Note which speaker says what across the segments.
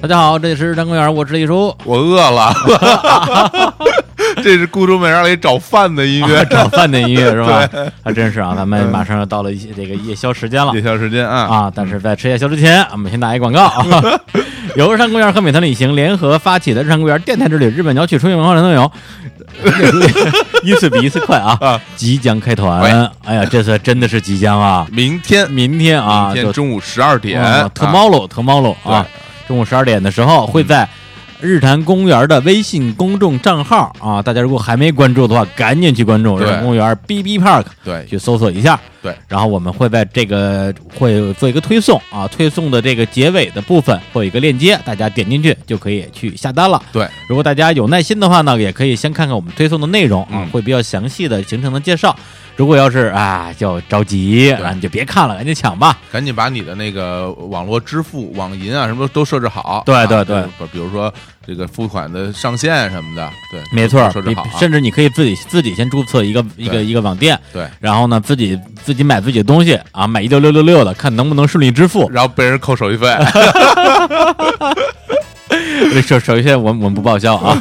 Speaker 1: 大家好，这里是日坛公园，我是李叔。
Speaker 2: 我饿了， 这是《孤独美人》里找饭的音乐。
Speaker 1: 找饭店音乐是 吧？还真是啊，咱们马上要到了一些这个夜宵时间了
Speaker 2: 嗯夜宵时间啊
Speaker 1: 啊！但是在吃夜宵之前，我们先打一广告 啊，由日坛公园和美团旅行联合发起的日坛公园电台之旅日本鸟取春运文化传统 游，一次比一次快啊
Speaker 2: 啊！
Speaker 1: 即将开团，哎呀，这次真的是即将啊！
Speaker 2: 明天，
Speaker 1: 明天啊，
Speaker 2: 明
Speaker 1: 就
Speaker 2: 天中午十二点
Speaker 1: 啊，tomorrow tomorrow 啊，中午十二点的时候会在日坛公园的微信公众账号啊，大家如果还没关注的话，赶紧去关注日
Speaker 2: 对
Speaker 1: 坛公园 B B Park，
Speaker 2: 对
Speaker 1: 去搜索一下。
Speaker 2: 对，
Speaker 1: 然后我们会在这个会做一个推送啊，推送的这个结尾的部分会有一个链接，大家点进去就可以去下单了。
Speaker 2: 对，
Speaker 1: 如果大家有耐心的话呢，也可以先看看我们推送的内容啊
Speaker 2: 嗯，
Speaker 1: 会比较详细的行程的介绍。如果要是啊，就着急，
Speaker 2: 对
Speaker 1: 啊，你就别看了，赶紧抢吧。
Speaker 2: 赶紧把你的那个网络支付、网银啊什么都设置好。
Speaker 1: 对
Speaker 2: 啊
Speaker 1: 对对，
Speaker 2: 就是比如说这个付款的上限什么的，对，
Speaker 1: 没错儿
Speaker 2: 设，置
Speaker 1: 你
Speaker 2: 好啊。
Speaker 1: 甚至你可以自己自己先注册一个一个一个网店，
Speaker 2: 对，
Speaker 1: 然后呢自己自己买自己的东西啊，买一六六六六的，看能不能顺利支付。
Speaker 2: 然后被人扣手续费，
Speaker 1: 这首首先我们我们不报销啊，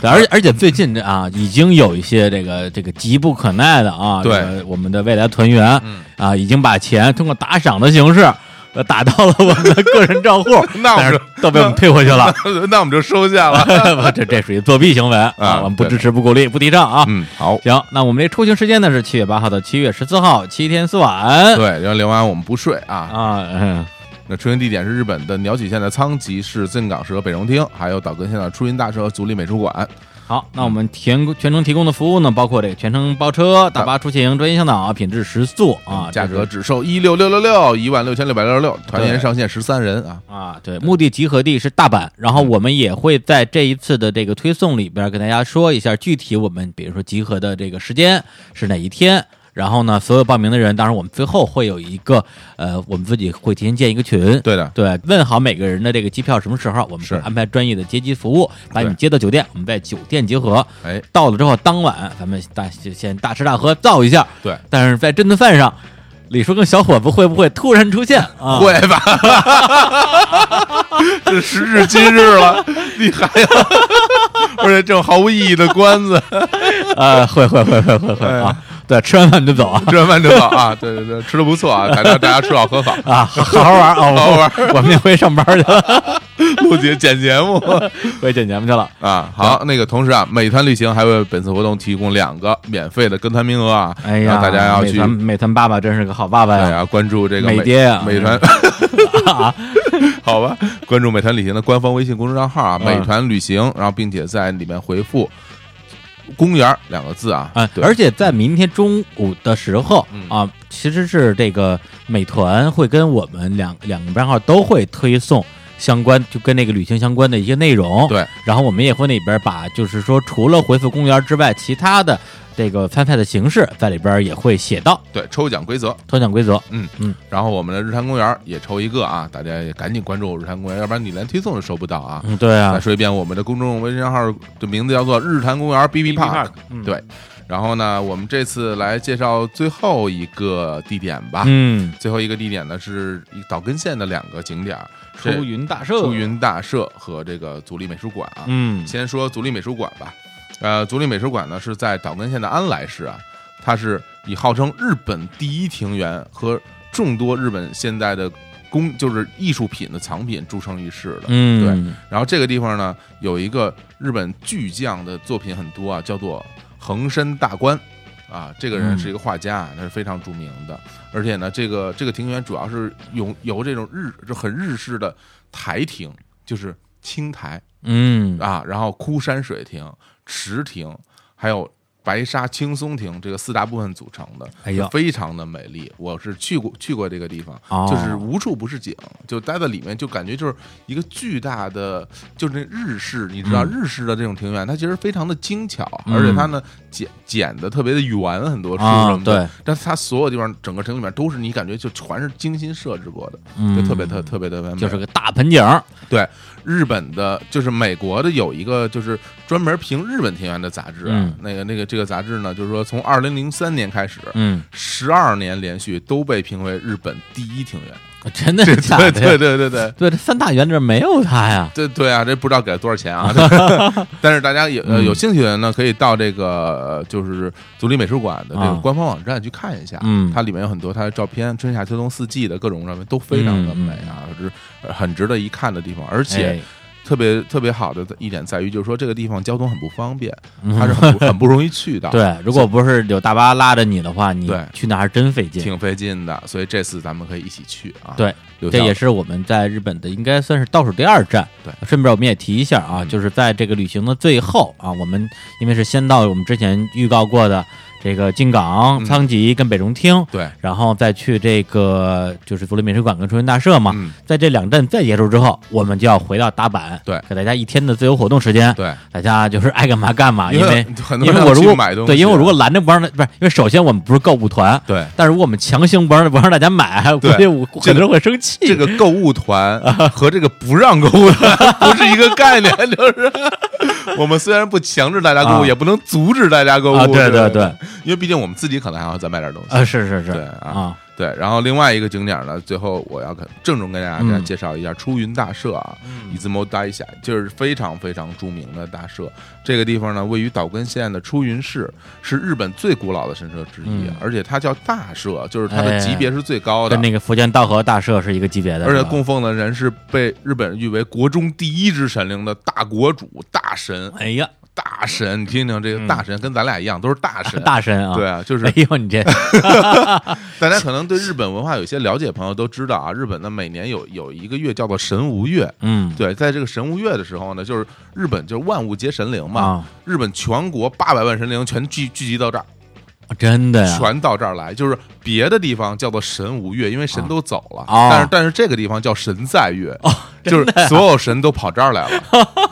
Speaker 1: 对而且而且最近这啊已经有一些这个这个急不可耐的啊，
Speaker 2: 对
Speaker 1: 这个我们的未来团员
Speaker 2: 嗯，
Speaker 1: 啊已经把钱通过打赏的形式。呃打到了我们的个人账户
Speaker 2: 那我
Speaker 1: 但
Speaker 2: 们
Speaker 1: 是都被我们退回去了。
Speaker 2: 那我们就收下了。
Speaker 1: 这这属于作弊行为啊，我们不
Speaker 2: 对
Speaker 1: 支持、不鼓励、不提倡啊。
Speaker 2: 嗯，好。
Speaker 1: 行，那我们这出行时间呢是七月八号到七月十四号，七天四晚。
Speaker 2: 对，然后聊完我们不睡啊。
Speaker 1: 啊，嗯
Speaker 2: 那出行地点是日本的鸟取县的仓吉市进港市和北荣町，还有岛根县的出云大社和足利美术馆。
Speaker 1: 好，那我们全全程提供的服务呢，包括这个全程包车、大巴出行、专业向导啊、品质食宿啊，
Speaker 2: 价
Speaker 1: 这
Speaker 2: 格
Speaker 1: 个
Speaker 2: 只售一六六六六，一万六千六百六十六，团员上限十三人啊。
Speaker 1: 啊，对，目的集合地是大阪，然后我们也会在这一次的这个推送里边跟大家说一下具体我们比如说集合的这个时间是哪一天。然后呢，所有报名的人，当然我们最后会有一个，呃，我们自己会提前建一个群，
Speaker 2: 对的，
Speaker 1: 对，问好每个人的这个机票什么时候，我们
Speaker 2: 是
Speaker 1: 会安排专业的接机服务，把你
Speaker 2: 对
Speaker 1: 接到酒店，我们在酒店集合。
Speaker 2: 哎，
Speaker 1: 到了之后，当晚咱们大先大吃大喝造一下。
Speaker 2: 对，
Speaker 1: 但是在这顿饭上，李叔跟小伙子会不会突然出现啊？
Speaker 2: 会吧？ 这时至今日了，你还要，而且这种毫无意义的关子，
Speaker 1: 呃，会会会会会会啊！对，吃完饭就走啊。
Speaker 2: 吃完饭就好啊！对对对，吃的不错啊，大家大家吃好喝好，
Speaker 1: 啊，好好玩啊！我
Speaker 2: 好好玩，
Speaker 1: 我们也回上班去了，
Speaker 2: 录节剪节目
Speaker 1: 回剪节目去了。
Speaker 2: 啊。好，那个同时啊，美团旅行还为本次活动提供两个免费的跟团名额啊，
Speaker 1: 哎呀，
Speaker 2: 让大家要
Speaker 1: 美
Speaker 2: 去
Speaker 1: 团美团爸爸真是个好爸爸
Speaker 2: 哎
Speaker 1: 呀！
Speaker 2: 呀关注这个
Speaker 1: 美爹啊呀
Speaker 2: 美团。好吧，关注美团旅行的官方微信公众账号啊，
Speaker 1: 嗯
Speaker 2: 美团旅行，然后并且在里面回复“公园”两个字啊，
Speaker 1: 啊，
Speaker 2: 对，
Speaker 1: 而且在明天中午的时候、
Speaker 2: 嗯
Speaker 1: 啊，其实是这个美团会跟我们两两个账号都会推送相关，就跟那个旅行相关的一些内容。，
Speaker 2: 对
Speaker 1: 然后我们也会那边把，就是说除了回复公园之外，其他的这个参赛的形式在里边也会写到
Speaker 2: 对，抽奖规则，
Speaker 1: 抽奖规则。
Speaker 2: 嗯
Speaker 1: 嗯，
Speaker 2: 然后我们的日坛公园也抽一个啊，大家也赶紧关注日坛公园，要不然你连推送都收不到啊。
Speaker 1: 嗯，对
Speaker 2: 再
Speaker 1: 啊，
Speaker 2: 说一遍，我们的公众微信账号的名字叫做日坛公园 B B
Speaker 1: BB Park，
Speaker 2: Park，
Speaker 1: 嗯
Speaker 2: 对。然后呢，我们这次来介绍最后一个地点吧。
Speaker 1: 嗯，
Speaker 2: 最后一个地点呢是一岛根县的两个景点儿，
Speaker 1: 出
Speaker 2: 这
Speaker 1: 云大社，
Speaker 2: 出，云大社和这个足利美术馆啊。
Speaker 1: 嗯
Speaker 2: 先说足利美术馆吧，呃，足利美术馆呢是在岛根县的安来市啊，它是以号称日本第一庭园和众多日本现代的工就是艺术品的藏品著称于世的。
Speaker 1: 嗯，
Speaker 2: 然后这个地方呢有一个日本巨匠的作品很多啊，叫做横山大观。啊，这个人是一个画家啊，他是非常著名的，而且呢，这个这个庭园主要是由由这种日就很日式的台亭，就是青苔，
Speaker 1: 嗯，
Speaker 2: 啊，然后枯山水亭、池亭，还有白沙青松亭这个四大部分组成的，
Speaker 1: 哎呦
Speaker 2: 非常的美丽。我是去过去过这个地方，
Speaker 1: 哦
Speaker 2: 就是无处不是景，就待在里面就感觉就是一个巨大的，就是那日式，你知道、
Speaker 1: 嗯
Speaker 2: 日式的这种庭院，它其实非常的精巧，
Speaker 1: 嗯
Speaker 2: 而且它呢剪剪的特别的圆，很多树
Speaker 1: 啊
Speaker 2: 什么的，
Speaker 1: 对
Speaker 2: 但它所有地方整个城里面都是你感觉就全是精心设置过的，
Speaker 1: 嗯
Speaker 2: 就特别特特别特别美，
Speaker 1: 就是个大盆景儿，
Speaker 2: 对，日本的，就是美国的有一个就是专门评日本庭园的杂志、啊，
Speaker 1: 嗯
Speaker 2: 那个那个这个杂志呢，就是说从二零零三年开始，
Speaker 1: 嗯，
Speaker 2: 十二、年连续都被评为日本第一庭园。
Speaker 1: 真的
Speaker 2: 这
Speaker 1: 是 假的
Speaker 2: 对
Speaker 1: 呀？
Speaker 2: 对对对对。
Speaker 1: 对这三大原则没有他呀。
Speaker 2: 对对啊，这不知道给了多 少钱啊！ 但是大家有呃
Speaker 1: 嗯
Speaker 2: 有兴趣的人呢，可以到这个呃就是足立美术馆的这个
Speaker 1: 啊
Speaker 2: 官方网站去看一下，
Speaker 1: 嗯
Speaker 2: 它里面有很多它的照片，春夏秋冬四季的各种照片都非常的美啊，是呃很值得一看的地方，而且
Speaker 1: 嗯哎，
Speaker 2: 特别特别好的一点在于，就是说这个地方交通很不方便，
Speaker 1: 嗯
Speaker 2: 它是很不很不容易去的，，
Speaker 1: 对，如果不是有大巴拉着你的话，你
Speaker 2: 啊对
Speaker 1: 去那还真费劲。
Speaker 2: 挺费劲的，所以这次咱们可以一起去啊，
Speaker 1: 对，
Speaker 2: 留下，
Speaker 1: 这也是我们在日本的应该算是倒数第二站。
Speaker 2: 对，
Speaker 1: 顺便我们也提一下啊，
Speaker 2: 嗯
Speaker 1: 就是在这个旅行的最后啊，我们因为是先到我们之前预告过的这个进港、
Speaker 2: 嗯
Speaker 1: 仓吉跟北中町，
Speaker 2: 对，
Speaker 1: 然后再去这个就是足立美术馆跟春云大社嘛。
Speaker 2: 嗯，
Speaker 1: 在这两站再结束之后，我们就要回到大阪，
Speaker 2: 对
Speaker 1: 给大家一天的自由活动时间，
Speaker 2: 对，
Speaker 1: 大家就是爱干嘛干嘛，因为
Speaker 2: 很多
Speaker 1: 因为
Speaker 2: 人
Speaker 1: 我如
Speaker 2: 去
Speaker 1: 果
Speaker 2: 买东西，啊
Speaker 1: 对，因为我如果拦着不让他，不是因为首先我们不是购物团，
Speaker 2: 对。
Speaker 1: 但是如果我们强行不让不让大家买，估
Speaker 2: 对
Speaker 1: 计我
Speaker 2: 这
Speaker 1: 可
Speaker 2: 个
Speaker 1: 能会生气。
Speaker 2: 这个购物 团和这个不让购物团 不是一个概念， 就是我们虽然不强制大家购物，
Speaker 1: 啊
Speaker 2: 也不能阻止大家购物，
Speaker 1: 啊，对
Speaker 2: 对
Speaker 1: 对，
Speaker 2: 因为毕竟我们自己可能还要再买点东西。
Speaker 1: 啊，是是是，
Speaker 2: 对
Speaker 1: 啊，
Speaker 2: 对，然后另外一个景点呢，最后我要跟郑重跟大家
Speaker 1: 嗯
Speaker 2: 介绍一下出云大社啊，伊兹摩大一下，就是非常非常著名的大社。这个地方呢，位于岛根县的出云市，是日本最古老的神社之一
Speaker 1: 嗯，
Speaker 2: 而且它叫大社，就是它
Speaker 1: 哎
Speaker 2: 的级别是最高的
Speaker 1: 跟。那个福建道和大社是一个级别的，
Speaker 2: 而且
Speaker 1: 是吧
Speaker 2: 供奉的人是被日本誉为国中第一只神灵的大国主、大神、
Speaker 1: 哎呀，
Speaker 2: 大神。你听听这
Speaker 1: 嗯
Speaker 2: 个大神，跟咱俩一样，都是大神。
Speaker 1: 大神啊，
Speaker 2: 对，啊， 就是
Speaker 1: 哎呦，你 这
Speaker 2: 大家可能对日本文化有些了解，朋友都知道啊，日本呢每年有有一个月叫做神无月。
Speaker 1: 嗯
Speaker 2: 对，在这个神无月的时候呢，就是日本就是万物皆神灵嘛，
Speaker 1: 啊，
Speaker 2: 日本全国八百万神灵全聚聚集到这儿，
Speaker 1: 真的呀，
Speaker 2: 全到这儿来，就是别的地方叫做神无月，因为神都走了，
Speaker 1: 啊哦
Speaker 2: 但是但是这个地方叫神在月，就是所有神都跑这儿来 了，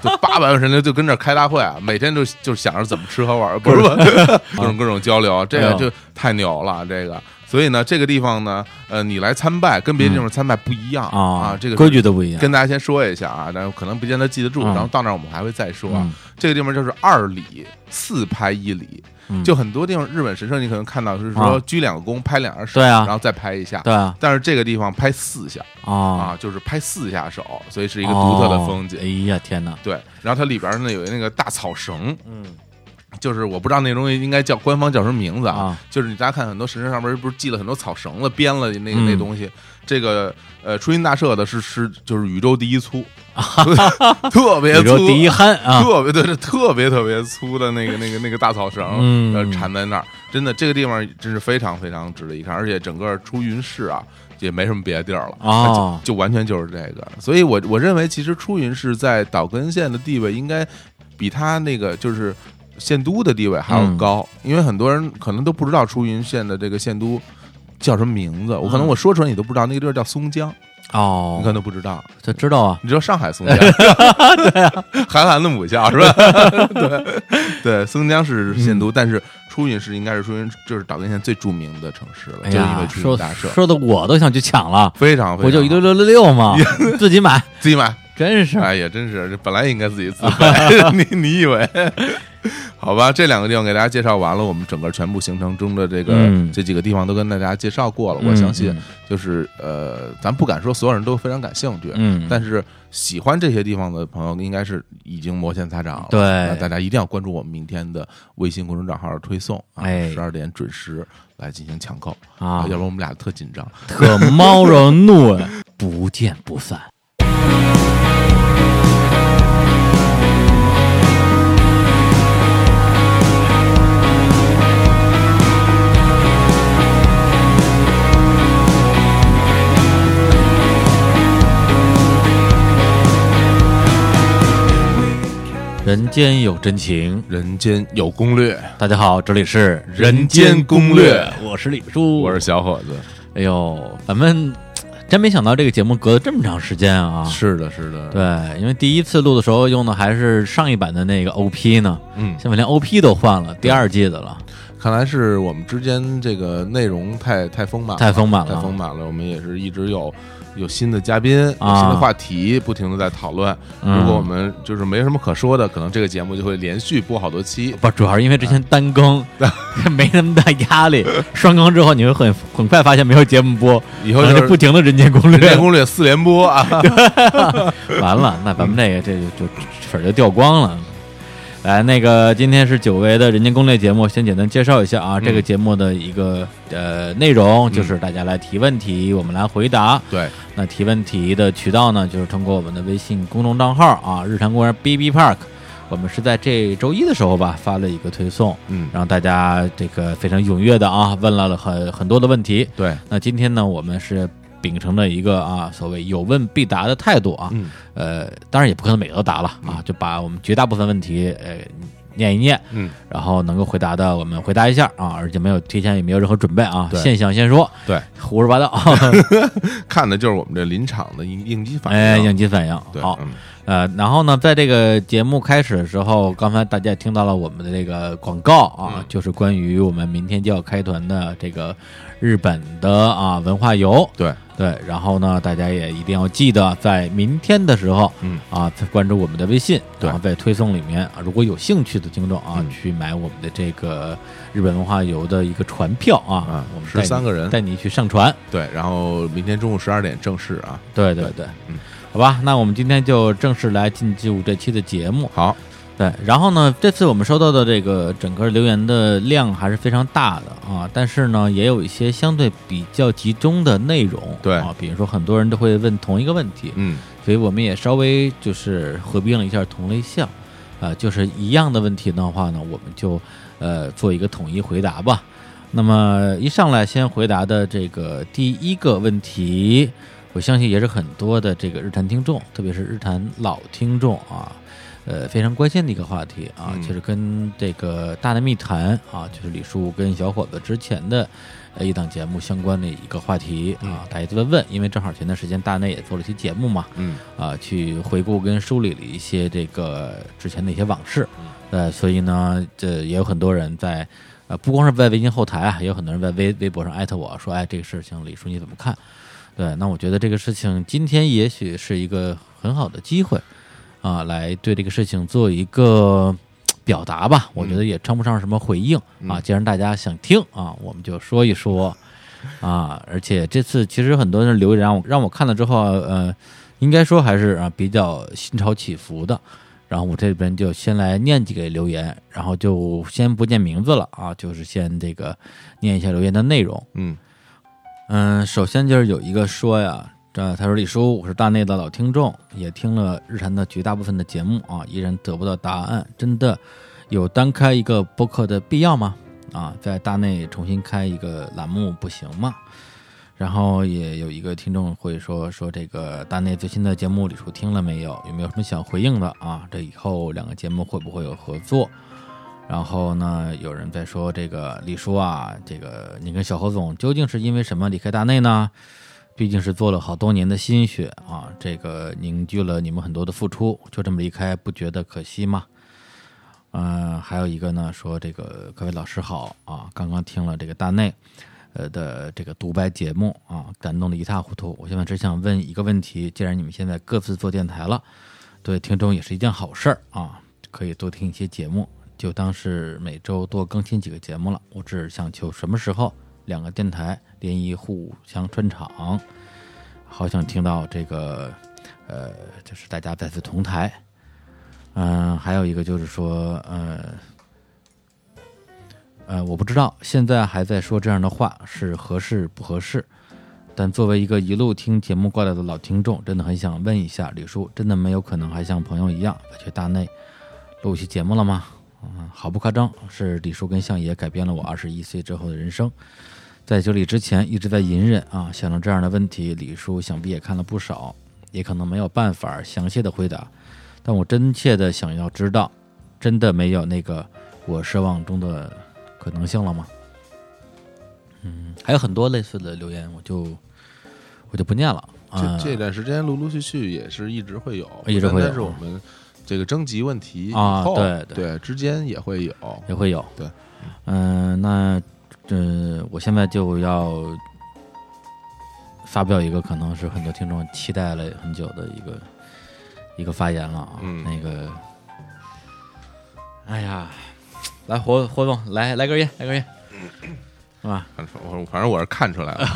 Speaker 2: 就八百万神灵就跟这儿开大会啊，每天就就想着怎么吃喝玩，不是吧 各种各种交流，这
Speaker 1: 哎
Speaker 2: 个
Speaker 1: 呦
Speaker 2: 就太牛了，这个。所以呢，这个地方呢，呃，你来参拜跟别的地方参拜不一样、
Speaker 1: 哦
Speaker 2: 啊，这个
Speaker 1: 规矩都不一样，
Speaker 2: 跟大家先说一下啊，但可能不见得记得住，
Speaker 1: 嗯
Speaker 2: 然后到那儿我们还会再说啊。
Speaker 1: 嗯
Speaker 2: 这个地方就是二里四拍一里，
Speaker 1: 嗯
Speaker 2: 就很多地方日本神社你可能看到就是说
Speaker 1: 啊
Speaker 2: 鞠两个躬拍两下手，
Speaker 1: 对啊
Speaker 2: 然后再拍一下。
Speaker 1: 对啊，
Speaker 2: 但是这个地方拍四下
Speaker 1: 啊，
Speaker 2: 啊，就是拍四下手，所以是一个独特的风景
Speaker 1: 哦。哎呀，天哪，
Speaker 2: 对，然后它里边呢有那个大草绳，
Speaker 1: 嗯
Speaker 2: 就是我不知道那东西应该叫官方叫什么名字啊，
Speaker 1: 啊
Speaker 2: 就是你大家看很多神社上面不是系了很多草绳子编了那个
Speaker 1: 嗯
Speaker 2: 那东西，这个呃出云大社的是是就是宇宙第 一粗，特别
Speaker 1: 宇宙
Speaker 2: 粗，
Speaker 1: 第一憨啊，
Speaker 2: 特别对，是特别特别粗的那个那个那个大草绳，
Speaker 1: 嗯
Speaker 2: 呃，缠在那儿，真的这个地方真是非常非常值得一看，而且整个出云市啊也没什么别的地儿了
Speaker 1: 哦
Speaker 2: 就就完全就是这个，所以我我认为其实出云市在岛根县的地位应该比它那个就是。县都的地位还
Speaker 1: 嗯
Speaker 2: 要高，因为很多人可能都不知道出云县的这个县都叫什么名字，我可能
Speaker 1: 嗯
Speaker 2: 我说出来你都不知道，那个地儿叫松江，你可
Speaker 1: 哦，
Speaker 2: 能都不知道。
Speaker 1: 这知道啊，
Speaker 2: 你知道上 海松江，对啊，韩寒的母校是吧？ 对对，松江是县
Speaker 1: 嗯
Speaker 2: 都，但是出云市应该是出云，就是岛根县最著名的城市了，
Speaker 1: 哎
Speaker 2: 就是因为
Speaker 1: 呀，
Speaker 2: 出云
Speaker 1: 说
Speaker 2: 大社
Speaker 1: 说的我都想去抢了，
Speaker 2: 非常非
Speaker 1: 不
Speaker 2: 常
Speaker 1: 就一六六六六吗？ 自己买，
Speaker 2: 自己买，
Speaker 1: 真是
Speaker 2: 哎呀，真是这本来应该自己自费， 你你以为？ 好吧，这两个地方给大家介绍完了，我们整个全部行程中的这个、
Speaker 1: 嗯
Speaker 2: 这几个地方都跟大家介绍过了。
Speaker 1: 嗯
Speaker 2: 我相信
Speaker 1: 嗯，
Speaker 2: 就是呃，咱不敢说所有人都非常感兴趣，
Speaker 1: 嗯，
Speaker 2: 但是喜欢这些地方的朋友，应该是已经摩拳擦掌了。
Speaker 1: 对
Speaker 2: 那大家一定要关注我们明天的微信公众账号推送啊，
Speaker 1: 哎
Speaker 2: 十二点准时来进行抢购
Speaker 1: 啊
Speaker 2: 要不，然我们俩特紧张。
Speaker 1: 特猫着怒，不见不散。人间有真情，
Speaker 2: 人间有攻略，
Speaker 1: 大家好，这里是《
Speaker 2: 人间攻略，
Speaker 1: 我是李叔，
Speaker 2: 我是小伙子。
Speaker 1: 哎呦，咱们真没想到这个节目隔了这么长时间啊！
Speaker 2: 是的，是的，
Speaker 1: 对，因为第一次录的时候用的还是上一版的那个 OP 呢，
Speaker 2: 嗯，
Speaker 1: 现在连 OP 都换了，第二季的了，
Speaker 2: 看来是我们之间这个内容太太丰满了，
Speaker 1: 太丰满了
Speaker 2: 太丰满了。我们也是一直有有新的嘉宾，有新
Speaker 1: 啊
Speaker 2: 的话题，不停的在讨论。
Speaker 1: 嗯
Speaker 2: 如果我们就是没什么可说的，可能这个节目就会连续播好多期。
Speaker 1: 不，主要是因为之前单更 没那么大压力，双更之后你会很很快发现没有节目播，
Speaker 2: 以后
Speaker 1: 然
Speaker 2: 就
Speaker 1: 后就是不停的人间攻略，
Speaker 2: 人间攻略四连播啊！
Speaker 1: 完了，那咱们这个这就就粉儿就掉光了。来，那个今天是久违的人间攻略节目，先简单介绍一下啊，这个节目的一个呃内容就是大家来提问题，我们来回答。
Speaker 2: 对，
Speaker 1: 那提问题的渠道呢，就是通过我们的微信公众账号啊，日坛公园 B B Park。我们是在这周一的时候吧发了一个推送，
Speaker 2: 嗯，
Speaker 1: 让大家这个非常踊跃的啊问了很很多的问题。
Speaker 2: 对，
Speaker 1: 那今天呢，我们是秉承着一个啊所谓有问必答的态度啊，
Speaker 2: 嗯
Speaker 1: 呃，当然也不可能每个都答了啊，就把我们绝大部分问题呃念一念，
Speaker 2: 嗯，
Speaker 1: 然后能够回答的我们回答一下啊，而且没有提前也没有任何准备啊，
Speaker 2: 对
Speaker 1: 现象先说，
Speaker 2: 对，
Speaker 1: 胡说八 道，
Speaker 2: 看的就是我们这临场的应应激反应。啊
Speaker 1: 哎，应激反应，
Speaker 2: 对，
Speaker 1: 好，
Speaker 2: 嗯
Speaker 1: 呃，然后呢，在这个节目开始的时候，刚才大家也听到了我们的这个广告啊，
Speaker 2: 嗯
Speaker 1: 就是关于我们明天就要开团的这个日本的啊文化游，
Speaker 2: 对，
Speaker 1: 对，然后呢，大家也一定要记得在明天的时候，
Speaker 2: 嗯
Speaker 1: 啊，再关注我们的微信，
Speaker 2: 对
Speaker 1: 然后在推送里面啊，如果有兴趣的听众啊，
Speaker 2: 嗯
Speaker 1: 去买我们的这个日本文化游的一个船票啊，
Speaker 2: 啊
Speaker 1: 我们带你
Speaker 2: 13个人
Speaker 1: 带你去上船，
Speaker 2: 对，然后明天中午十二点正式啊。
Speaker 1: 对对对，
Speaker 2: 嗯，
Speaker 1: 好吧，那我们今天就正式来进入这期的节目，
Speaker 2: 好，
Speaker 1: 对，然后呢，这次我们收到的这个整个留言的量还是非常大的啊，但是呢，也有一些相对比较集中的内容，
Speaker 2: 对
Speaker 1: 啊，比如说很多人都会问同一个问题，
Speaker 2: 嗯，
Speaker 1: 所以我们也稍微就是合并了一下同类项，呃，就是一样的问题的话呢，我们就呃做一个统一回答吧。那么一上来先回答的这个第一个问题，我相信也是很多的这个日坛听众，特别是日坛老听众啊，呃，非常关心的一个话题啊，
Speaker 2: 嗯
Speaker 1: 就是跟这个《大内密谈》啊，就是李叔跟小伙子之前的呃一档节目相关的一个话题
Speaker 2: 嗯
Speaker 1: 啊，大家都在问，因为正好前段时间大内也做了期节目嘛，
Speaker 2: 嗯，
Speaker 1: 啊，去回顾跟梳理了一些这个之前的一些往事，呃，所以呢，这也有很多人在，呃，不光是在微信后台啊，也有很多人在微微博上艾特我说，哎，这个事情李叔你怎么看？对，那我觉得这个事情今天也许是一个很好的机会啊，来对这个事情做一个嘖表达吧。我觉得也称不上什么回应、啊，既然大家想听啊，我们就说一说 啊。而且这次其实很多人留言让我让我看了之后，呃，应该说还是啊比较心潮起伏的。然后我这边就先来念几个留言，然后就先不念名字了啊，就是先这个念一下留言的内容。
Speaker 2: 嗯，
Speaker 1: 嗯，首先就是有一个说呀，这他说李叔，我是大内的老听众，也听了日坛的绝大部分的节目啊，依然得不到答案，真的有单开一个播客的必要吗？啊，在大内重新开一个栏目不行吗？然后也有一个听众会说说这个大内最新的节目李叔听了没有？有没有什么想回应的啊？这以后两个节目会不会有合作？然后呢，有人在说这个李叔啊，这个你跟小何总究竟是因为什么离开大内呢？毕竟是做了好多年的心血啊，这个凝聚了你们很多的付出，就这么离开，不觉得可惜吗？嗯、还有一个呢，说这个各位老师好啊，刚刚听了这个大内，呃的这个独白节目啊，感动的一塌糊涂。我现在只想问一个问题，既然你们现在各自做电台了，对听众也是一件好事儿啊，可以多听一些节目，就当是每周多更新几个节目了。我只想求什么时候两个电台联谊互相串场，好想听到这个，呃，就是大家再次同台。嗯、还有一个就是说，呃，呃，我不知道现在还在说这样的话是合适不合适，但作为一个一路听节目过来的老听众，真的很想问一下李叔，真的没有可能还像朋友一样去大内录期节目了吗？嗯，毫不夸张，是李叔跟相爷改变了我二十一岁之后的人生。在九里之前一直在隐忍啊，想到这样的问题，李叔想必也看了不少，也可能没有办法详细的回答，但我真切的想要知道，真的没有那个我奢望中的可能性了吗？嗯，还有很多类似的留言，我就我就不念了。
Speaker 2: 这
Speaker 1: 啊。
Speaker 2: 这段时间陆陆续续也是一直会有，
Speaker 1: 一直会有
Speaker 2: 但是我们这个征集问题以
Speaker 1: 啊
Speaker 2: 后
Speaker 1: 对对
Speaker 2: 对之间也会有，
Speaker 1: 也会有。
Speaker 2: 对，
Speaker 1: 呃嗯、那这、我现在就要发表一个可能是很多听众期待了很久的一个一个发言了啊。
Speaker 2: 嗯
Speaker 1: 那个，哎呀，来活活动，来来根烟，来根烟，
Speaker 2: 嗯
Speaker 1: 是 吧？
Speaker 2: 反正我反正我是看出来了，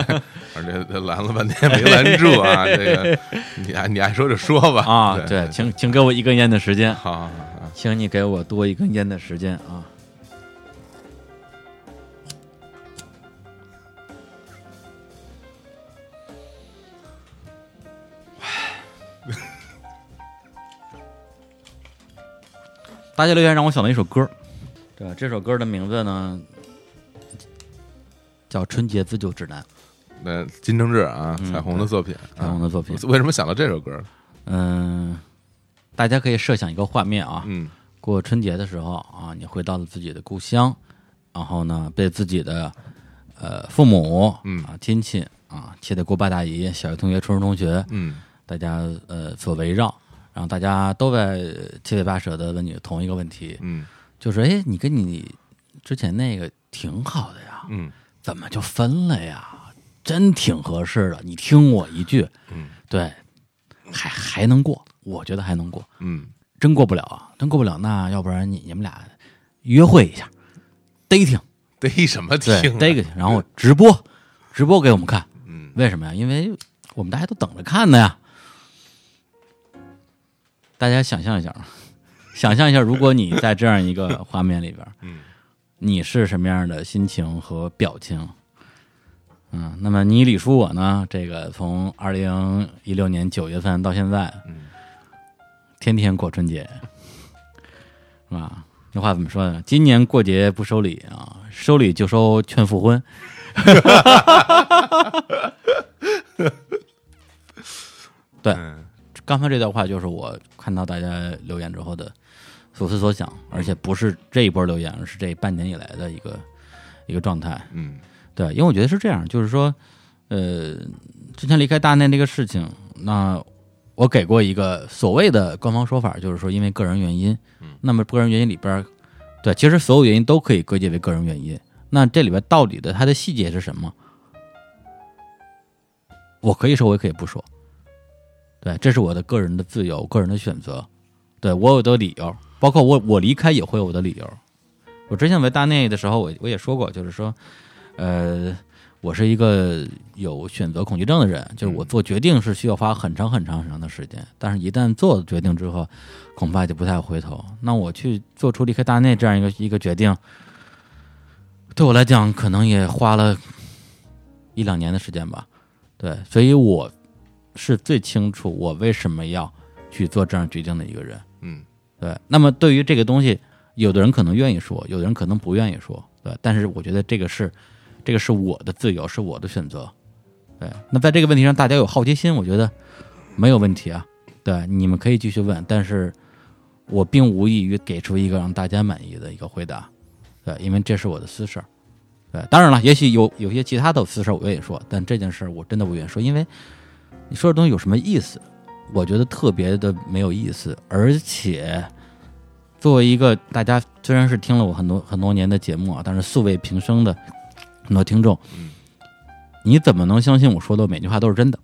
Speaker 2: 反正这这拦了半天没拦住 啊！这个你爱你爱说就说吧
Speaker 1: 啊，
Speaker 2: 对，
Speaker 1: 对，请请给我一根烟的时间，
Speaker 2: 好好好好
Speaker 1: 请你给我多一根烟的时间啊。 大家留言让我想到一首歌儿，对吧？这首歌的名字呢叫《春节自救指南》，
Speaker 2: 那金承志啊，
Speaker 1: 嗯
Speaker 2: 彩虹的作品，
Speaker 1: 彩虹的作品
Speaker 2: 啊。为什么想到这首歌呢？
Speaker 1: 嗯、大家可以设想一个画面啊，
Speaker 2: 嗯
Speaker 1: 过春节的时候啊，你回到了自己的故乡，然后呢，被自己的呃父母、
Speaker 2: 嗯
Speaker 1: 啊亲戚啊七大姑八大姨、小学同学、初中同学，
Speaker 2: 嗯
Speaker 1: 大家呃所围绕，然后大家都在七嘴八舌的问你同一个问题，
Speaker 2: 嗯
Speaker 1: 就是哎，你跟你之前那个挺好的呀，
Speaker 2: 嗯
Speaker 1: 怎么就分了呀？真挺合适的，你听我一句，
Speaker 2: 嗯
Speaker 1: 对，还还能过，我觉得还能过。
Speaker 2: 嗯
Speaker 1: 真过不了啊，真过不了，那要不然你你们俩约会一下，dating，
Speaker 2: 逮什么听
Speaker 1: 对
Speaker 2: 啊
Speaker 1: ，dating，然后直播，直播给我们看，
Speaker 2: 嗯
Speaker 1: 为什么呀？因为我们大家都等着看呢呀。大家想象一下啊，想象一下，如果你在这样一 个画面里边，
Speaker 2: 嗯，
Speaker 1: 你是什么样的心情和表情？嗯，那么你李叔我呢？这个从二零一六年九月份到现在，
Speaker 2: 嗯，
Speaker 1: 天天过春节，是吧？那话怎么说呢？今年过节不收礼啊，收礼就收劝复婚。 对，
Speaker 2: 嗯
Speaker 1: 刚才这段话就是我看到大家留言之后的所思所想，而且不是这一波留言，而是这半年以来的一个一个状态。
Speaker 2: 嗯
Speaker 1: 对，因为我觉得是这样，就是说，呃，之前离开大内那个事情，那我给过一个所谓的官方说法，就是说因为个人原因。嗯，那么个人原因里边儿，对，其实所有原因都可以归结为个人原因。那这里边到底的它的细节是什么？我可以说，我也可以不说。对，这是我的个人的自由，个人的选择。对我有的理由，包括我我离开也会有我的理由。我之前在大内的时候，我我也说过，就是说，呃，我是一个有选择恐惧症的人，就是我做决定是需要花很长很长很长的时间，但是一旦做决定之后，恐怕就不太回头。那我去做出离开大内这样一个一个决定，对我来讲可能也花了一两年的时间吧。对，所以我是最清楚我为什么要去做这样决定的一个人。
Speaker 2: 嗯
Speaker 1: 对，那么对于这个东西，有的人可能愿意说，有的人可能不愿意说，对。但是我觉得这个是，这个是我的自由，是我的选择。对，那在这个问题上，大家有好奇心，我觉得没有问题啊。对，你们可以继续问，但是我并无异于给出一个让大家满意的一个回答。对，因为这是我的私事儿。对，当然了，也许有有些其他的私事儿我愿意说，但这件事儿我真的不愿意说，因为你说这东西有什么意思？我觉得特别的没有意思，而且作为一个大家虽然是听了我很多很多年的节目啊，但是素未平生的很多听众，
Speaker 2: 嗯
Speaker 1: 你怎么能相信我说的每句话都是真的？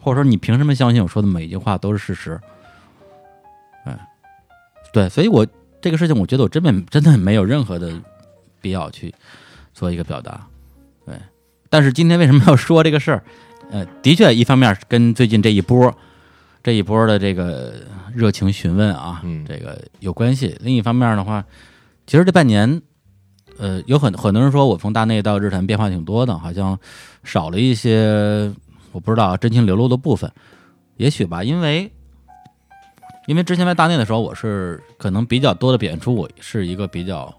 Speaker 1: 或者说你凭什么相信我说的每一句话都是事实？哎，对，所以我这个事情，我觉得我真没真的没有任何的必要去做一个表达。对，但是今天为什么要说这个事儿？呃，的确，一方面是跟最近这一波这一波的这个热情询问啊，
Speaker 2: 嗯
Speaker 1: 这个有关系。另一方面的话，其实这半年，呃，有很很多人说我从大内到日坛变化挺多的，好像少了一些我不知道啊真情流露的部分，也许吧，因为因为之前在大内的时候，我是可能比较多的表现出我是一个比较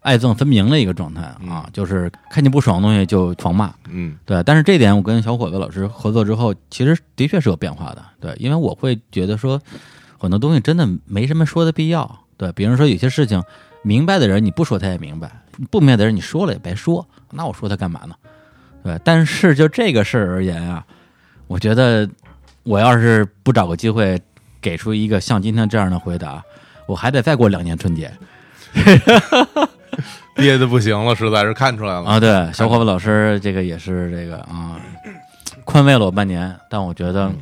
Speaker 1: 爱憎分明的一个状态啊，就是看见不爽的东西就狂骂，
Speaker 2: 嗯
Speaker 1: 对，但是这点我跟小伙子老师合作之后，其实的确是有变化的。对，因为我会觉得说，很多东西真的没什么说的必要。对，比如说有些事情，明白的人你不说他也明白，不明白的人你说了也白说，那我说他干嘛呢？对，但是就这个事儿而言啊，我觉得我要是不找个机会给出一个像今天这样的回答，我还得再过两年春节。
Speaker 2: 憋的不行了，实在是看出来了
Speaker 1: 啊，对，小伙伴老师这个也是这个啊，宽慰了我半年，但我觉得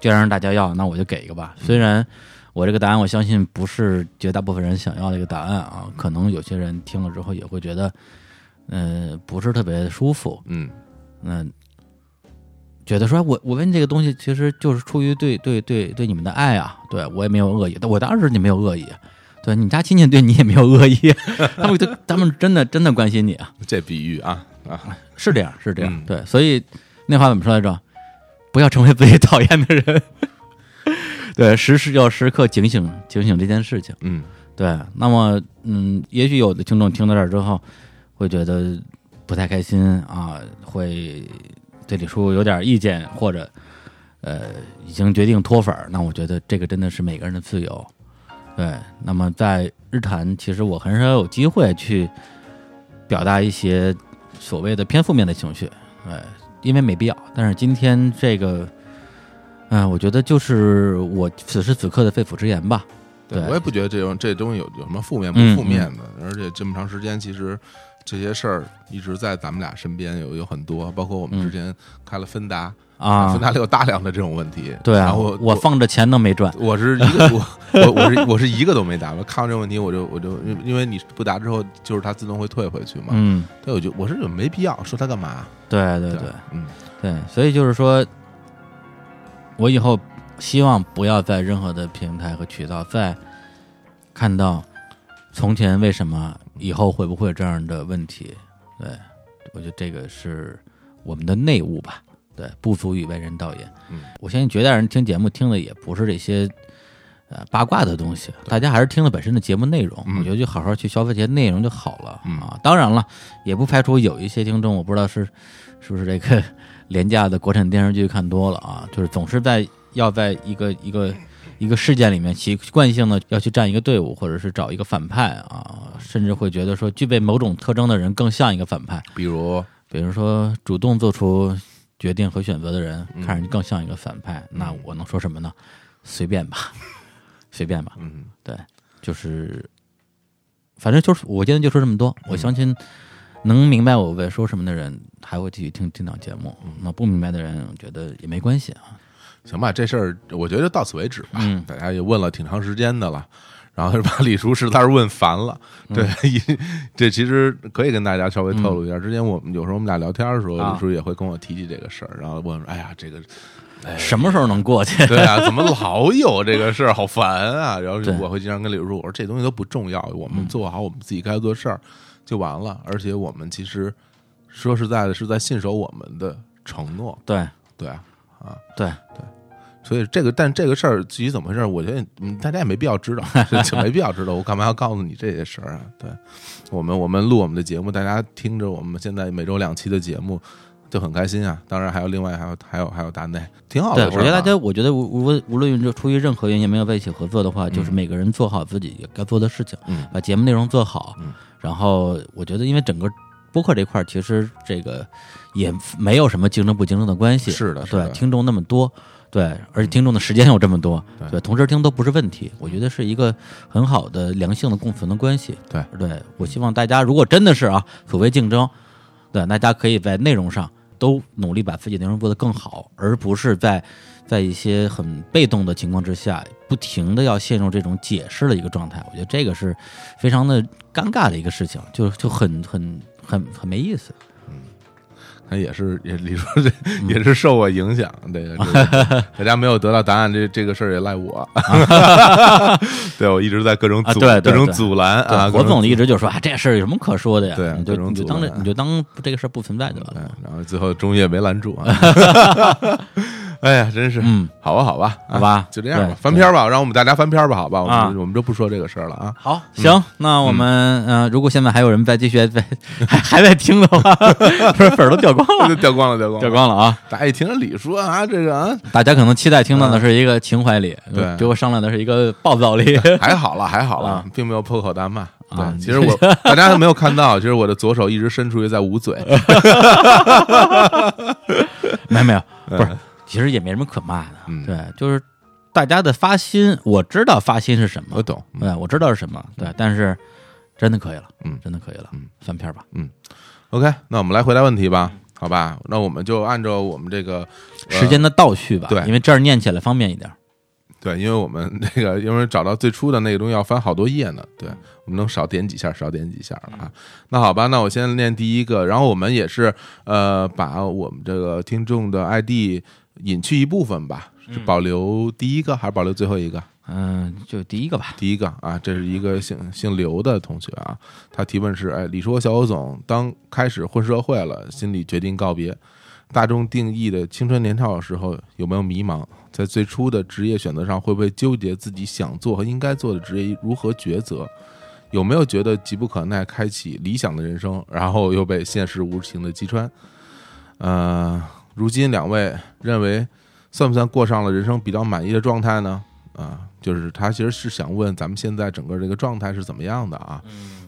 Speaker 1: 既然大家要，那我就给一个吧。虽然我这个答案，我相信不是绝大部分人想要的一个答案啊，可能有些人听了之后也会觉得，呃，不是特别舒服，
Speaker 2: 嗯
Speaker 1: 嗯、觉得说我我问这个东西，其实就是出于对对对对你们的爱啊，对我也没有恶意，但我当时也没有恶意，对你家亲戚对你也没有恶意， 他们就他们真的真的关心你啊，
Speaker 2: 这比喻啊啊，
Speaker 1: 是这样，是这样，
Speaker 2: 嗯
Speaker 1: 对，所以那话怎么说来着？不要成为自己讨厌的人。 对，时时要时刻警醒警醒这件事情。
Speaker 2: 嗯
Speaker 1: 对，那么嗯，也许有的听众听到这儿之后，会觉得不太开心啊，会对李叔有点意见，或者呃已经决定脱粉儿。那我觉得这个真的是每个人的自由。对，那么在日坛，其实我很少有机会去表达一些所谓的偏负面的情绪，呃，因为没必要。但是今天这个，嗯、我觉得就是我此时此刻的肺腑之言吧。对
Speaker 2: 我也不觉得这种这东西有有什么负面不
Speaker 1: 嗯
Speaker 2: 负面的，而且这么长时间，其实这些事儿一直在咱们俩身边有有很多，包括我
Speaker 1: 嗯
Speaker 2: 们之前开了芬达，
Speaker 1: 啊，
Speaker 2: 芬达里有大量的这种问题，
Speaker 1: 对啊，
Speaker 2: 然后
Speaker 1: 我放着钱都没赚，
Speaker 2: 我是一个我我我是我是一个都没答，我看到这个问题我就我就因因为你不答之后，就是它自动会退回去嘛。
Speaker 1: 嗯，
Speaker 2: 对，我就我是觉得没必要说它干嘛。
Speaker 1: 对对对
Speaker 2: 对，嗯
Speaker 1: 对，所以就是说，我以后希望不要在任何的平台和渠道再看到从前为什么，以后会不会这样的问题。对，我觉得这个是我们的内务吧，对，不足以为人道也。
Speaker 2: 嗯，
Speaker 1: 我相信绝大人听节目听的也不是这些。呃，八卦的东西，大家还是听了本身的节目内容，
Speaker 2: 嗯
Speaker 1: 我觉得就好好去消费这些内容就好了、
Speaker 2: 嗯
Speaker 1: 啊。当然了，也不排除有一些听众，我不知道是是不是这个廉价的国产电视剧看多了啊，就是总是在要在一个一个一个事件里面习惯性的要去站一个队伍，或者是找一个反派啊，甚至会觉得说具备某种特征的人更像一个反派，
Speaker 2: 比如
Speaker 1: 比如说主动做出决定和选择的人，
Speaker 2: 嗯
Speaker 1: 看上去更像一个反派。那我能说什么呢？随便吧， 随便吧，
Speaker 2: 嗯，
Speaker 1: 就是反正就是我今天就说这么多。我相信能明白我在说什么的人，还会继续听听档节目。那不明白的人，我觉得也没关系啊。
Speaker 2: 行吧，这事儿我觉得到此为止吧。
Speaker 1: 嗯
Speaker 2: 大家也问了挺长时间的了，然后就把李叔实在是问烦了。
Speaker 1: 嗯
Speaker 2: 对， 一这其实可以跟大家稍微透露一下。之前我们有时候我们俩聊天的时候，
Speaker 1: 啊
Speaker 2: 李叔也会跟我提起这个事儿，然后问：“哎呀，这个
Speaker 1: 什么时候能过 去？
Speaker 2: 对啊，怎么老有这个事儿，好烦啊！ 然后
Speaker 1: 对
Speaker 2: 我会经常跟李叔说，我说这东西都不重要，我们做好我们自己该做的事儿就完了。
Speaker 1: 嗯
Speaker 2: 而且我们其实说实在的，是在信守我们的承诺，
Speaker 1: 对
Speaker 2: 对啊，啊，
Speaker 1: 对，
Speaker 2: 所以这个，但这个事儿至于怎么回事儿，我觉得嗯，大家也没必要 知道，就没必要知道，我干嘛要告诉你这些事儿啊？对，我们我们录我们的节目，大家听着我们现在每周两期的节目。就很开心啊！当然还有另外还有还有还有大内，挺好
Speaker 1: 对，
Speaker 2: 的
Speaker 1: 我
Speaker 2: 事儿啊。
Speaker 1: 觉得大家，我觉得无无无论出于任何原因没有在一起合作的话，就是每个人做好自己该做的事情，
Speaker 2: 嗯
Speaker 1: 把节目内容做好，
Speaker 2: 嗯
Speaker 1: 然后我觉得因为整个。播客这块儿其实这个也没有什么竞争不竞争的关系，
Speaker 2: 是的是
Speaker 1: 对
Speaker 2: 的，
Speaker 1: 听众那么多，对，而且听众的时间有这么多，
Speaker 2: 对
Speaker 1: 对，同时听都不是问题，我觉得是一个很好的良性的共存的关系，
Speaker 2: 对，
Speaker 1: 对我希望大家如果真的是啊所谓竞争，对，大家可以在内容上都努力把自己内容做得更好，而不是在在一些很被动的情况之下，不停的要陷入这种解释的一个状态。我觉得这个是非常的尴尬的一个事情，就就很很很很没意思。
Speaker 2: 他也是也李叔这
Speaker 1: 嗯
Speaker 2: 也是受我影响，这个这个大家没有得到答案，这这个事儿也赖我。对我一直在各种
Speaker 1: 啊
Speaker 2: 阻
Speaker 1: 对对
Speaker 2: 各种
Speaker 1: 对
Speaker 2: 阻拦啊，
Speaker 1: 对火
Speaker 2: 各种
Speaker 1: 总一直就说啊，这事儿有什么可说的呀？
Speaker 2: 对
Speaker 1: 你就
Speaker 2: 各种
Speaker 1: 你就
Speaker 2: 阻
Speaker 1: 当这
Speaker 2: 拦
Speaker 1: 你就当这个事儿不存在就完
Speaker 2: 对
Speaker 1: 了。，
Speaker 2: 嗯然后最后终于也没拦 住啊。 哎呀，真是，
Speaker 1: 嗯，
Speaker 2: 好吧，好吧，啊
Speaker 1: 好吧
Speaker 2: 就这样
Speaker 1: 对
Speaker 2: 吧，翻篇儿吧，让我们大家翻篇儿吧，好吧，我
Speaker 1: 啊
Speaker 2: 们我们就不说这个事儿了啊。
Speaker 1: 好，行，那我们
Speaker 2: 嗯
Speaker 1: 呃，如果现在还有人在继续在还还在听的话，不是粉儿都掉光 了，
Speaker 2: 掉光了，掉光
Speaker 1: 掉
Speaker 2: 了！
Speaker 1: 光了啊！
Speaker 2: 大家一听李叔啊，这 个啊，
Speaker 1: 大家可能期待听到的是一个情怀里，
Speaker 2: 嗯对
Speaker 1: 结果上来的是一个暴躁里。
Speaker 2: 还好了，还好了
Speaker 1: 啊，
Speaker 2: 并没有破口大骂。
Speaker 1: 啊
Speaker 2: 对，其实我大家没有看到，其实我的左手一直伸出去在捂嘴，
Speaker 1: 没有没有，不是，其实也没什么可骂的。
Speaker 2: 嗯
Speaker 1: 对，就是大家的发心，我知道发心是什么
Speaker 2: 我，懂。
Speaker 1: 对，我知道是什么，对，但是真的可以了，
Speaker 2: 呃嗯
Speaker 1: 真的可以了，
Speaker 2: 嗯，
Speaker 1: 翻篇儿吧，
Speaker 2: OK，那我们来回答问题吧，好吧？那我们就按照我们这个、呃
Speaker 1: 时间的倒叙吧，
Speaker 2: 对
Speaker 1: 因为这儿念起来方便一点儿。
Speaker 2: 对，因为我们这个因为找到最初的那个东西要翻好多页呢，对我们能少点几下，少点几下了啊。那好吧，那我先念第一个，然后我们也是呃，把我们这个听众的 ID 隐去一部分吧，是保留第一个还是保留最后一个？
Speaker 1: 嗯，就第一个吧，
Speaker 2: 第一个啊，这是一个姓姓刘的同学啊，他提问是：哎，李叔和小欧总当开始混社会了，心里决定告别大众定义的青春年少的时候，有没有迷茫？在最初的职业选择上，会不会纠结自己想做和应该做的职业如何抉择？有没有觉得急不可耐开启理想的人生，然后又被现实无情的击穿？呃，如今两位认为算不算过上了人生比较满意的状态呢？啊，就是他其实是想问咱们现在整个这个状态是怎么样的啊？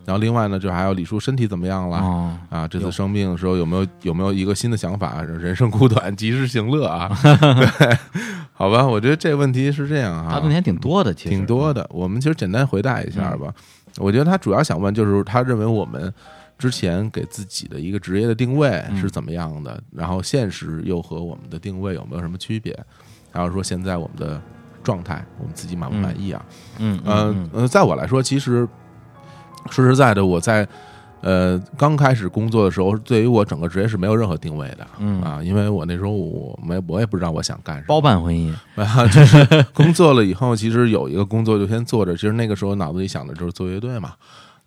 Speaker 2: 然后另外呢，就还有李叔身体怎么样了？
Speaker 1: 哦，
Speaker 2: 啊，这
Speaker 1: 有
Speaker 2: 次生病的时候有没有有没有一个新的想法？ 人生苦短，及时行 乐啊！对， 好吧，我觉得这个问题是这样
Speaker 1: 他
Speaker 2: 啊
Speaker 1: 问，题还嗯挺多的，其实
Speaker 2: 挺多的。我们其实简单回答一下吧。我觉得他主要想问就是，他认为我们之前给自己的一个职业的定位
Speaker 1: 嗯
Speaker 2: 是怎么样的，然后现实又和我们的定位有没有什么区别？还有说现在我们的状态，我们自己满不满意啊？
Speaker 1: 嗯，嗯
Speaker 2: 嗯呃，在我来说，其实说实在的，我在呃刚开始工作的时候，对于我整个职业是没有任何定位的。
Speaker 1: 嗯嗯，
Speaker 2: 啊，因为我那时候我没我也不知道我想干什
Speaker 1: 包办婚姻，
Speaker 2: 么，啊，就是工作了以后，其实有一个工作就先做着，其实那个时候脑子里想的就是做乐队嘛，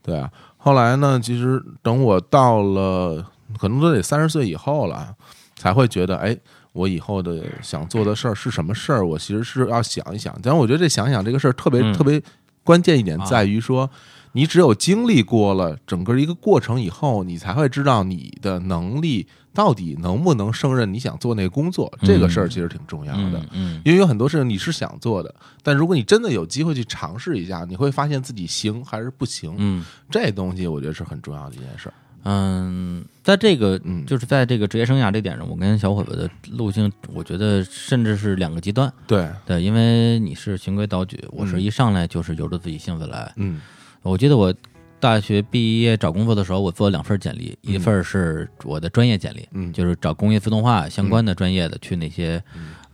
Speaker 2: 对啊。后来呢，其实等我到了可能都得三十岁以后了，才会觉得，哎，我以后的想做的事儿是什么事儿？我其实是要想一想。但我觉得这想一想这个事儿特别、
Speaker 1: 嗯
Speaker 2: 特别关键一点
Speaker 1: 啊
Speaker 2: 在于说，你只有经历过了整个一个过程以后，你才会知道你的能力到底能不能胜任你想做那个工作。这个事儿其实挺重要的。
Speaker 1: 嗯嗯
Speaker 2: 因为有很多事情你是想做的，但如果你真的有机会去尝试一下，你会发现自己行还是不行。
Speaker 1: 嗯
Speaker 2: 这东西我觉得是很重要的一件事儿。
Speaker 1: 嗯，在这个
Speaker 2: 嗯
Speaker 1: 就是在这个职业生涯这点上，我跟小伙子的路径，我觉得甚至是两个极端。
Speaker 2: 对，
Speaker 1: 对，因为你是循规蹈矩，我是
Speaker 2: 嗯
Speaker 1: 一上来就是由着自己性子来。
Speaker 2: 嗯
Speaker 1: 我记得我大学毕业找工作的时候，我做了两份简历，一
Speaker 2: 嗯
Speaker 1: 份是我的专业简历，
Speaker 2: 嗯，
Speaker 1: 就是找工业自动化相关的专业的，去那些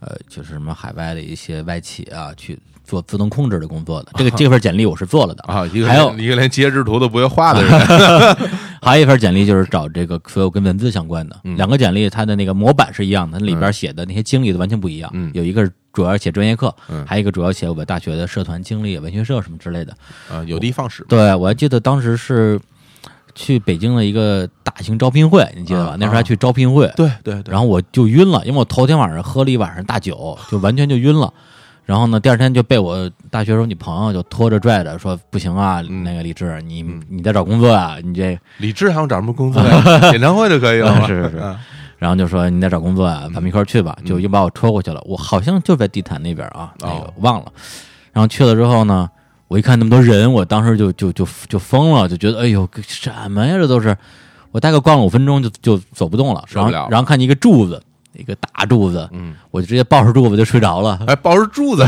Speaker 1: 呃，就是什么海外的一些外企啊，去做自动控制的工作的。这个这份简历我是做了的，
Speaker 2: 啊，一个
Speaker 1: 还有
Speaker 2: 连一个连截止图都不会画 的人，
Speaker 1: 还有一份简历就是找这个所有跟文字相关的，
Speaker 2: 嗯
Speaker 1: 两个简历它的那个模板是一样的，它里边写的那些经历都完全不一样。
Speaker 2: 嗯
Speaker 1: 有一个主要写专业课，
Speaker 2: 嗯
Speaker 1: 还有一个主要写我大学的社团经历、文学社什么之类的。
Speaker 2: 啊，有的放矢。
Speaker 1: 对，我还记得当时是去北京的一个大型招聘会，你记得吧？
Speaker 2: 啊
Speaker 1: 那时候还去招聘会，
Speaker 2: 对对对，
Speaker 1: 然后我就晕了，因为我头天晚上喝了一晚上大酒，就完全就晕了。然后呢，第二天就被我大学时候女朋友就拖着拽着说不行啊，
Speaker 2: 嗯
Speaker 1: 那个李志，你你在找工作啊，你这
Speaker 2: 李志还想找什么 工作呀？演唱会就可以了嘛。
Speaker 1: 是是是
Speaker 2: 啊
Speaker 1: 然后就说你在找工作啊，咱们一块儿去吧，就又把我戳过去了。我好像就在地坛那边啊，那个
Speaker 2: 嗯哦
Speaker 1: 忘了。然后去了之后呢，我一看那么多人，我当时就就就就疯了，就觉得哎呦什么呀，这都是。我大概逛了五分钟就就走不动了，
Speaker 2: 受
Speaker 1: 然后
Speaker 2: 不了了
Speaker 1: 然后看见一个柱子，一个大柱子，
Speaker 2: 嗯，
Speaker 1: 我就直接抱着柱子就睡着 了，
Speaker 2: 哎，抱着柱 子，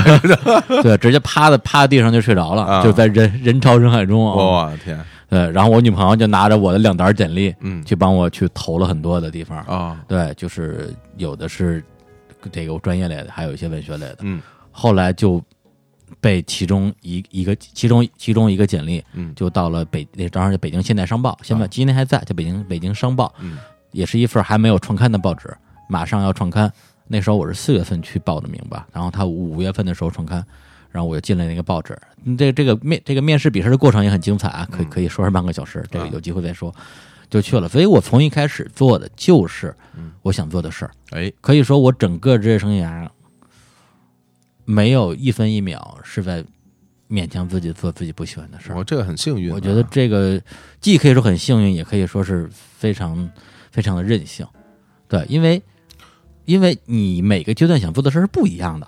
Speaker 1: 对，直接趴在趴在地上就睡着了，
Speaker 2: 啊
Speaker 1: 就在人人潮人海中啊，
Speaker 2: 我天，
Speaker 1: 对，然后我女朋友就拿着我的两沓简历，
Speaker 2: 嗯
Speaker 1: 去帮我去投了很多的地方，
Speaker 2: 啊，
Speaker 1: 对，就是有的是这个专业类的，还有一些文学类的。
Speaker 2: 嗯
Speaker 1: 后来就被其中一一个其中其中一个简历
Speaker 2: 嗯
Speaker 1: 就到了北那当时是北京现代商报，现在今天还在，叫北京北京商报，
Speaker 2: 嗯
Speaker 1: 也是一份还没有创刊的报纸，马上要创刊。那时候我是四月份去报的名吧，然后他五月份的时候创刊，然后我就进了那个报纸。嗯这这个面这个面试笔试的过程也很精彩啊，可以可啊以说是半个小时，这个有机会再说，就去了。所以我从一开始做的就是我想做的事儿，
Speaker 2: 哎，
Speaker 1: 可以说我整个职业生涯啊没有一分一秒是在勉强自己做自己不喜欢的事儿。
Speaker 2: 我这个很幸运啊，
Speaker 1: 我觉得这个既可以说很幸运，也可以说是非常非常的任性。对，因为因为你每个阶段想做的事儿是不一样的。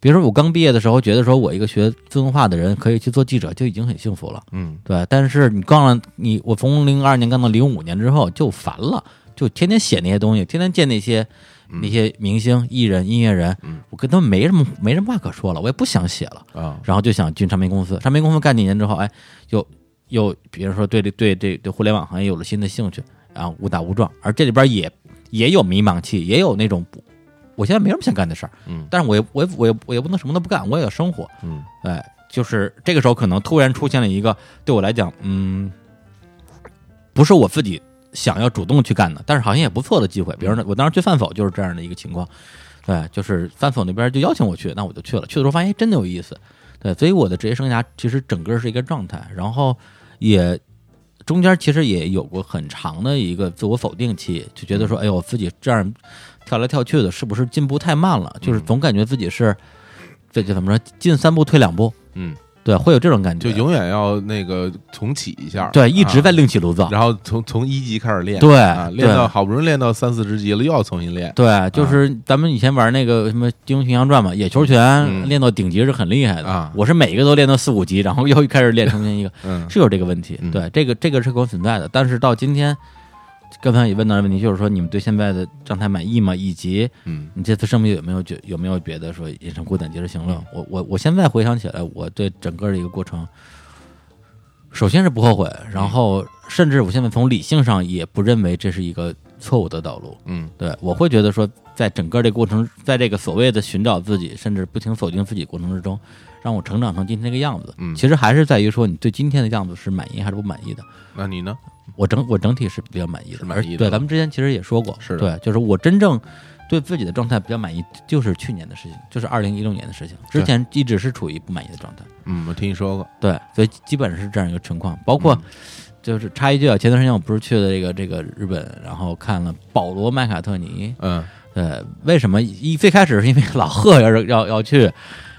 Speaker 1: 比如说我刚毕业的时候，觉得说我一个学自动化的人可以去做记者，就已经很幸福了。
Speaker 2: 嗯
Speaker 1: 对，但是你干了你我从零二年干到零五年之后就烦了，就天天写那些东西，天天见那些那些明星、艺人、音乐人，我跟他们没什么没什么话可说了，我也不想写了。
Speaker 2: 啊
Speaker 1: 然后就想进唱片公司。唱片公司干几年之后，哎，又又比如说对这对这对互联网行业有了新的兴趣，然后误打误撞，而这里边也也有迷茫期，也有那种不我现在没什么想干的事儿，
Speaker 2: 嗯
Speaker 1: 但是我也我也我也我也不能什么都不干，我也要生活，
Speaker 2: 嗯
Speaker 1: 哎，就是这个时候可能突然出现了一个对我来讲，嗯，不是我自己想要主动去干的，但是好像也不错的机会。比
Speaker 2: 嗯
Speaker 1: 如呢，我当时去饭否就是这样的一个情况，对，就是饭否那边就邀请我去，那我就去了。去的时候发现哎真的有意思，对，所以我的职业生涯其实整个是一个状态，然后也。中间其实也有过很长的一个自我否定期，就觉得
Speaker 2: 嗯
Speaker 1: 说，哎呦，我自己这样跳来跳去的，是不是进步太慢了？
Speaker 2: 嗯
Speaker 1: 就是总感觉自己是，这就怎么说，进三步退两步，
Speaker 2: 嗯，
Speaker 1: 对，会有这种感觉，
Speaker 2: 就永远要那个重启一下，
Speaker 1: 对，一直在
Speaker 2: 啊，
Speaker 1: 另起炉灶，
Speaker 2: 然后从从一级开始练，
Speaker 1: 对
Speaker 2: 啊，练
Speaker 1: 哎对
Speaker 2: 到好不容易练到三四十级了，又要重新练，
Speaker 1: 对，就是咱们以前玩那个什么《金庸群像传》嘛，野球拳
Speaker 2: 嗯
Speaker 1: 练到顶级是很厉害的，
Speaker 2: 啊
Speaker 1: 哎我是每一个都练到四五级，然后又开始练重新一个，
Speaker 2: 嗯
Speaker 1: 是有这个问题，
Speaker 2: 嗯
Speaker 1: 对，这个这个是可存在的，但是到今天。刚才也问到的问题，就是说你们对现在的状态满意吗？以及
Speaker 2: 嗯
Speaker 1: 你这次生命有没有觉有没有觉得说人生苦短及时行乐？我我我现在回想起来，我对整个的一个过程，首先是不后悔，然后甚至我现在从理性上也不认为这是一个错误的道路。
Speaker 2: 嗯
Speaker 1: 对我会觉得说，在整个这个过程，在这个所谓的寻找自己，甚至不停否定自己过程之中，让我成长成今天这个样子。
Speaker 2: 嗯
Speaker 1: 其实还是在于说你对今天的样子是满意还是不满意的。
Speaker 2: 那你呢？
Speaker 1: 我整我整体是比较满意的，
Speaker 2: 嗯是满意的
Speaker 1: 而对，咱们之前其实也说过，
Speaker 2: 是的
Speaker 1: 对，就是我真正对自己的状态比较满意，就是去年的事情，就是二零一六年的事情，之
Speaker 2: 对
Speaker 1: 前一直是处于不满意的状态。
Speaker 2: 嗯，我听你说过，
Speaker 1: 对，所以基本是这样一个情况。包括
Speaker 2: 嗯
Speaker 1: 就是插一句啊，前段时间我不是去了这个这个日本，然后看了保罗麦卡特尼。
Speaker 2: 嗯
Speaker 1: 呃，为什么一最开始是因为老贺要要要去，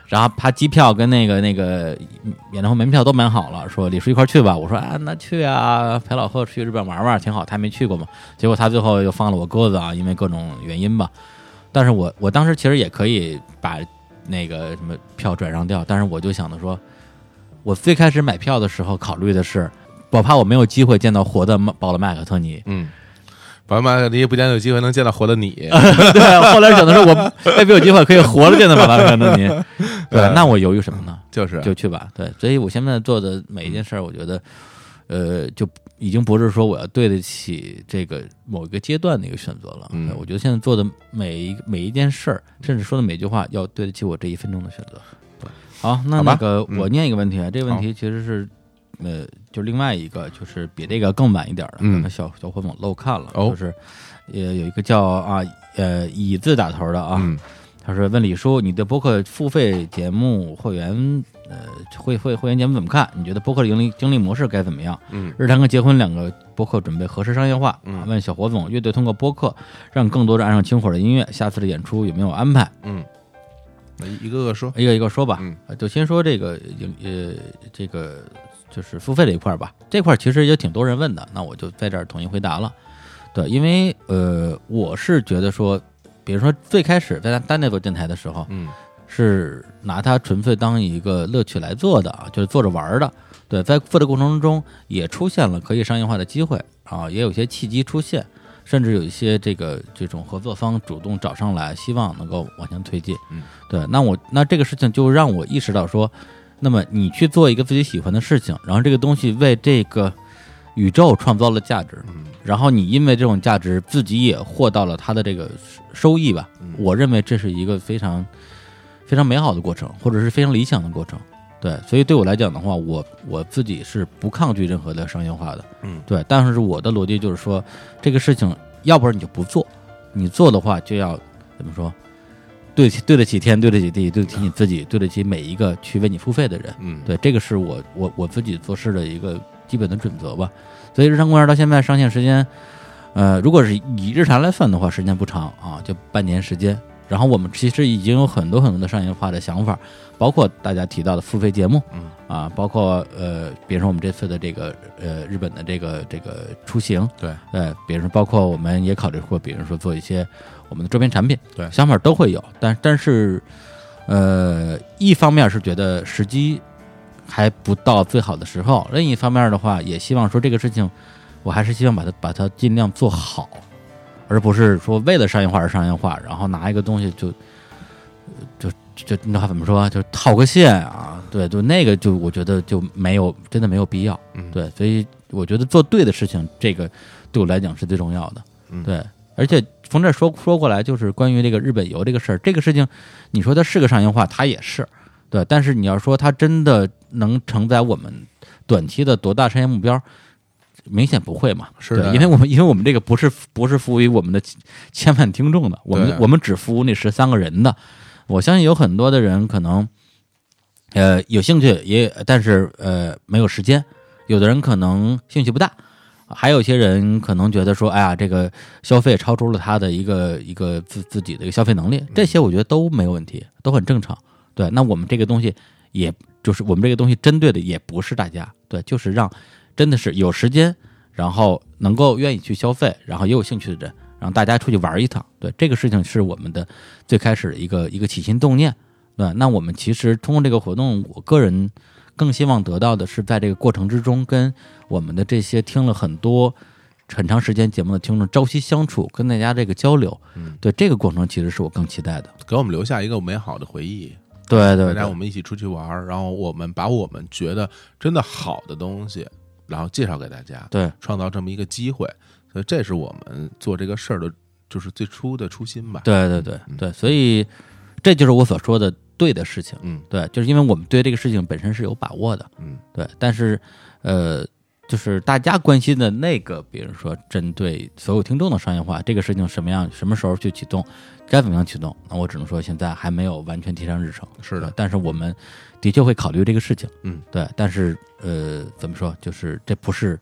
Speaker 1: 然后他机票跟那个那个演唱会门票都买好了，说李叔一块儿去吧。我说啊，那去啊，陪老贺去日本玩玩挺好，他还没去过嘛。结果他最后又放了我鸽子啊，因为各种原因吧。但是我我当时其实也可以把那个什么票转让掉，但是我就想着说，我最开始买票的时候考虑的是，我怕我没有机会见到活的保罗麦克特尼，
Speaker 2: 嗯，宝马你也不将有机会能见到活的你，
Speaker 1: 对，后来想的是我未必有机会可以活着见到马拉克尼，对
Speaker 2: 对，
Speaker 1: 那我犹豫什么呢？
Speaker 2: 就是
Speaker 1: 就去吧。对，所以我现在做的每一件事儿，我觉得，呃，就已经不是说我要对得起这个某一个阶段的一个选择了。
Speaker 2: 嗯
Speaker 1: 对我觉得现在做的每一个每一件事儿，甚至说的每句话，要对得起我这一分钟的选择。好，那
Speaker 2: 好吧
Speaker 1: 那个
Speaker 2: 嗯
Speaker 1: 我念一个问题啊，这个问题其实是。呃，就另外一个，就是比这个更晚一点儿的，
Speaker 2: 嗯
Speaker 1: 可能小小伙伴漏看了，
Speaker 2: 哦
Speaker 1: 就是，呃，有一个叫啊，呃，以字打头的啊，
Speaker 2: 嗯
Speaker 1: 他说：“问李叔，你对播客付费节目会员，呃，会会会员节目怎么看？你觉得播客的盈利经营模式该怎么样？
Speaker 2: 嗯
Speaker 1: 日坛跟结婚两个播客准备何时商业化？
Speaker 2: 嗯
Speaker 1: 啊问小火总，乐队通过播客让更多人爱上轻火的音乐，下次的演出有没有安排？
Speaker 2: 嗯，那一个个说，
Speaker 1: 一个一个说吧。
Speaker 2: 嗯
Speaker 1: 呃就先说这个营呃这个就是付费这一块儿吧，这块儿其实也挺多人问的，那我就在这儿统一回答了。对，因为呃，我是觉得说，比如说最开始在单内做电台的时候，
Speaker 2: 嗯
Speaker 1: 是拿它纯粹当一个乐趣来做的啊，就是做着玩儿的。对，在做的过程中也出现了可以商业化的机会啊，也有一些契机出现，甚至有一些这个这种合作方主动找上来，希望能够往前推进。
Speaker 2: 嗯，
Speaker 1: 对，那我那这个事情就让我意识到说，那么你去做一个自己喜欢的事情，然后这个东西为这个宇宙创造了价值，
Speaker 2: 嗯
Speaker 1: 然后你因为这种价值，自己也获到了它的这个收益吧
Speaker 2: 嗯。
Speaker 1: 我认为这是一个非常非常美好的过程，或者是非常理想的过程。对，所以对我来讲的话，我我自己是不抗拒任何的商业化的。
Speaker 2: 嗯
Speaker 1: 对，但是我的逻辑就是说，这个事情，要不然你就不做，你做的话就要怎么说？对得起对得起天，对得起地，对得起你自己，对得起每一个去为你付费的人。
Speaker 2: 嗯，
Speaker 1: 对，这个是我我我自己做事的一个基本的准则吧。所以日常公园到现在上线时间，呃，如果是以日常来算的话，时间不长啊，就半年时间。然后我们其实已经有很多很多的商业化的想法，包括大家提到的付费节目，
Speaker 2: 嗯
Speaker 1: 啊，包括呃，比如说我们这次的这个呃日本的这个这个出行，
Speaker 2: 对，
Speaker 1: 呃，比如说包括我们也考虑过，比如说做一些我们的周边产品，
Speaker 2: 对
Speaker 1: 想法都会有，但但是呃，一方面是觉得时机还不到最好的时候，另一方面的话，也希望说这个事情，我还是希望把它把它尽量做好，而不是说为了商业化而商业化，然后拿一个东西就就就那话怎么说啊，就套个线啊，对，就那个就我觉得就没有真的没有必要，
Speaker 2: 嗯
Speaker 1: 对，所以我觉得做对的事情，这个对我来讲是最重要的，
Speaker 2: 嗯
Speaker 1: 对，而且从这儿说说过来，就是关于这个日本游这个事儿，这个事情，你说它是个商业化，它也是，对，但是你要说它真的能承载我们短期的多大商业目标，明显不会嘛，
Speaker 2: 是
Speaker 1: 对
Speaker 2: 的
Speaker 1: 因为我们因为我们这个不是不是服务于我们的千千万听众的，我们
Speaker 2: 对
Speaker 1: 我们只服务那十三个人的，我相信有很多的人可能。呃，有兴趣也，但是呃，没有时间。有的人可能兴趣不大，还有一些人可能觉得说，哎呀，这个消费超出了他的一个一个自自己的一个消费能力，这些我觉得都没有问题，都很正常。对，那我们这个东西也，就是我们这个东西针对的也不是大家，对，就是让真的是有时间，然后能够愿意去消费，然后也有兴趣的人，让大家出去玩一趟。对，这个事情是我们的最开始的一个一个起心动念。对，那我们其实通过这个活动，我个人更希望得到的是，在这个过程之中，跟我们的这些听了很多很长时间节目的听众朝夕相处，跟大家这个交流。
Speaker 2: 嗯，
Speaker 1: 对，这个过程其实是我更期待的。
Speaker 2: 给我们留下一个美好的回忆，
Speaker 1: 对
Speaker 2: 大
Speaker 1: 对
Speaker 2: 家我
Speaker 1: 对，
Speaker 2: 们一起出去玩儿，然后我们把我们觉得真的好的东西，然后介绍给大家，
Speaker 1: 对
Speaker 2: 创造这么一个机会，所以这是我们做这个事儿的，就是最初的初心吧。，
Speaker 1: 对对对对，所以这就是我所说的对的事情。
Speaker 2: 嗯
Speaker 1: 对，就是因为我们对这个事情本身是有把握的。
Speaker 2: 嗯，
Speaker 1: 对，但是呃，就是大家关心的那个，比如说针对所有听众的商业化这个事情，什么样、什么时候去启动，该怎么样启动？那我只能说现在还没有完全提上日程。
Speaker 2: 是的
Speaker 1: 对，但是我们的确会考虑这个事情。
Speaker 2: 嗯，
Speaker 1: 对，但是呃，怎么说，就是这不是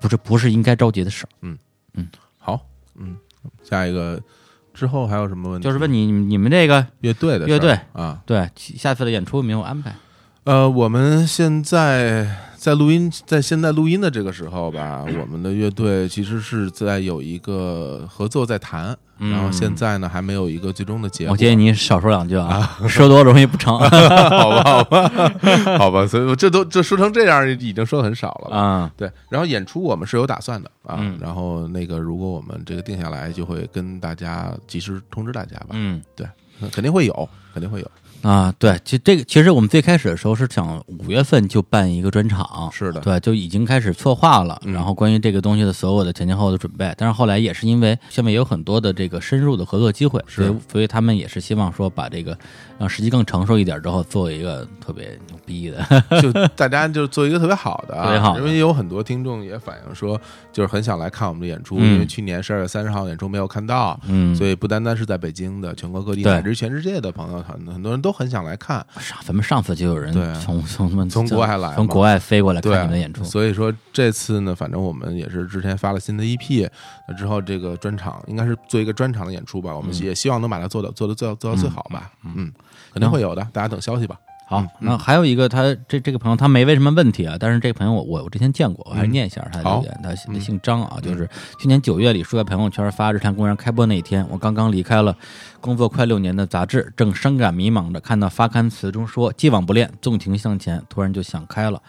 Speaker 1: 不是不是应该着急的事儿，
Speaker 2: 好，嗯，下一个之后还有什么问题？
Speaker 1: 就是问你你们这个
Speaker 2: 乐队的事儿
Speaker 1: 乐队
Speaker 2: 啊，
Speaker 1: 对下次的演出有没有安排？
Speaker 2: 呃，我们现在在录音，在现在录音的这个时候吧，我们的乐队其实是在有一个合作在谈，
Speaker 1: 嗯
Speaker 2: 然后现在呢还没有一个最终的结
Speaker 1: 我
Speaker 2: 果，
Speaker 1: 建议你少说两句啊，说多容易不成
Speaker 2: 好吧，好吧，好吧，所以我这都这说成这样已经说得很少了吧。
Speaker 1: 啊。
Speaker 2: 对，然后演出我们是有打算的啊，
Speaker 1: 嗯
Speaker 2: 然后那个如果我们这个定下来，就会跟大家及时通知大家吧。
Speaker 1: 嗯，
Speaker 2: 肯定会有，肯定会有。
Speaker 1: 啊，对，其实这个其实我们最开始的时候是想五月份就办一个专场，
Speaker 2: 是的，
Speaker 1: 对，就已经开始策划了。
Speaker 2: 嗯
Speaker 1: 然后关于这个东西的所有的前前后后的准备，但是后来也是因为下面也有很多的这个深入的合作机会，
Speaker 2: 是
Speaker 1: 所以所以他们也是希望说把这个让时机更成熟一点之后，做一个特别牛逼的。
Speaker 2: 就大家就做一个特别好的、啊，
Speaker 1: 特别好的
Speaker 2: 因为有很多听众也反映说，就是很想来看我们的演出，
Speaker 1: 嗯
Speaker 2: 因为去年十二月三十号演出没有看到。
Speaker 1: 嗯，
Speaker 2: 所以不单单是在北京的，全国各地
Speaker 1: 对
Speaker 2: 乃至全世界的朋友，很很多人都很想来看，
Speaker 1: 上咱们上次就有人
Speaker 2: 对啊
Speaker 1: 从从
Speaker 2: 从国外来嘛
Speaker 1: 从国外飞过来看
Speaker 2: 对啊
Speaker 1: 你们的演出，
Speaker 2: 所以说这次呢，反正我们也是之前发了新的 EP，那之后这个专场应该是做一个专场的演出吧，我
Speaker 1: 嗯
Speaker 2: 们也希望能把它做到做到做到做到最好吧，嗯，肯定会有的，大家等消息吧。
Speaker 1: 好，那还有一个他这这个朋友他没问什么问题啊，但是这个朋友我我我之前见过，我还是念一下他的留言。他姓姓张啊，就是去年九月里说在朋友圈发日坛公园开播那一天，我刚刚离开了工作快六年的杂志，正伤感迷茫着，看到发刊词中说“既往不恋，纵情向前”，突然就想开了。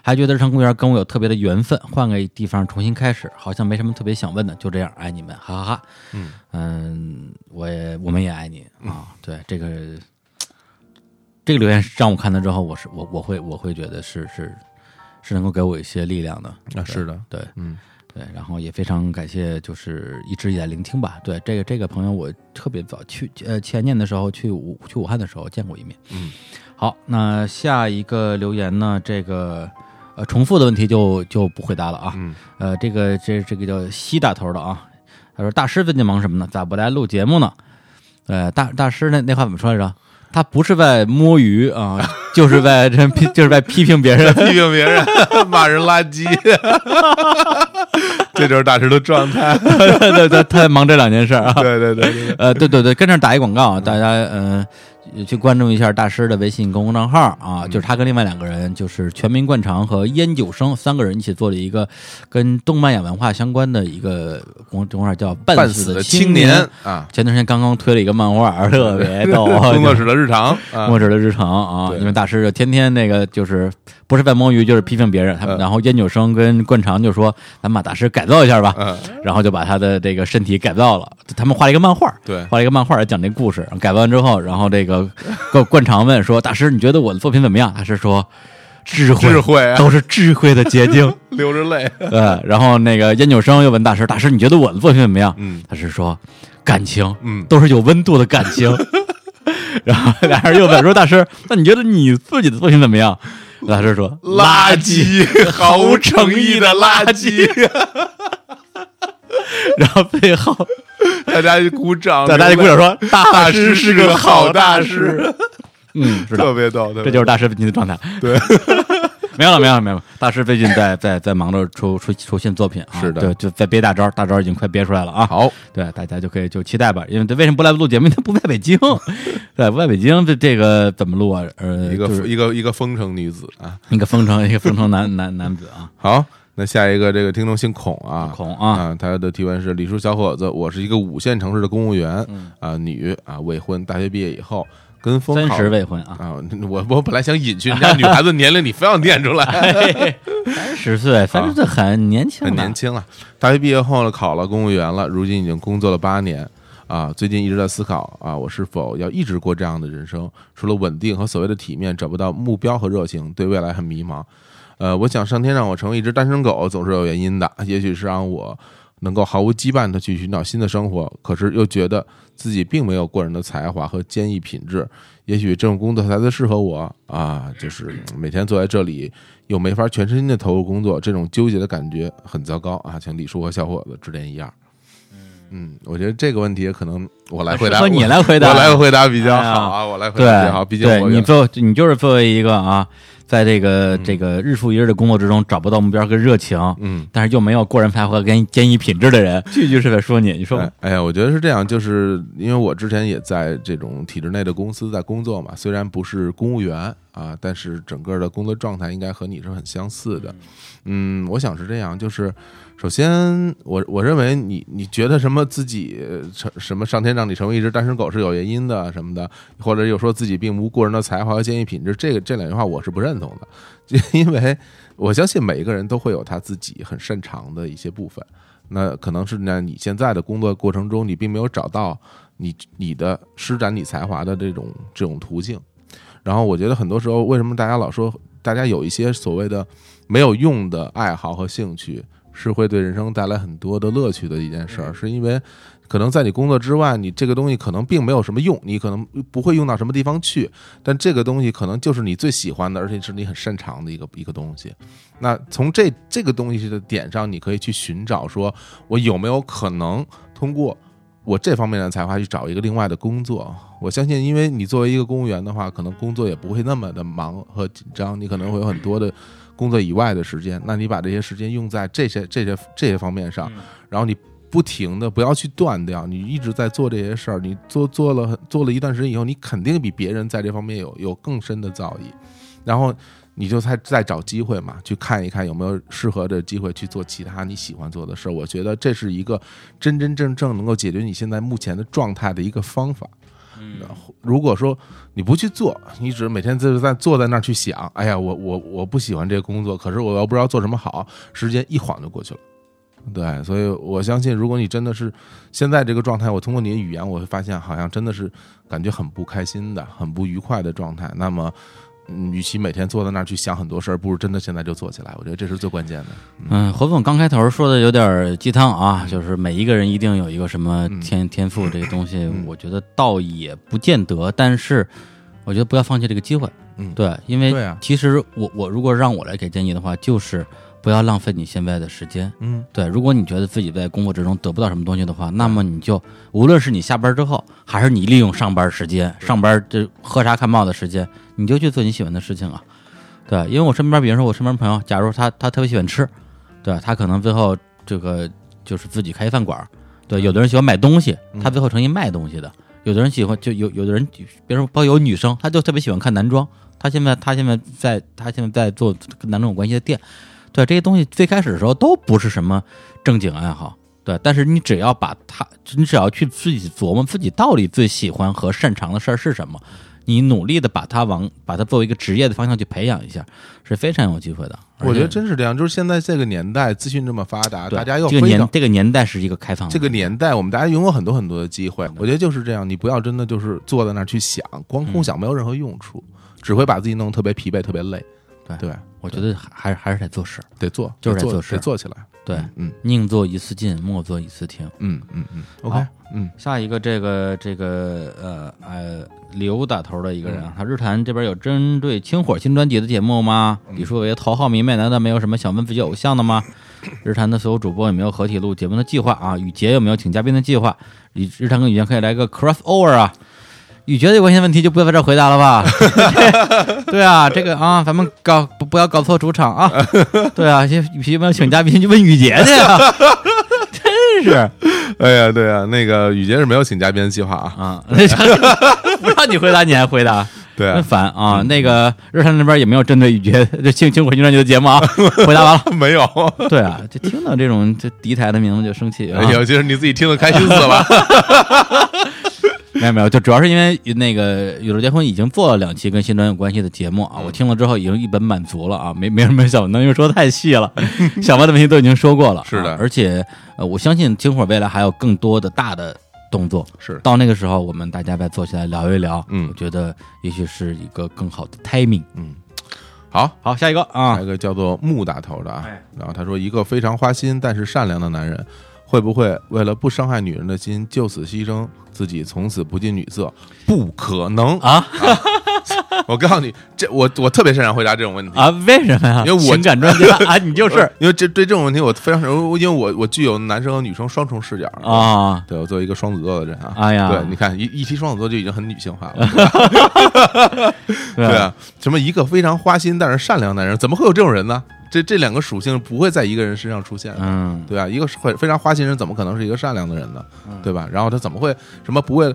Speaker 1: 还觉得日坛公园跟我有特别的缘分，换个地方重新开始，好像没什么特别想问的，就这样，爱你们，哈哈哈。
Speaker 2: 嗯
Speaker 1: 嗯，我也我们也爱你啊。对这个这个留言让我看到之后，我是我我会我会觉得是是是能够给我一些力量的。
Speaker 2: 啊，是的，
Speaker 1: 对
Speaker 2: 嗯，
Speaker 1: 对，然后也非常感谢，就是一直以来聆听吧。对这个这个朋友，我特别早去呃前年的时候去武去武汉的时候见过一面。
Speaker 2: 嗯，
Speaker 1: 好，那下一个留言呢？这个呃重复的问题就就不回答了啊。
Speaker 2: 嗯，
Speaker 1: 呃，这个这这个叫西打头的啊，他说大师最近忙什么呢？咋不来录节目呢？呃，大大师那那话怎么说来着？他不是在摸鱼啊、就是在这 批就是在批评别人。
Speaker 2: 批评别人， 骂人垃 圾，这就是大师的状 态。
Speaker 1: 对对对，他在忙这两件事儿啊。
Speaker 2: 对对对 对对，
Speaker 1: 呃，对对对，跟这儿打一广告，大家嗯、呃去关注一下大师的微信公众账号啊，
Speaker 2: 嗯
Speaker 1: 就是他跟另外两个人，就是全民灌肠和烟酒生三个人一起做了一个跟东南亚文化相关的一个公众号，叫“半
Speaker 2: 半
Speaker 1: 死
Speaker 2: 死的
Speaker 1: 青
Speaker 2: 青年啊，
Speaker 1: 前段时间刚刚推了一个漫画，特别逗，
Speaker 2: 工作室的日常啊
Speaker 1: 末，日的日常啊，
Speaker 2: 对
Speaker 1: 因为大师就天天那个就是不是在摸鱼，就是批评别人。他们
Speaker 2: 嗯
Speaker 1: 然后烟酒生跟灌肠就说：“咱们把大师改造一下吧。
Speaker 2: 嗯”
Speaker 1: 然后就把他的这个身体改造了。他们画了一个漫画，
Speaker 2: 对
Speaker 1: 画了一个漫画来讲这故事。改造完之后，然后这个个灌灌肠问说：“大师，你觉得我的作品怎么样？”大师说：“智慧，
Speaker 2: 智慧啊
Speaker 1: 都是智慧的结 晶。”
Speaker 2: 流着泪，
Speaker 1: 呃，然后那个烟酒生又问大师：“大师，你觉得我的作品怎么样？”
Speaker 2: 嗯
Speaker 1: 大师说：“感情，
Speaker 2: 嗯
Speaker 1: 都是有温度的感情。” 然后俩人又问说：“大师，那你觉得你自己的作品怎么样？”大师说：“
Speaker 2: 垃
Speaker 1: 垃圾。”
Speaker 2: 圾，毫无诚意的垃圾，
Speaker 1: 然后最后
Speaker 2: 大家就鼓掌，
Speaker 1: 大家就鼓掌说：“
Speaker 2: 大
Speaker 1: 师
Speaker 2: 师是
Speaker 1: 个
Speaker 2: 个好
Speaker 1: 大
Speaker 2: 大师。”
Speaker 1: 嗯，是的
Speaker 2: 特，别逗，特别
Speaker 1: 这就是大师最近的状态。
Speaker 2: 对，
Speaker 1: 没有了，没有了，没有了。大师最近在在在忙着出出出新作品啊，
Speaker 2: 是的
Speaker 1: 对，就在憋大招，大招已经快憋出来了啊。
Speaker 2: 好，
Speaker 1: 对，大家就可以就期待吧，因为为什么不来录节目？因为他不在北京， 对，不在北京，这这个怎么录啊？呃，
Speaker 2: 一个
Speaker 1: 就是
Speaker 2: 一个一个风城女子啊，
Speaker 1: 一个风城，一个风城男 男男子啊，
Speaker 2: 好，那下一个这个听众姓孔啊，
Speaker 1: 孔啊
Speaker 2: 啊，他的提问是：李叔小伙子，我是一个五线城市的公务员
Speaker 1: 嗯
Speaker 2: 啊，女啊，未婚，大学毕业以后跟风
Speaker 1: 三
Speaker 2: 考
Speaker 1: 十未婚 啊，
Speaker 2: 啊，我我本来想隐去人家女孩子年龄，你非要念出 来，
Speaker 1: 三十岁，三十岁很年轻，
Speaker 2: 啊很年。轻啊。大学毕业后呢，考了公务员了，如今已经工作了八年。啊，最近一直在思考啊，我是否要一直过这样的人生？除了稳定和所谓的体面，找不到目标和热情，对未来很迷茫。呃，我想上天让我成为一只单身狗，总是有原因的。也许是让我能够毫无羁绊的去寻找新的生活，可是又觉得自己并没有过人的才华和坚毅品质。也许这种工作才最适合我啊！就是每天坐在这里，又没法全身心的投入工作，这种纠结的感觉很糟糕啊！请李叔和小伙子指点一二。嗯，我觉得这个问题可能我来回答，
Speaker 1: 啊说你来回答
Speaker 2: 我来回答比较
Speaker 1: 哎呀
Speaker 2: 好啊，我来回
Speaker 1: 对
Speaker 2: 答比较好，，毕竟
Speaker 1: 对
Speaker 2: 我嗯
Speaker 1: 你
Speaker 2: 有
Speaker 1: 作为你就是作为一个啊，在这个这个日复一日的工作之中找不到目标跟热情，
Speaker 2: 嗯，
Speaker 1: 但是又没有过人才华跟坚毅品质的人，句句是在说你。你说
Speaker 2: 哎哎呀，我觉得是这样，就是因为我之前也在这种体制内的公司在工作嘛，虽然不是公务员啊，但是整个的工作状态应该和你是很相似的。嗯，我想是这样，就是首先我我认为你你觉得什么自己呃成什么上天让你成为一只单身狗是有原因的什么的，或者又说自己并无过人的才华和坚毅品质，这个这两句话我是不认同的， 因为我相信每一个人都会有他自己很擅长的一些部分。那可能是呢，你现在的工作过程中，你并没有找到你你的施展你才华的这种这种途径。然后我觉得很多时候，为什么大家老说大家有一些所谓的没有用的爱好和兴趣，是会对人生带来很多的乐趣的一件事儿，是因为可能在你工作之外，你这个东西可能并没有什么用，你可能不会用到什么地方去，但这个东西可能就是你最喜欢的，而且是你很擅长的一个一个东西。那从这这个东西的点上，你可以去寻找，说我有没有可能通过我这方面的才华去找一个另外的工作？我相信，因为你作为一个公务员的话，可能工作也不会那么的忙和紧张，你可能会有很多的工作以外的时间。那你把这些时间用在这些这些这些方面上，然后你。不停的，不要去断掉，你一直在做这些事儿，你做做了做了一段时间以后，你肯定比别人在这方面有有更深的造诣，然后你就再再找机会嘛，去看一看有没有适合的机会去做其他你喜欢做的事儿。我觉得这是一个真真正正能够解决你现在目前的状态的一个方法。然后如果说你不去做，你只是每天就是在坐在那儿去想，哎呀，我我我不喜欢这个工作，可是我又不知道做什么好，时间一晃就过去了。对，所以我相信，如果你真的是现在这个状态，我通过你的语言，我会发现好像真的是感觉很不开心的、很不愉快的状态。那么，嗯，与其每天坐在那儿去想很多事儿，不如真的现在就做起来。我觉得这是最关键的。
Speaker 1: 嗯，侯总刚开头说的有点儿鸡汤啊，就是每一个人一定有一个什么天、天赋这个东西，
Speaker 2: 嗯
Speaker 1: 我觉得倒也不见得，但是我觉得不要放弃这个机会。
Speaker 2: 嗯
Speaker 1: 对，因为
Speaker 2: 对啊
Speaker 1: 其实我我如果让我来给建议的话，就是不要浪费你现在的时间。
Speaker 2: 嗯，
Speaker 1: 对，如果你觉得自己在工作之中得不到什么东西的话，那么你就无论是你下班之后，还是你利用上班时间、上班这喝茶看报的时间，你就去做你喜欢的事情啊。对，因为我身边，比如说我身边朋友，假如他他特别喜欢吃，对他可能最后这个就是自己开一饭馆儿。
Speaker 2: 嗯
Speaker 1: 对，有的人喜欢买东西，他最后成一卖东西的；有的人喜欢就有有的人，比如说包括有女生，她就特别喜欢看男装。她现在她现在在她现在在做跟男装有关系的店，对这些东西最开始的时候都不是什么正经爱好，对，但是你只要把它，你只要去自己琢磨自己到底最喜欢和擅长的事儿是什么，你努力的把它往把它作为一个职业的方向去培养一下，是非常有机会的。
Speaker 2: 我觉得
Speaker 1: 而且
Speaker 2: 真是这样，就是现在这个年代，资讯这么发达，
Speaker 1: 哎对
Speaker 2: 啊大家要
Speaker 1: 这个
Speaker 2: 非常
Speaker 1: 年嗯这个年代是一个开放的
Speaker 2: 这个年代，我们大家拥有很多很多的机会。我觉得就是这样，你不要真的就是坐在那儿去想，光
Speaker 1: 嗯
Speaker 2: 空想没有任何用处，只会把自己弄得特别疲惫、特别累。
Speaker 1: 对
Speaker 2: 对，
Speaker 1: 我觉得还还是还是得做事儿。
Speaker 2: 得做，
Speaker 1: 就是得
Speaker 2: 得做
Speaker 1: 做事
Speaker 2: 得做起来。
Speaker 1: 对，
Speaker 2: 嗯
Speaker 1: 宁做一次进，莫做一次停。
Speaker 2: 嗯嗯嗯，OK，
Speaker 1: 好
Speaker 2: 嗯
Speaker 1: 下一个这个这个呃呃刘打头的一个人啊
Speaker 2: 嗯，
Speaker 1: 他日坛这边有针对清火新专辑的节目吗？李书伟头号迷妹，难道没有什么想问自己偶像的吗？日坛的所有主播有没有合体录节目的计划啊？雨杰有没有请嘉宾的计划？李日坛跟雨杰可以来个 cross over 啊。雨杰的关键问题就不要在这儿回答了吧？ 对啊，这个啊，咱们搞不不要搞错主场啊。对啊，这雨杰有没有请嘉宾就问雨杰去啊？真是。
Speaker 2: 哎呀，对呀，那个雨杰是没有请嘉宾的计划啊。
Speaker 1: 啊， 不让你回答，你还回答，
Speaker 2: 对
Speaker 1: 真
Speaker 2: 啊，
Speaker 1: 烦啊！那个日坛那边也没有针对语觉，就清清火军专辑的节目 啊，回答完了。
Speaker 2: 没 有。
Speaker 1: 对啊，就听到这种这敌台的名字就生气啊
Speaker 2: 哎。 呀，就是你自己听得开心死 了。
Speaker 1: 没有没有，就主要是因为那个《宇宙结婚》已经做了两期跟新专有关系的节目
Speaker 2: 嗯
Speaker 1: 啊，我听了之后已经一本满足了啊，没没什么想问，因为说得太细 了，想问的问题都已经说过了啊。
Speaker 2: 是的
Speaker 1: 而且呃，我相信清火未来还有更多的大的动作，
Speaker 2: 是，
Speaker 1: 到那个时候，我们大家再坐下来聊一聊。
Speaker 2: 嗯
Speaker 1: 我觉得也许是一个更好的 timing。
Speaker 2: 好，
Speaker 1: 好，下一个
Speaker 2: 还
Speaker 1: 啊
Speaker 2: 有，一个叫做木打头的啊
Speaker 1: 哎，
Speaker 2: 然后他说一个非常花心但是善良的男人，会不会为了不伤害女人的心，就此牺牲自己，从此不近女色？不可能
Speaker 1: 啊！
Speaker 2: 我告诉你，这我我特别擅长回答这种问题。
Speaker 1: 啊，为什么呀？
Speaker 2: 因为我
Speaker 1: 情感专 家啊，你就是
Speaker 2: 因为这对这种问题我非常，因为我我具有男生和女生双重视角。
Speaker 1: 啊，
Speaker 2: 对，我作为一个双子座的人啊，
Speaker 1: 哎呀
Speaker 2: 对，你看一一提双子座就已经很女性化了，对啊，什么一个非常花心但是善良的男人，怎么会有这种人呢？这这两个属性不会在一个人身上出现的，
Speaker 1: 嗯，
Speaker 2: 对啊，一个是会非常花心人，怎么可能是一个善良的人呢？对吧？然后他怎么会什么不为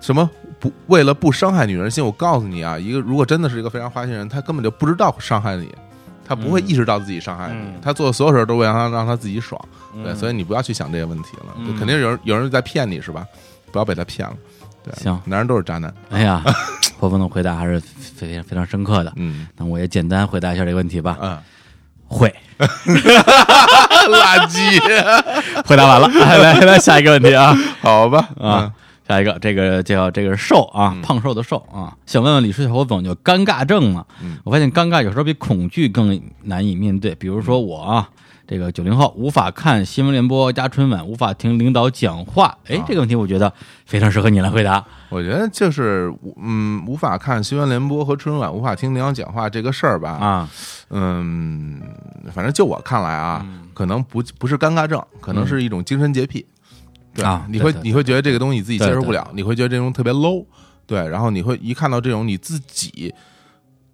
Speaker 2: 什么不为了不伤害女人心？我告诉你啊，一个如果真的是一个非常花心人，他根本就不知道伤害你，他不会
Speaker 1: 嗯
Speaker 2: 意识到自己伤害你，
Speaker 1: 嗯
Speaker 2: 他做的所有事儿都为了让让他自己爽。对，所
Speaker 1: 以
Speaker 2: 以你不要去想这些问题了，
Speaker 1: 嗯
Speaker 2: 就肯定有人有人在骗你是吧？不要被他骗了。对，
Speaker 1: 行
Speaker 2: 男人都是渣男。
Speaker 1: 哎 呀，婆婆的回答还是非常非常深刻的。
Speaker 2: 嗯
Speaker 1: 那我也简单回答一下这个问题吧。
Speaker 2: 嗯，
Speaker 1: 会，
Speaker 2: 垃圾，
Speaker 1: 回答完了，来来来，下一个问题啊
Speaker 2: 好吧嗯
Speaker 1: 啊，，下一个这个叫这个是瘦啊，胖瘦的瘦啊，想问问李叔小伙总有尴尬症吗？
Speaker 2: 嗯
Speaker 1: 我发现尴尬有时候比恐惧更难以面对。比如说我啊，
Speaker 2: 嗯
Speaker 1: 这个九零后无法看新闻联播加春晚，无法听领导讲话。哎
Speaker 2: 啊，
Speaker 1: 这个问题我觉得非常适合你来回答。
Speaker 2: 我觉得就是嗯，无法看新闻联播和春晚，无法听领导讲话这个事儿吧，
Speaker 1: 啊，
Speaker 2: 嗯，反正就我看来啊，
Speaker 1: 嗯
Speaker 2: 可能不不是尴尬症，可能是一种精神洁癖。对
Speaker 1: 啊
Speaker 2: 你
Speaker 1: 对
Speaker 2: 会
Speaker 1: 对
Speaker 2: 你会觉得这个东西你自己
Speaker 1: 对
Speaker 2: 接受
Speaker 1: 对
Speaker 2: 不了，你会觉得这种特别 low，对，然后你会一看到这种你自己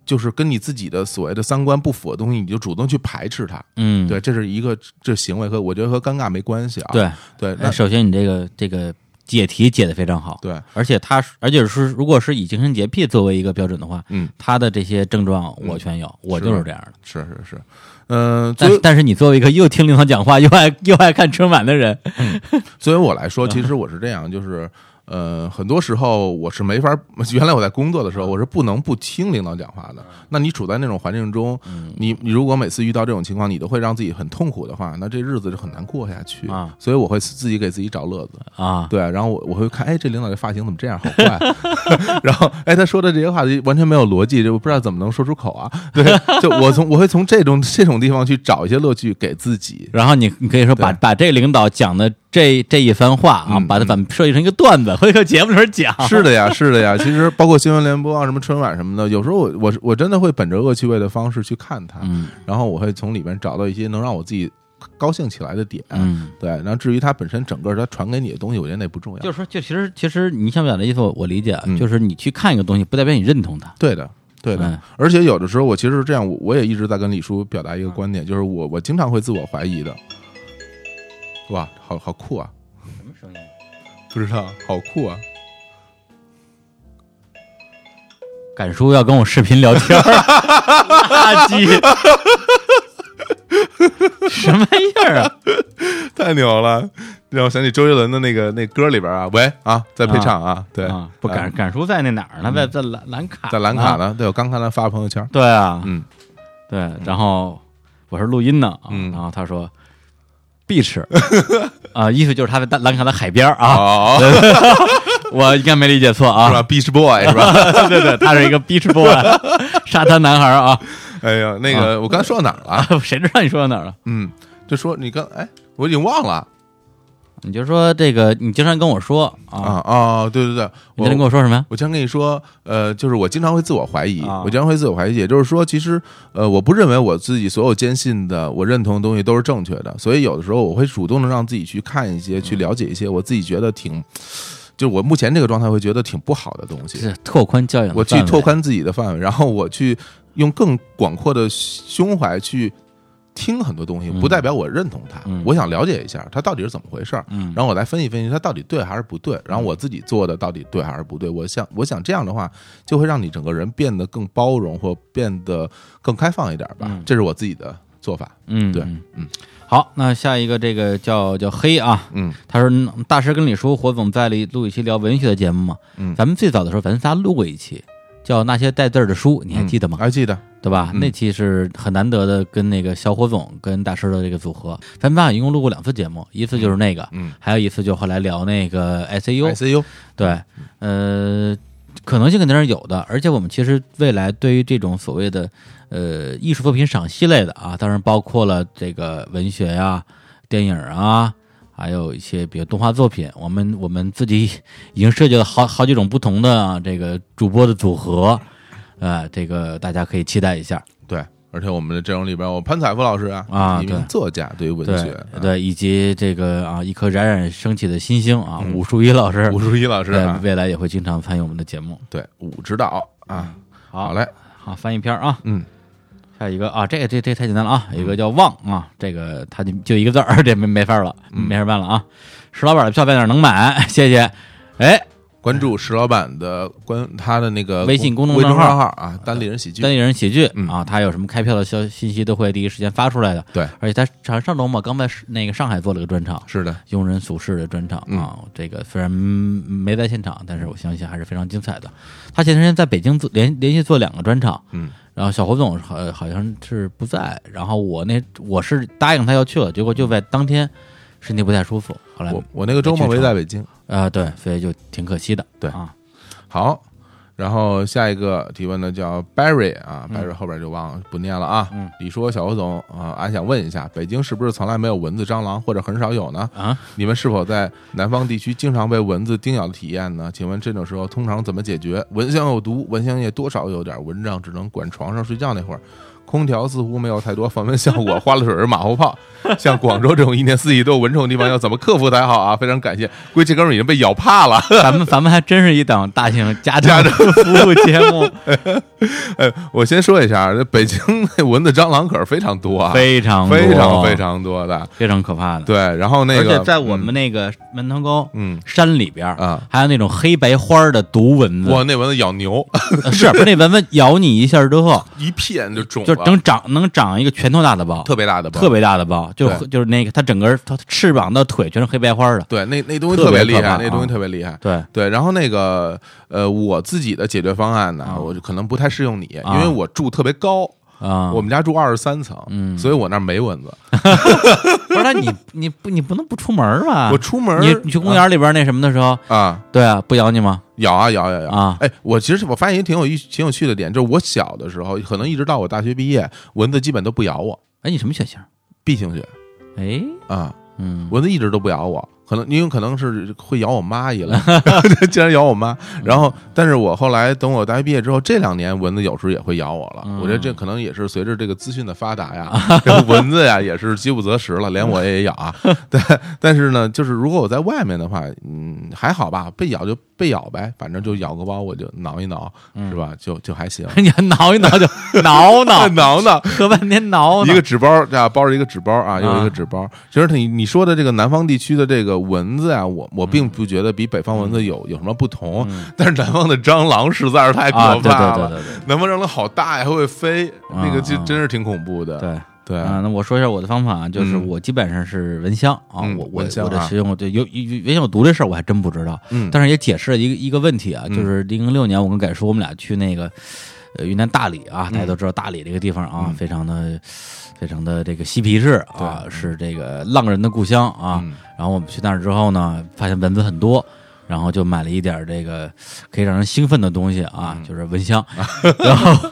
Speaker 2: 就是跟你自己的所谓的三观不符的东西，你就主动去排斥它。
Speaker 1: 嗯，
Speaker 2: 对，这是一个这行为和我觉得和尴尬没关系啊。
Speaker 1: 对，哎
Speaker 2: 对，
Speaker 1: 那
Speaker 2: 那
Speaker 1: 首先你这个这个解题解的非常好，
Speaker 2: 对，
Speaker 1: 而且他而且是如果是以精神洁癖作为一个标准的话，
Speaker 2: 嗯，
Speaker 1: 他的这些症状我全有，我就是这样的。
Speaker 2: 是是是，嗯、
Speaker 1: 但
Speaker 2: 作为
Speaker 1: 是但是你作为一个又听领导讲话又爱又爱看春晚的人，
Speaker 2: 作为我来
Speaker 1: 嗯
Speaker 2: 说，其实我是这样，就是呃，很多时候我是没法， 原来我在工作的时候，
Speaker 1: 嗯
Speaker 2: 我是不能不听领导讲话的。那你处在那种环境中，
Speaker 1: 嗯
Speaker 2: 你你如果每次遇到这种情况，你都会让自己很痛苦的话，那这日子就很难过下去
Speaker 1: 啊。
Speaker 2: 所以我会自己给自己找乐子。
Speaker 1: 啊，
Speaker 2: 对，然后我我会看，哎，这领导这发型怎么这样，好怪。 然后，哎，他说的这些话就完全没有逻辑，就我不知道怎么能说出口啊。对，就我从我会从这种这种地方去找一些乐趣给自己。
Speaker 1: 然后你你可以说把
Speaker 2: 对
Speaker 1: 把这领导讲的这这一番话啊，
Speaker 2: 嗯
Speaker 1: 把它反设计成一个段子，回头节目时候 讲。
Speaker 2: 是的呀，是的呀。其实包括新闻联播啊，什么春晚什么的，有时候我我我真的会本着恶趣味的方式去看它，
Speaker 1: 嗯
Speaker 2: 然后我会从里面找到一些能让我自己高兴起来的点。
Speaker 1: 嗯，
Speaker 2: 对，然后至于它本身整个它传给你的东西，我觉得那不重要。
Speaker 1: 就是是说，就其实其实你想表达的意思，我我理解啊
Speaker 2: 嗯，
Speaker 1: 就是你去看一个东西，不代表你认同它。
Speaker 2: 对的，对的。
Speaker 1: 嗯
Speaker 2: 而且有的时候我其实是这样，我我也一直在跟李叔表达一个观点，就是我我经常会自我怀疑的。哇，好好酷啊！
Speaker 1: 什么声音？
Speaker 2: 不知道，好酷啊！
Speaker 1: 敢叔要跟我视频聊 天儿，垃圾，什么样儿啊？
Speaker 2: 太牛了！让我想起周杰伦的那个那歌里边啊，喂啊，在配唱啊，对，
Speaker 1: 啊，不
Speaker 2: 啊
Speaker 1: 赶赶叔在那哪儿呢？在在兰兰卡，
Speaker 2: 在兰卡。呢，对我刚看他发朋友圈，
Speaker 1: 对啊，
Speaker 2: 嗯，
Speaker 1: 对，然后我是录音呢，啊
Speaker 2: 嗯
Speaker 1: 然后他说 beach，啊，意思就是他在大兰卡的海边儿啊，
Speaker 2: 哦，
Speaker 1: 我应该没理解错
Speaker 2: 是
Speaker 1: 啊
Speaker 2: 吧，？Beach Boy 是吧？
Speaker 1: 对对对，他是一个 beach boy，沙滩男孩儿啊，
Speaker 2: 哎呀，那个我刚才说到哪儿了啊？
Speaker 1: 谁知道你说到哪儿了？
Speaker 2: 嗯，就说你刚哎，我已经忘了
Speaker 1: 你就说这个，你经常跟我说啊，
Speaker 2: 啊哦，对对对，
Speaker 1: 你经常跟
Speaker 2: 我。
Speaker 1: 我说什么呀？
Speaker 2: 我经常跟你说，呃，就是我经常会自我怀疑，
Speaker 1: 啊
Speaker 2: 我经常会自我怀疑，也就是说，其实，呃，我不认为我自己所有坚信的、我认同的东西都是正确的，所以有的时候我会主动的让自己去看一些、去了解一些我自己觉得挺，就我目前这个状态会觉得挺不好的东西，
Speaker 1: 是拓宽教养的
Speaker 2: 我去
Speaker 1: 范围
Speaker 2: 拓宽自己的范围，然后我去用更广阔的胸怀去听很多东西，
Speaker 1: 嗯
Speaker 2: 不代表我认同它，
Speaker 1: 嗯
Speaker 2: 我想了解一下它到底是怎么回事儿，
Speaker 1: 嗯
Speaker 2: 然后我来分析分析它到底对还是不对，然后我自己做的到底对还是不对。我想，我想这样的话，就会让你整个人变得更包容或变得更开放一点吧。
Speaker 1: 嗯
Speaker 2: 这是我自己的做法。
Speaker 1: 嗯，
Speaker 2: 对
Speaker 1: 嗯
Speaker 2: 嗯。
Speaker 1: 好，那下一个这个叫叫黑啊，
Speaker 2: 嗯
Speaker 1: 他说嗯大师跟李叔火总在里录一期聊文学的节目嘛，
Speaker 2: 嗯，
Speaker 1: 咱们最早的时候咱仨录过一期，叫那些带字儿的书，你还记得吗？哎
Speaker 2: 还记得。
Speaker 1: 对吧？
Speaker 2: 嗯
Speaker 1: 那期是很难得的，跟那个小火总跟大师的这个组合，咱们仨一共录过两次节目，一次就是那个，
Speaker 2: 嗯
Speaker 1: 还有一次就后来聊那个 ICU，
Speaker 2: ，ICU
Speaker 1: 对，呃，可能性肯定是有的，而且我们其实未来对于这种所谓的呃艺术作品赏析类的啊，当然包括了这个文学呀、电影啊，还有一些比如动画作品，我们 我们自己已经设计了好好几种不同的、啊、这个主播的组合，呃，这个大家可以期待一下。
Speaker 2: 对，而且我们的阵容里边，我潘彩夫老师啊，
Speaker 1: 啊
Speaker 2: 一名
Speaker 1: 对
Speaker 2: 作家，对于文
Speaker 1: 对
Speaker 2: 学，啊
Speaker 1: 对，以及这个啊，一颗冉冉升起的新星啊，
Speaker 2: 嗯
Speaker 1: 武术一老师
Speaker 2: 武，淑一老师
Speaker 1: 对
Speaker 2: 啊，，
Speaker 1: 未来也会经常参与我们的节目。
Speaker 2: 对，武指导啊，
Speaker 1: 好
Speaker 2: 好，嘞，
Speaker 1: 好，翻一篇啊。
Speaker 2: 嗯，
Speaker 1: 还有一个啊，这个这这太简单了啊，有一个叫旺啊，这个他就就一个字儿， 这没没法儿了，没法办了啊。石老板的票在哪儿能买？ 谢谢。哎，
Speaker 2: 关注石老板的关他的那个
Speaker 1: 微信公众
Speaker 2: 微众
Speaker 1: 账号
Speaker 2: 号啊，单立人喜剧
Speaker 1: 单立人喜剧、
Speaker 2: 嗯
Speaker 1: 啊，他有什么开票的消信息都会第一时间发出来的。
Speaker 2: 对，
Speaker 1: 而且他上上周嘛，刚在那个上海做了个专场，
Speaker 2: 是的，
Speaker 1: 庸人俗世的专场
Speaker 2: 嗯
Speaker 1: 啊，这个虽然没在现场，但是我相信还是非常精彩的。他前段时间在北京做连连续做两个专场，
Speaker 2: 嗯，
Speaker 1: 然后小侯总好好像是不在，然后我那我是答应他要去了，结果就在当天身体不太舒服，后来
Speaker 2: 我我那个周末没在北京。
Speaker 1: 呃对，所以就挺可惜的。
Speaker 2: 对
Speaker 1: 啊，
Speaker 2: 好，然后下一个提问的叫 Barry 啊、b a r r y 后边就忘了不念了啊。
Speaker 1: 嗯，
Speaker 2: 你说小侯总啊，俺想问一下，北京是不是从来没有蚊子、蟑螂，或者很少有呢？
Speaker 1: 啊，
Speaker 2: 你们是否在南方地区经常被蚊子叮咬的体验呢？请问这种时候通常怎么解决？蚊香有毒，蚊香液多少有点蚊帐，只能管床上睡觉那会儿。空调似乎没有太多防蚊效果，花了水是马后炮。像广州这种一年四季都有蚊虫的地方，要怎么克服才好啊？非常感谢，估计这哥们儿已经被咬怕了。
Speaker 1: 咱们咱们还真是一档大型家 政服务节目，
Speaker 2: 哎，我先说一下，这北京那蚊子、蟑螂可是非常多啊，
Speaker 1: 非常
Speaker 2: 非常
Speaker 1: 多
Speaker 2: 非常多的。
Speaker 1: 非常可怕的。
Speaker 2: 对，然后那
Speaker 1: 而
Speaker 2: 个
Speaker 1: 且在我们那个门头沟
Speaker 2: 嗯
Speaker 1: 山里边儿
Speaker 2: 啊，
Speaker 1: 还有那种黑白花儿的毒蚊
Speaker 2: 嗯
Speaker 1: 子，
Speaker 2: 哇，那蚊子咬牛
Speaker 1: 呃是不是那蚊子咬你一下之后，
Speaker 2: 一片就肿
Speaker 1: 就
Speaker 2: 了，
Speaker 1: 能长能长一个拳头大的包，
Speaker 2: 特别大的包，
Speaker 1: 特别大的包，就
Speaker 2: 对
Speaker 1: 就是那个它整个它翅膀到腿全是黑白花的。
Speaker 2: 对，那那东西
Speaker 1: 特别
Speaker 2: 厉
Speaker 1: 可怕
Speaker 2: 害，那东西
Speaker 1: 啊
Speaker 2: 特别厉害。
Speaker 1: 对，
Speaker 2: 对，然后那个呃，我自己的解决方案呢，
Speaker 1: 啊
Speaker 2: 我就可能不太适用你，
Speaker 1: 啊
Speaker 2: 因为我住特别高，
Speaker 1: 啊，
Speaker 2: 我们家住二十三层，
Speaker 1: 嗯
Speaker 2: 所以我那儿没蚊子。
Speaker 1: 不是那你你不你不能不出门吧？
Speaker 2: 我出门儿
Speaker 1: 啊你你去公园里边那什么的时候，
Speaker 2: 啊，
Speaker 1: 对啊，不咬你吗？
Speaker 2: 咬啊咬呀咬
Speaker 1: 啊！
Speaker 2: 哎，我其实我发现一个挺有意挺有趣的点，就是我小的时候，可能一直到我大学毕业，蚊子基本都不咬我
Speaker 1: 哎，你什么血型？
Speaker 2: ，B 型血
Speaker 1: 哎，
Speaker 2: 啊，
Speaker 1: 嗯，
Speaker 2: 蚊子一直都不咬我。可能因为可能是会咬我妈一 类，竟然咬我妈。然后，但是我后来等我大学毕业之后，这两年蚊子有时候也会咬我了。
Speaker 1: 嗯
Speaker 2: 我觉得这可能也是随着这个资讯的发达 呀，这个蚊子呀也是饥不择食了，连我也咬 啊。但但是呢，就是如果我在外面的话，嗯，还好吧，被咬就被咬呗，反正就咬个包我就挠一挠，是吧？就就还行。
Speaker 1: 你还挠一挠就挠挠，
Speaker 2: 挠挠，
Speaker 1: 喝半天挠
Speaker 2: 一
Speaker 1: 挠
Speaker 2: 个。纸包啊，包着一个纸包啊，又一
Speaker 1: 啊
Speaker 2: 个纸包。其实你你说的这个南方地区的这个蚊子啊，我
Speaker 1: 嗯
Speaker 2: 我并不觉得比北方蚊子有有什么不同，但是南方的蟑螂实在是太可
Speaker 1: 啊，对对
Speaker 2: 怕
Speaker 1: 对
Speaker 2: 了，
Speaker 1: 对对
Speaker 2: 南方蟑螂好大呀，还会飞，那个
Speaker 1: 啊
Speaker 2: 就
Speaker 1: 啊
Speaker 2: 真是挺恐怖的。
Speaker 1: 对，
Speaker 2: 对
Speaker 1: 啊、那我说一下我的方法啊，就是
Speaker 2: 嗯
Speaker 1: 我基本上是蚊香啊，
Speaker 2: 嗯
Speaker 1: 我我
Speaker 2: 蚊香
Speaker 1: 我的
Speaker 2: 啊
Speaker 1: 使用，对，有有蚊香有毒这事儿我还真不知道，
Speaker 2: 嗯，
Speaker 1: 但是也解释了一个一个问题啊，就
Speaker 2: 嗯
Speaker 1: 是零六年我跟改叔我们俩去那个呃云南大理啊，大家
Speaker 2: 嗯
Speaker 1: 都知道大理这个地方啊，
Speaker 2: 嗯
Speaker 1: 非常的非常的这个嬉皮士啊，是这个浪人的故乡啊。
Speaker 2: 嗯
Speaker 1: 然后我们去那儿之后呢，发现蚊子很多。然后就买了一点儿这个可以让人兴奋的东西啊，
Speaker 2: 嗯
Speaker 1: 就是蚊香。 然后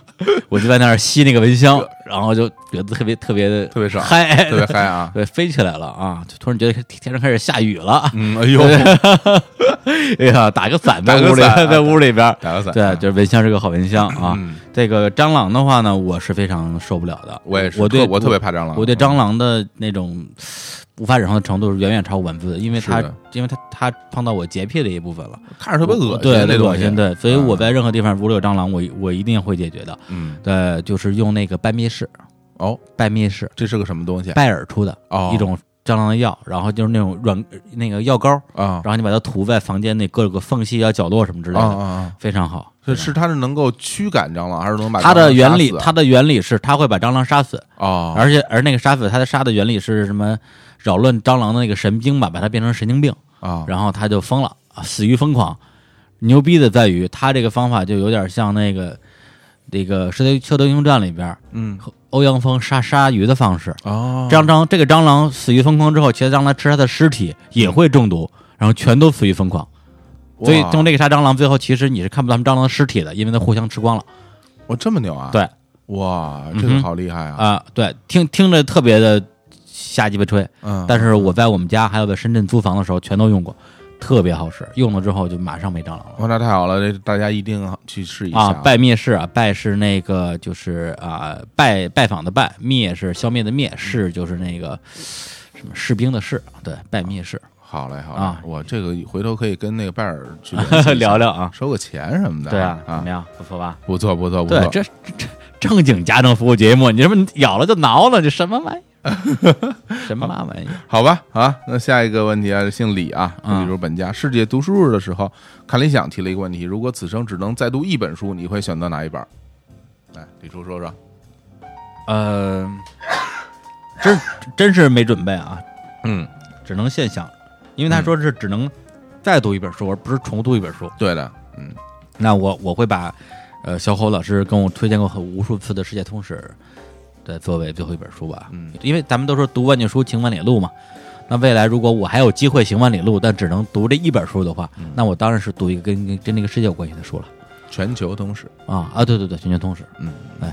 Speaker 1: 我就在那儿吸那个蚊 香，然后就觉得特别特别的
Speaker 2: 特别爽
Speaker 1: 嗨，
Speaker 2: 特别嗨 啊，
Speaker 1: 对，飞起来了啊！就突然觉得天上开始下雨了，
Speaker 2: 嗯，哎呦，
Speaker 1: 哎呀，打个伞在
Speaker 2: 打个
Speaker 1: 屋里，
Speaker 2: 伞
Speaker 1: 在屋里边儿。
Speaker 2: 打个伞，啊
Speaker 1: 对，就是蚊香是个好蚊香啊
Speaker 2: 嗯。
Speaker 1: 这个蟑螂的话呢，我是非常受不了的。
Speaker 2: 我也是，
Speaker 1: 我对
Speaker 2: 特我特别怕蟑螂，嗯
Speaker 1: 我对蟑螂的那种无法忍受的程度是远远超过蚊子的，因为它
Speaker 2: 是的
Speaker 1: 因为它它碰到我洁癖的一部分了，
Speaker 2: 嗯看着特别恶心，
Speaker 1: 对，
Speaker 2: 那
Speaker 1: 对
Speaker 2: 东
Speaker 1: 恶
Speaker 2: 西
Speaker 1: 心，对。所以我
Speaker 2: 嗯
Speaker 1: 在任何地方如果有蟑螂，我我一定会解决的。
Speaker 2: 嗯，
Speaker 1: 对，就是用那个拜蜜氏，
Speaker 2: 哦，
Speaker 1: 拜蜜氏，
Speaker 2: 这是个什么东西啊？
Speaker 1: 拜耳出的
Speaker 2: 哦，
Speaker 1: 一种蟑螂药，然后就是那种软那个药膏，
Speaker 2: 啊
Speaker 1: 然后你把它涂在房间内各个缝隙啊、角落什么之
Speaker 2: 啊
Speaker 1: 类的，
Speaker 2: 啊啊！
Speaker 1: 非常好。
Speaker 2: 是是，它是能够驱赶蟑螂，还是能把
Speaker 1: 它
Speaker 2: 蟑
Speaker 1: 的
Speaker 2: 螂
Speaker 1: 原
Speaker 2: 杀
Speaker 1: 理，
Speaker 2: 死啊
Speaker 1: 它的原理是它会把蟑螂杀死，
Speaker 2: 哦，
Speaker 1: 而且而那个杀死它的杀的原理是什么？扰乱蟑螂的那个神经吧，把它变成神经病，
Speaker 2: 啊
Speaker 1: 然后它就疯了，啊死于疯狂。牛逼的在于它这个方法就有点像那个那个《射雕射雕英雄传》里边
Speaker 2: 嗯
Speaker 1: 欧阳锋杀鲨鱼的方式。
Speaker 2: 哦，
Speaker 1: 蟑螂这个蟑螂死于疯狂之后，其他蟑螂吃它的尸体也会中毒，然后全都死于疯狂。所以
Speaker 2: 嗯哇
Speaker 1: 用这个杀蟑螂，最后其实你是看不到他们蟑螂的尸体的，因为它互相吃光了。
Speaker 2: 我这么牛啊？
Speaker 1: 对，
Speaker 2: 哇，
Speaker 1: 嗯
Speaker 2: 这个
Speaker 1: 哼
Speaker 2: 好厉害啊！
Speaker 1: 啊、对，听听着特别的瞎鸡巴吹，
Speaker 2: 嗯，
Speaker 1: 但是我在我们家还有在深圳租房的时候，全都用过，特别好使。用了之后就马上没蟑螂了。
Speaker 2: 哇，那太好了，这大家一定去试一下
Speaker 1: 啊，拜灭氏啊，拜是那个就是啊拜拜访的拜，灭是消灭的灭，士就是那个什么士兵的士，对，拜灭士
Speaker 2: 好嘞，好
Speaker 1: 啊
Speaker 2: 嘞，我这个回头可以跟那个拜尔去联系一 下
Speaker 1: 聊聊啊，
Speaker 2: 收个钱什么的，
Speaker 1: 对啊，怎
Speaker 2: 啊
Speaker 1: 么，样，不错吧？
Speaker 2: 不错不错不
Speaker 1: 对，
Speaker 2: 错，
Speaker 1: 这这这正经家政服务节目，你这不咬了就挠了，这什么玩意 儿？什么玩意儿？
Speaker 2: 好吧啊，那下一个问题啊，姓李啊，
Speaker 1: 嗯
Speaker 2: 比如本家世界读书日的时候，看理想提了一个问题：如果此生只能再读一本书，你会选择哪一本？来，李叔说说，
Speaker 1: 呃，真真是没准备啊，
Speaker 2: 嗯，
Speaker 1: 只能现想，因为他说是只能再读一本书，而不是重读一本书。
Speaker 2: 对的，嗯
Speaker 1: 那我我会把呃小侯老师跟我推荐过很无数次的《世界通史》的作为最后一本书吧，
Speaker 2: 嗯
Speaker 1: 因为咱们都说读万卷书，行万里路嘛。那未来如果我还有机会行万里路，但只能读这一本书的话，
Speaker 2: 嗯
Speaker 1: 那我当然是读一个跟跟跟这个世界有关系的书了
Speaker 2: 全球通史，
Speaker 1: 啊啊！对对对，全球通史。哎
Speaker 2: 嗯，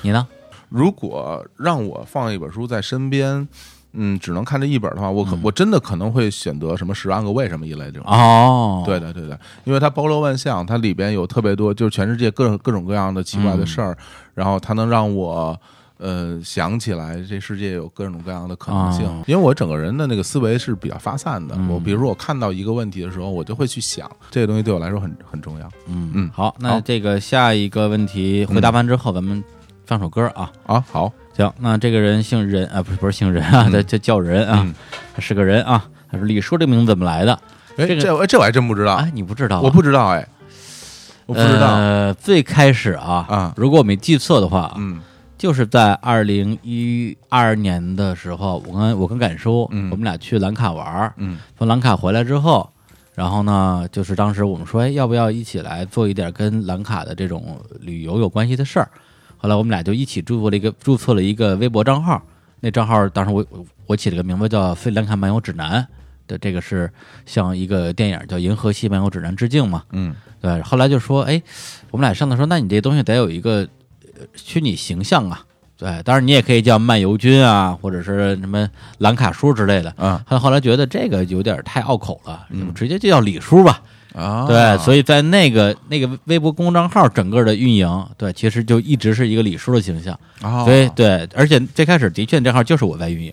Speaker 1: 你呢？
Speaker 2: 如果让我放一本书在身边。嗯，只能看这一本的话，我可、我真的可能会选择什么《十万个为什么》一类这种。
Speaker 1: 嗯哦，
Speaker 2: 对的，对的，因为它包罗万象，它里边有特别多，就是全世界各种各种各样的奇怪的事
Speaker 1: 嗯
Speaker 2: 儿，然后它能让我呃想起来这世界有各种各样的可能性。
Speaker 1: 哦
Speaker 2: 因为我整个人的那个思维是比较发散的，
Speaker 1: 嗯
Speaker 2: 我比如说我看到一个问题的时候，我就会去想这个东西对我来说很很重要
Speaker 1: 嗯
Speaker 2: 嗯
Speaker 1: 好，那
Speaker 2: 好
Speaker 1: 这个下一个问题回答完之后，咱们放首歌啊。
Speaker 2: 啊。好，
Speaker 1: 行，那这个人姓任啊，不是不是姓任啊，他叫叫人啊，
Speaker 2: 嗯
Speaker 1: 他是个人啊。他说李叔这名字怎么来的？
Speaker 2: 哎，
Speaker 1: 这个
Speaker 2: 这我这我还真不知道，
Speaker 1: 哎，你不知道啊？
Speaker 2: 我不知道，哎，我不知道，
Speaker 1: 呃，最开始啊，
Speaker 2: 啊
Speaker 1: 如果我没记错的话，啊
Speaker 2: 嗯
Speaker 1: 就是在二零一二年的时候，我跟我跟敢叔，
Speaker 2: 嗯
Speaker 1: 我们俩去兰卡玩儿，
Speaker 2: 嗯
Speaker 1: 从兰卡回来之后，然后呢，就是当时我们说，哎，要不要一起来做一点跟兰卡的这种旅游有关系的事儿？后来我们俩就一起注册了一个注册了一个微博账号，那账号当时我我我起了个名字叫“飞兰卡漫游指南”的，这个是向一个电影叫《银河系漫游指南》致敬嘛？
Speaker 2: 嗯
Speaker 1: 对，后来就说，哎，我们俩商量说，那你这东西得有一个呃虚拟形象啊。对，当然你也可以叫漫游君啊，或者是什么兰卡叔之类的。
Speaker 2: 啊
Speaker 1: 他后来觉得这个有点太拗口了，我们直接就叫李叔吧。
Speaker 2: 啊，
Speaker 1: 对，所以在那个那个微博公众账号整个的运营，对，其实就一直是一个李叔的形象。
Speaker 2: 啊
Speaker 1: 所以对，而且最开始的确账号就是我在运营，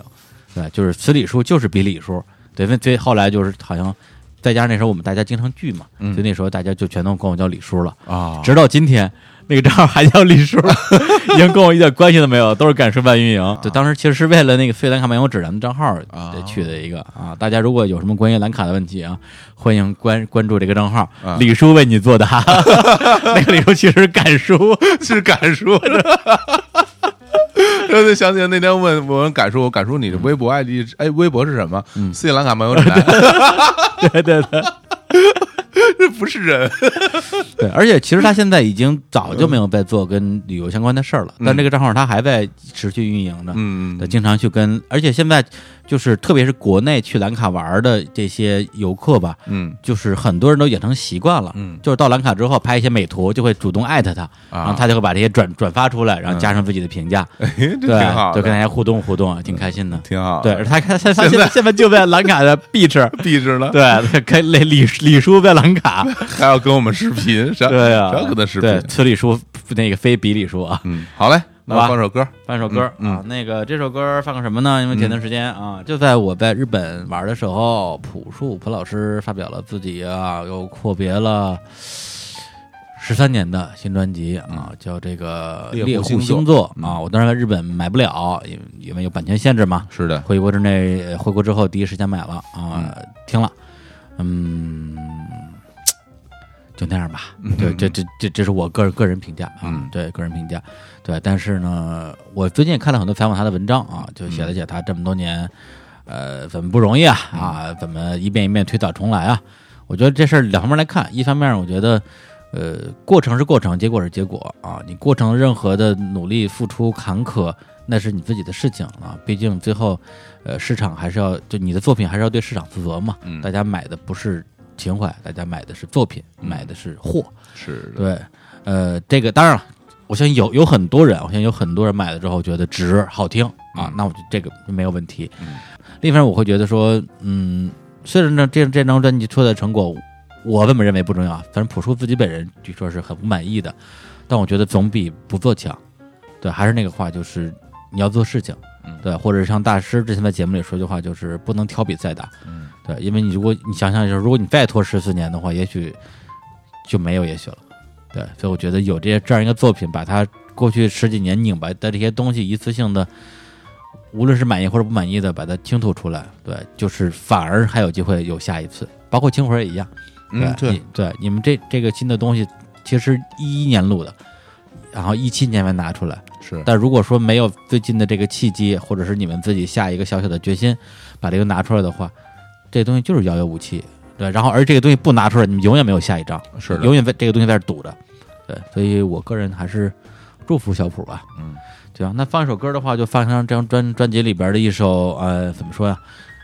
Speaker 1: 对，就是此李叔就是比李叔，对，那最后来就是好像再加上那时候我们大家经常聚嘛，
Speaker 2: 嗯
Speaker 1: 所以那时候大家就全都管我叫李叔了，
Speaker 2: 啊，
Speaker 1: 直到今天。那个账号还叫李叔， 已经跟我一点关系都没有，都是赶叔办运营。对，当时其实是为了那个费兰卡漫游指南的账号
Speaker 2: 啊
Speaker 1: 呃去的一个啊。大家如果有什么关于兰卡的问题啊，欢迎关关注这个账号，
Speaker 2: 啊
Speaker 1: 李叔为你作 答。 那个李叔其实是赶叔，
Speaker 2: 是敢说的。然后就想起来那天问我问敢叔，我敢叔
Speaker 1: 嗯
Speaker 2: 你的微博 ID 是哎微博是什么？斯里兰卡 漫游指南，
Speaker 1: 对对对
Speaker 2: 这 不是人，
Speaker 1: 对，而且其实他现在已经早就没有在做跟旅游相关的事儿了，但这个账号他还在持续运营着，
Speaker 2: 嗯
Speaker 1: 对，经常去跟，而且现在就是特别是国内去兰卡玩儿的这些游客吧，
Speaker 2: 嗯
Speaker 1: 就是很多人都养成习惯了，
Speaker 2: 嗯，
Speaker 1: 就是到兰卡之后拍一些美图，就会主动艾特他，然后
Speaker 2: 啊，
Speaker 1: 他就会把这些转转发出来，然后加上自己的评价，
Speaker 2: 哎这
Speaker 1: 对，
Speaker 2: 挺好
Speaker 1: 就跟
Speaker 2: 的，
Speaker 1: 大家互动互动，挺开心的。
Speaker 2: 挺好
Speaker 1: 对
Speaker 2: 的，，
Speaker 1: 他他他他
Speaker 2: 现
Speaker 1: 现
Speaker 2: 在
Speaker 1: 在现在就在兰卡的 beach，
Speaker 2: 地址呢？
Speaker 1: 对，跟李李李叔在兰卡，
Speaker 2: 还要跟我们视频，啥
Speaker 1: 对啊，
Speaker 2: 谁要跟他视
Speaker 1: 对，
Speaker 2: 频？
Speaker 1: 此李叔那个非彼李叔啊，
Speaker 2: 嗯，好嘞，那
Speaker 1: 好吧
Speaker 2: 放首歌，
Speaker 1: 放首歌、
Speaker 2: 嗯嗯嗯
Speaker 1: 啊，那个这首歌放个什么呢？因为前段时间啊，就在我在日本玩的时候，朴树朴老师发表了自己啊，又阔别了十三年的新专辑啊，叫这个
Speaker 2: 嗯猎
Speaker 1: 《
Speaker 2: 户
Speaker 1: 猎户
Speaker 2: 星座嗯
Speaker 1: 星座》啊。我当时在日本买不了，因为因为有版权限制嘛。
Speaker 2: 是的，
Speaker 1: 回国之内，呃回国之后第一时间买了啊，听了，嗯，就那样吧。对，这这这这是我个人个人评价啊，
Speaker 2: 嗯
Speaker 1: 对个人评价，对。但是呢，我最近也看了很多采访他的文章啊，就写了写他这么多年，呃，怎么不容易啊啊，怎么一遍一遍推倒重来啊？我觉得这事儿两方面来看，一方面我觉得。呃，过程是过程，结果是结果啊！你过程任何的努力、付出、坎坷，那是你自己的事情啊。毕竟最后，呃，市场还是要就你的作品还是要对市场负责嘛。
Speaker 2: 嗯
Speaker 1: 大家买的不是情怀，大家买的是作品，买的是货。
Speaker 2: 是的，
Speaker 1: 对，呃，这个当然了，我相信有有很多人，我相信有很多人买了之后觉得值、好听啊，
Speaker 2: 嗯
Speaker 1: 那我就这个没有问题。
Speaker 2: 嗯
Speaker 1: 另一方面，我会觉得说，嗯，虽然呢这这张专辑出来的成果，我这么认为不重要，啊反正朴树自己本人据说是很不满意的，但我觉得总比不做强。对，还是那个话，就是你要做事情
Speaker 2: 嗯。
Speaker 1: 对，或者像大师之前在节目里说一句话，就是不能挑比赛打。
Speaker 2: 嗯，
Speaker 1: 对，因为你如果你想想，就是如果你再拖十四年的话，也许就没有也许了。对，所以我觉得有这些这样一个作品，把它过去十几年拧巴的这些东西一次性的，无论是满意或者不满意的，把它倾吐出来，对，就是反而还有机会有下一次。包括《清魂》也一样，对、
Speaker 2: 嗯，对
Speaker 1: 你，对，你们这这个新的东西其实一一年录的，然后一七年才拿出来，
Speaker 2: 是，
Speaker 1: 但如果说没有最近的这个契机，或者是你们自己下一个小小的决心，把这个拿出来的话，这东西就是遥遥无期，对。然后而这个东西不拿出来，你们永远没有下一张，
Speaker 2: 是的
Speaker 1: 永远在这个东西在这堵着，对。所以我个人还是祝福小普吧，
Speaker 2: 嗯，
Speaker 1: 对啊。那放一首歌的话，就放上这张专专辑里边的一首，呃，怎么说呀、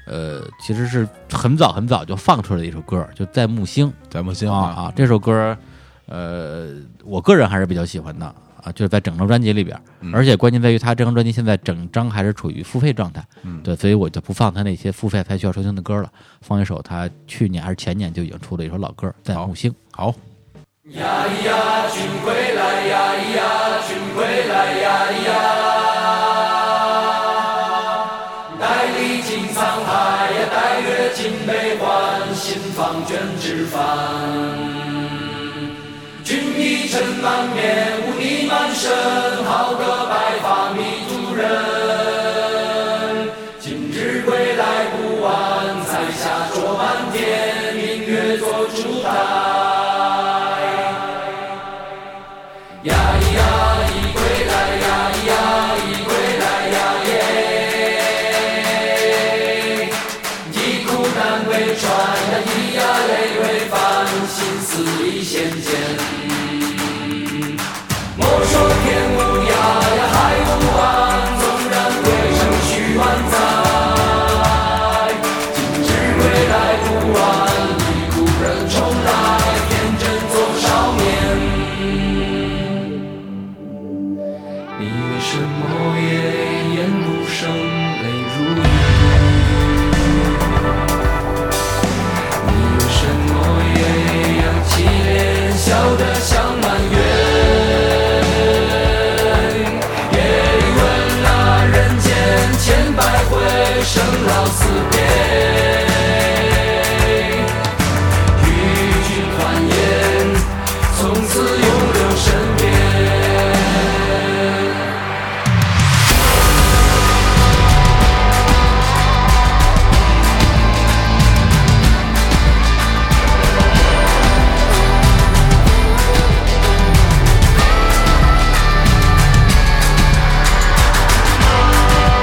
Speaker 1: 呃，其实是很早很早就放出来的一首歌，就在木星。
Speaker 2: 咱们先
Speaker 1: 啊
Speaker 2: 啊，
Speaker 1: 啊！这首歌，呃，我个人还是比较喜欢的啊，就是在整张专辑里边儿，
Speaker 2: 嗯
Speaker 1: 而且关键在于它这张专辑现在整张还是处于付费状态，
Speaker 2: 嗯
Speaker 1: 对，所以我就不放他那些付费才需要收听的歌了，放一首他去年还是前年就已经出的一首老歌，在
Speaker 2: 好
Speaker 1: 木星。
Speaker 2: 好，
Speaker 3: 你为什么也言不胜泪如雨？你为什么也扬起脸笑得像满月？也问那人间千百回生老死别，与君欢颜，从此永留身边。
Speaker 4: 你为什么也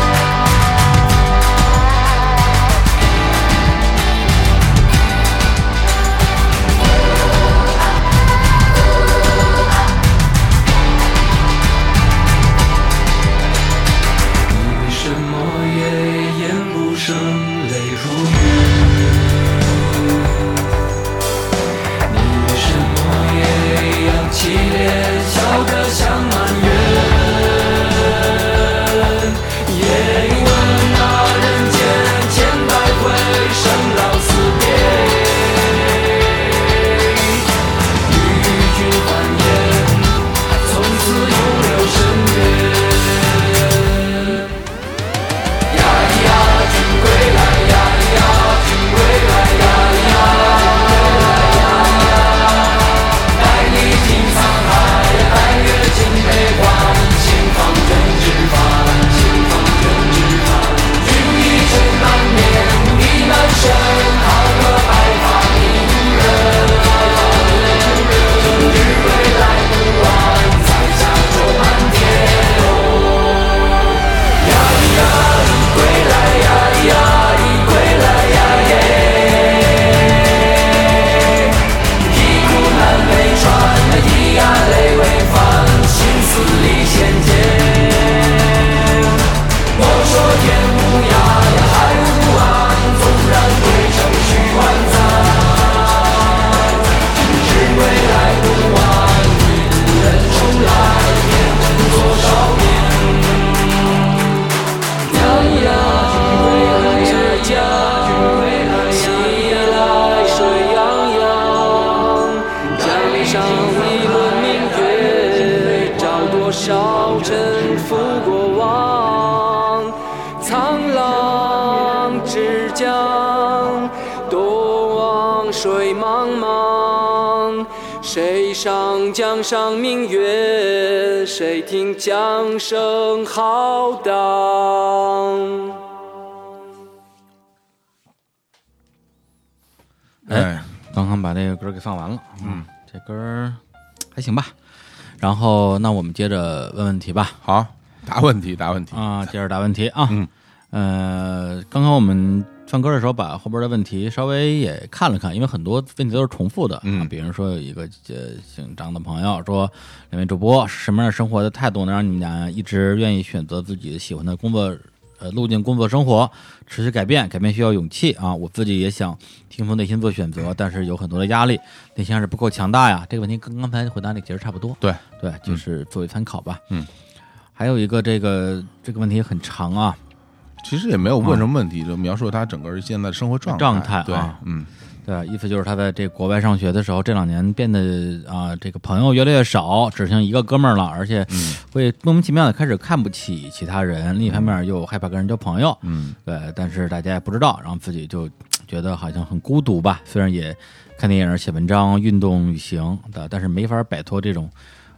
Speaker 3: 浪之江，东望水茫茫。谁上江上明月？谁听江声浩荡？
Speaker 2: 哎，
Speaker 1: 刚刚把这个歌儿给放完了，嗯，这歌儿还行吧。然后，那我们接着问问题吧。
Speaker 2: 好，答问题，答问题，
Speaker 1: 啊，接着答问题啊。
Speaker 2: 嗯，
Speaker 1: 呃，刚刚我们唱歌的时候，把后边的问题稍微也看了看，因为很多问题都是重复的。
Speaker 2: 嗯
Speaker 1: 啊比如说有一个呃姓张的朋友说，两位主播什么样的生活的态度能让你们俩一直愿意选择自己喜欢的工作？呃，路径、工作、生活持续改变，改变需要勇气啊！我自己也想听从内心做选择，但是有很多的压力，内心还是不够强大呀。这个问题跟刚才回答那其实差不多。
Speaker 2: 对，
Speaker 1: 对，就是作为参考吧。
Speaker 2: 嗯，
Speaker 1: 还有一个这个这个问题很长啊，
Speaker 2: 其实也没有问什么问题，就描述他整个现在的生活状
Speaker 1: 嗯状态
Speaker 2: 对
Speaker 1: 啊，
Speaker 2: 嗯，
Speaker 1: 对，意思就是他在这国外上学的时候，这两年变得啊、这个朋友越来越少，只剩一个哥们儿了，而且
Speaker 2: 嗯
Speaker 1: 会莫名其妙的开始看不起其他人，另一方面又害怕跟人交朋友，
Speaker 2: 嗯，
Speaker 1: 对，但是大家也不知道，然后自己就觉得好像很孤独吧，虽然也看电影、写文章、运动、旅行的，但是没法摆脱这种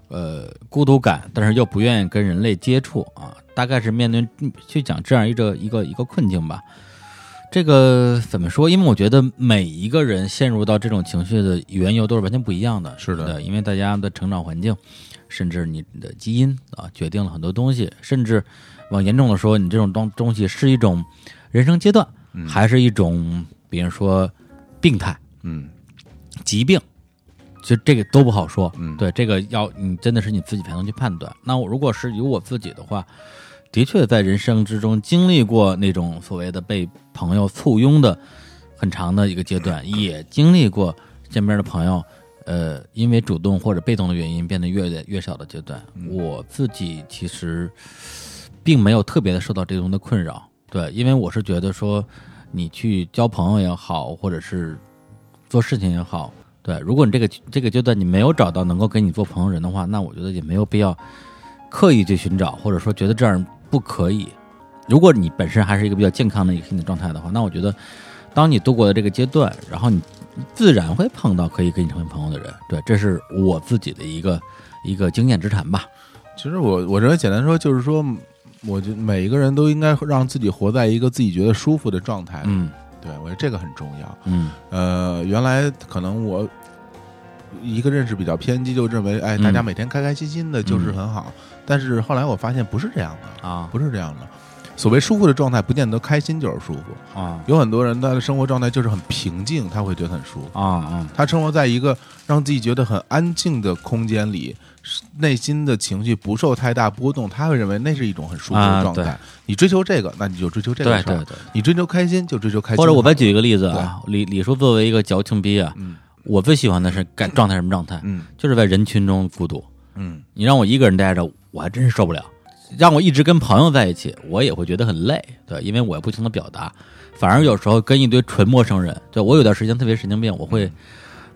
Speaker 1: 呃孤独感，但是又不愿意跟人类接触啊，大概是面对嗯去讲这样一个一个一个困境吧。这个怎么说？因为我觉得每一个人陷入到这种情绪的缘由都是完全不一样的。
Speaker 2: 是的
Speaker 1: 对因为大家的成长环境，甚至你的基因啊，决定了很多东西。甚至往严重的说，你这种东东西是一种人生阶段，还是一种比如说病态，
Speaker 2: 嗯，
Speaker 1: 疾病，其实这个都不好说。
Speaker 2: 嗯
Speaker 1: 对，这个要你真的是你自己才能去判断。那我如果是由我自己的话，的确在人生之中经历过那种所谓的被朋友簇拥的很长的一个阶段，也经历过身边的朋友。呃，因为主动或者被动的原因，变得越来越少的阶段，我自己其实并没有特别的受到这种的困扰。对，因为我是觉得说，你去交朋友也好，或者是做事情也好，对，如果你这个这个阶段你没有找到能够跟你做朋友人的话，那我觉得也没有必要刻意去寻找，或者说觉得这样不可以。如果你本身还是一个比较健康的一个心理状态的话，那我觉得，当你度过了这个阶段，然后你自然会碰到可以跟你成为朋友的人。对，这是我自己的一个一个经验之谈吧。
Speaker 2: 其实我我认为简单说就是说，我觉得每一个人都应该让自己活在一个自己觉得舒服的状态，，
Speaker 1: 嗯
Speaker 2: 对我觉得这个很重要。
Speaker 1: 嗯
Speaker 2: 呃，原来可能我一个认识比较偏激，就认为哎，大家
Speaker 1: 嗯
Speaker 2: 每天开开心心的就是很好，但是后来我发现不是这样的，
Speaker 1: 啊
Speaker 2: 不是这样的。所谓舒服的状态，不见得开心就是舒服。
Speaker 1: 啊
Speaker 2: 有很多人他的生活状态就是很平静，他会觉得很舒服。
Speaker 1: 啊啊
Speaker 2: 他生活在一个让自己觉得很安静的空间里，是内心的情绪不受太大波动，他会认为那是一种很舒服
Speaker 1: 啊
Speaker 2: 的状态。
Speaker 1: 对
Speaker 2: 你追求这个，那你就追求这个
Speaker 1: 对
Speaker 2: 事儿；
Speaker 1: 对对。
Speaker 2: 你追求开心，就追求开心。
Speaker 1: 或者我再，举一个例子啊，李李叔作为一个矫情逼啊，我最喜欢的是感状态是什么状态？
Speaker 2: 嗯
Speaker 1: 就是在人群中孤独。
Speaker 2: 嗯，
Speaker 1: 你让我一个人待着，我还真是受不了。让我一直跟朋友在一起，我也会觉得很累，对，因为我也不停的表达。反而有时候跟一堆纯陌生人，对我有段时间特别神经病，我会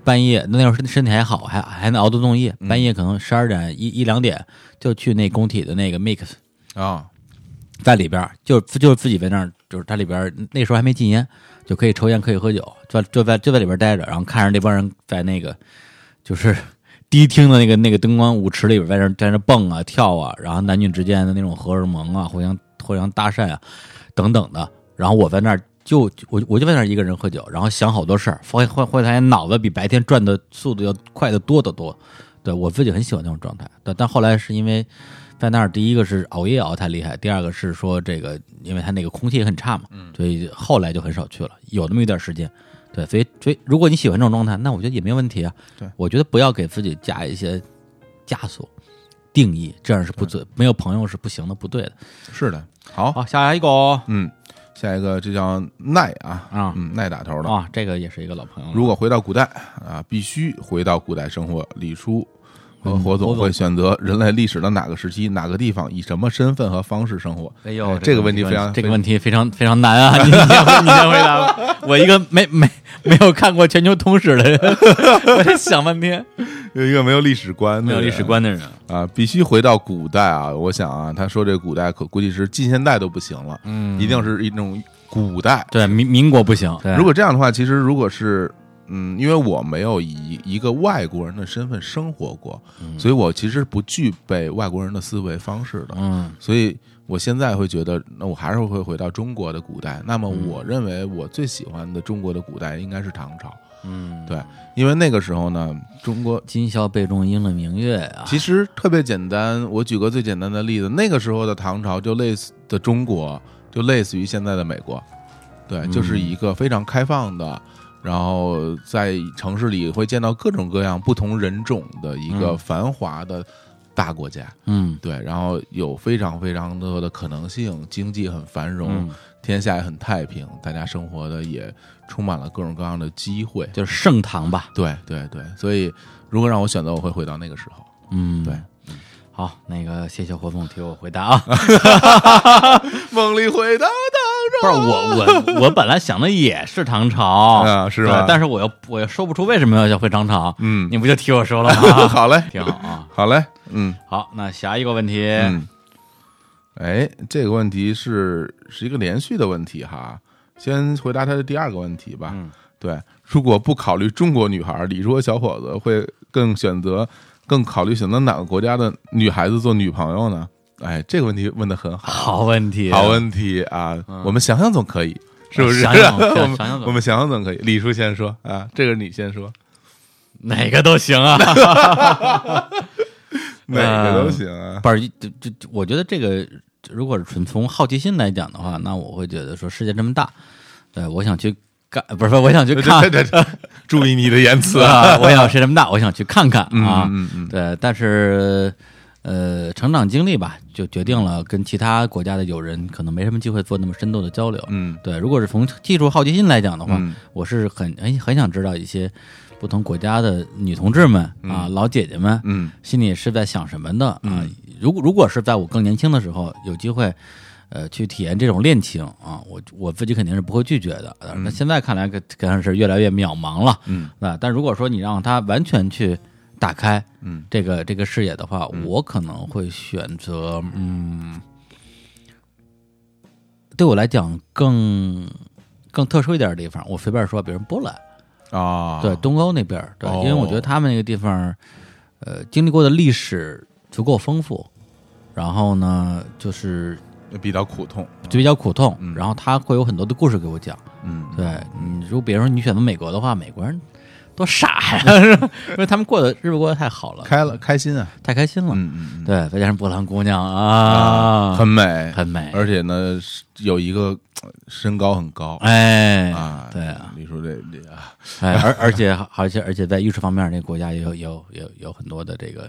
Speaker 1: 半夜那会儿身身体还好，还还能熬得动夜，半夜可能十二点一一两点就去那工体的那个 mix
Speaker 2: 啊、
Speaker 1: 在里边儿，就就是自己在那儿，就是它里边儿那时候还没禁烟，就可以抽烟，可以喝酒，就就在就在里边儿待着，然后看着那帮人在那个就是迪厅的那个那个灯光舞池里边儿在那儿在那儿蹦啊跳啊，然后男女之间的那种荷尔蒙啊，互相互相搭讪啊等等的，然后我在那儿。就我我就在那儿一个人喝酒，然后想好多事儿，发现会会发现脑子比白天转的速度要快得多得多。对我自己很喜欢那种状态，但但后来是因为在那儿，第一个是熬夜熬太厉害，第二个是说这个，因为它那个空气也很差嘛，所以后来就很少去了，有那么一段时间。对，所以所以如果你喜欢这种状态，那我觉得也没问题啊。
Speaker 2: 对
Speaker 1: 我觉得不要给自己加一些枷锁、定义，这样是不对，没有朋友是不行的，不对的。
Speaker 2: 是的。好，
Speaker 1: 好，下一个哦
Speaker 2: 嗯，下一个这叫耐啊，
Speaker 1: 啊
Speaker 2: 嗯，耐打头的。
Speaker 1: 啊，这个也是一个老朋友了，
Speaker 2: 如果回到古代啊，必须回到古代生活，李叔。和火
Speaker 1: 火
Speaker 2: 总
Speaker 1: 总
Speaker 2: 会选择人类历史的哪个时期、哪个地方，以什么身份和方式生活？
Speaker 1: 哎呦，
Speaker 2: 这个问题非常
Speaker 1: 这个问题非常非常难啊！ 你你先回你先回答 吧，我一个没没没有看过全球通史的人，我在想半天。
Speaker 2: 有一个没有历史观的
Speaker 1: 没
Speaker 2: 人，
Speaker 1: 有历史观的人，
Speaker 2: 啊，必须回到古代啊！我想啊，他说这古代可估计是近现代都不行了，
Speaker 1: 嗯
Speaker 2: 一定是一种古代。
Speaker 1: 对民民国不行。对
Speaker 2: 如果这样的话，其实如果是嗯，因为我没有以一个外国人的身份生活过，
Speaker 1: 嗯
Speaker 2: 所以我其实不具备外国人的思维方式的，
Speaker 1: 嗯
Speaker 2: 所以我现在会觉得，那我还是会回到中国的古代。那么，
Speaker 1: 嗯
Speaker 2: 我认为我最喜欢的中国的古代应该是唐朝，
Speaker 1: 嗯，
Speaker 2: 对，因为那个时候呢，中国
Speaker 1: 今宵杯中应了明月啊，
Speaker 2: 其实特别简单，我举个最简单的例子，那个时候的唐朝就类似的中国，就类似于现在的美国，对，
Speaker 1: 嗯
Speaker 2: 就是一个非常开放的，然后在城市里会见到各种各样不同人种的一个繁华的大国家，
Speaker 1: 嗯
Speaker 2: 对，然后有非常非常多的可能性，经济很繁荣，
Speaker 1: 嗯，
Speaker 2: 天下也很太平，大家生活的也充满了各种各样的机会，
Speaker 1: 就是盛唐吧。
Speaker 2: 对对对，所以如果让我选择，我会回到那个时候。
Speaker 1: 嗯，
Speaker 2: 对。
Speaker 1: 好，那个谢谢火凤替我回答啊。
Speaker 2: 梦里回到
Speaker 1: 不是我我我本来想的也是唐朝
Speaker 2: 啊是吧
Speaker 1: 对但是我又我又说不出为什么要回唐朝，
Speaker 2: 嗯
Speaker 1: 你不就替我说了 吗？
Speaker 2: 好嘞，
Speaker 1: 挺好啊。
Speaker 2: 好嘞，嗯
Speaker 1: 好，那下一个问题，
Speaker 2: 嗯，哎，这个问题是是一个连续的问题哈，先回答他的第二个问题吧。
Speaker 1: 嗯
Speaker 2: 对，如果不考虑中国女孩，李若小伙子会更选择更考虑选择哪个国家的女孩子做女朋友呢？哎，这个问题问的很好，
Speaker 1: 好问题，
Speaker 2: 好问题啊！我们想想总可以，是不是？
Speaker 1: 想想
Speaker 2: 我
Speaker 1: 想
Speaker 2: 们
Speaker 1: 想
Speaker 2: 我们想想总可以。李叔先说啊，这个你先说，
Speaker 1: 哪个都行啊。
Speaker 2: 哪个都行啊。
Speaker 1: 不是，就就就我觉得这个，如果是纯从好奇心来讲的话，那我会觉得说世界这么大，对，我想去干，不是，我想 去看
Speaker 2: 对对对，注意你的言辞啊！
Speaker 1: 啊，我想世界这么大，我想去看看啊，
Speaker 2: 嗯嗯
Speaker 1: 对，但是呃，成长经历吧，就决定了跟其他国家的友人可能没什么机会做那么深度的交流。
Speaker 2: 嗯，
Speaker 1: 对，如果是从技术好奇心来讲的话，
Speaker 2: 嗯
Speaker 1: 我是很哎很很想知道一些不同国家的女同志们啊、老姐姐们，
Speaker 2: 嗯，
Speaker 1: 心里是在想什么的啊？如果如果是在我更年轻的时候有机会。呃，去体验这种恋情啊，我我自己肯定是不会拒绝的。呃那现在看来，可可能是越来越渺茫了，
Speaker 2: 嗯，
Speaker 1: 啊。但如果说你让他完全去打开，
Speaker 2: 嗯，
Speaker 1: 这个这个视野的话，我可能会选择，嗯，对我来讲更更特殊一点的地方，我随便说，比如波兰，
Speaker 2: 啊，
Speaker 1: 对，东欧那边儿，对，
Speaker 2: 哦
Speaker 1: 因为我觉得他们那个地方儿，呃，经历过的历史足够丰富，然后呢，就是
Speaker 2: 比较苦痛，
Speaker 1: 就比较苦痛，
Speaker 2: 嗯
Speaker 1: 然后他会有很多的故事给我讲。
Speaker 2: 嗯，
Speaker 1: 对，你如果比如说你选择美国的话，美国人多傻呀，是 吧因为他们过的日子过得太好了，
Speaker 2: 开了开心啊，
Speaker 1: 太开心了。
Speaker 2: 嗯嗯嗯
Speaker 1: 对，再加上波兰姑娘啊，
Speaker 2: 很美，
Speaker 1: 很美，
Speaker 2: 而且呢是有一个呃身高很高
Speaker 1: 哎，
Speaker 2: 啊，
Speaker 1: 对啊，
Speaker 2: 你说这这啊，
Speaker 1: 哎，而而且而且而且在艺术方面，那个国家也有有有有很多的这个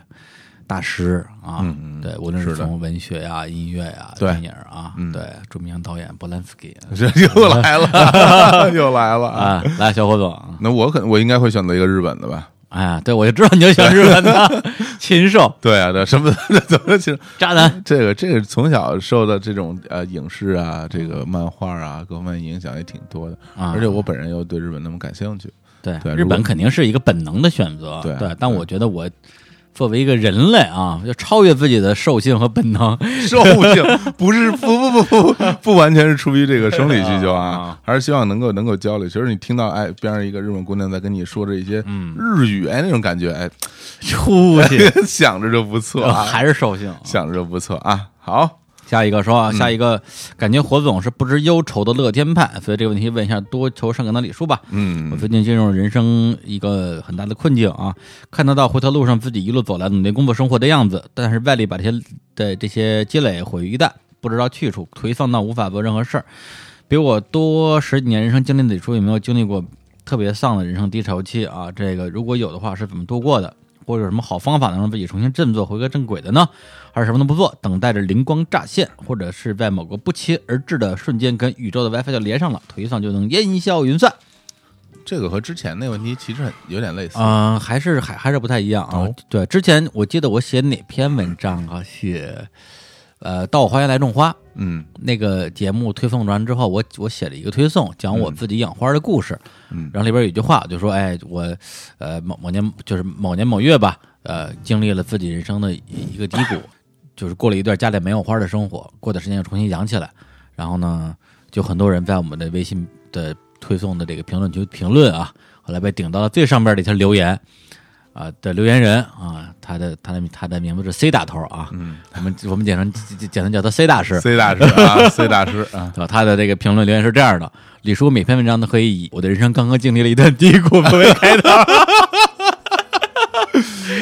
Speaker 1: 大师啊，
Speaker 2: 嗯嗯
Speaker 1: 对，无论
Speaker 2: 是的
Speaker 1: 从文学呀、音乐呀、
Speaker 2: 对
Speaker 1: 电影啊，
Speaker 2: 嗯
Speaker 1: 对，著名导演波兰斯基
Speaker 2: 这又来 了，又来了啊！
Speaker 1: 啊，来，小伙总，
Speaker 2: 那我可我应该会选择一个日本的吧？
Speaker 1: 哎呀，对我就知道你就选日本的 禽兽
Speaker 2: 对啊，对什么 怎么其实
Speaker 1: 渣男，
Speaker 2: 这个这个从小受到这种呃影视啊、这个漫画啊各方面影响也挺多的，
Speaker 1: 啊
Speaker 2: 而且我本人又对日本那么感兴趣，
Speaker 1: 对
Speaker 2: 对
Speaker 1: 日
Speaker 2: 如果
Speaker 1: 本肯定是一个本能的选择，
Speaker 2: 对
Speaker 1: 对，但
Speaker 2: 对
Speaker 1: 我觉得我作为一个人类啊，要超越自己的兽性和本能，
Speaker 2: 兽性，不是不不不不不完全是出于这个生理需求啊
Speaker 1: 啊，
Speaker 2: 还是希望能够能够交流。其实你听到哎边上一个日本姑娘在跟你说着一些日语，哎那种感觉，哎
Speaker 1: 出去
Speaker 2: 想着就不错 啊，
Speaker 1: 还是兽性啊，
Speaker 2: 想着就不错啊。好，
Speaker 1: 下一个说啊，下一个感觉火总是不知忧愁的乐天派，所以这个问题问一下多愁善感的李叔吧。我
Speaker 2: 嗯
Speaker 1: 最近进入人生一个很大的困境啊，看得到回头路上自己一路走来努力工作生活的样子，但是外力把这些的这些积累毁于一旦，不知道去处，颓丧到无法做任何事儿。比我多十几年人生经历的李叔有没有经历过特别丧的人生低潮期啊？这个如果有的话，是怎么度过的？或者有什么好方法能让自己重新振作、回归正轨的呢？还是什么都不做，等待着灵光乍现，或者是在某个不期而至的瞬间跟宇宙的 WiFi 就连上了，颓丧就能烟消云散？
Speaker 2: 这个和之前那问题其实很有点类似，
Speaker 1: 嗯、还是还还是不太一样啊。
Speaker 2: 哦
Speaker 1: 对，之前我记得我写哪篇文章啊？写呃，到我花园来种花
Speaker 2: 嗯
Speaker 1: 那个节目推送完之后，我我写了一个推送，讲我自己养花的故事。
Speaker 2: 嗯
Speaker 1: 然后里边有一句话，我就说，哎，我呃某某年就是某年某月吧，呃，经历了自己人生的一个低谷， 就是过了一段家里没有花的生活，过段时间又重新养起来。然后呢，就很多人在我们的微信的推送的这个评论区评论啊，后来被顶到了最上边的一条留言啊、的留言人啊，他的他的他的名字是 C 打头啊，
Speaker 2: 嗯
Speaker 1: 我们我们简称简单叫他 C 大师。
Speaker 2: ，C 大师 啊，C 大师啊，
Speaker 1: 对吧？他的这个评论留言是这样的：李叔每篇文章都可以以“我的人生刚刚经历了一段低谷”作为开头，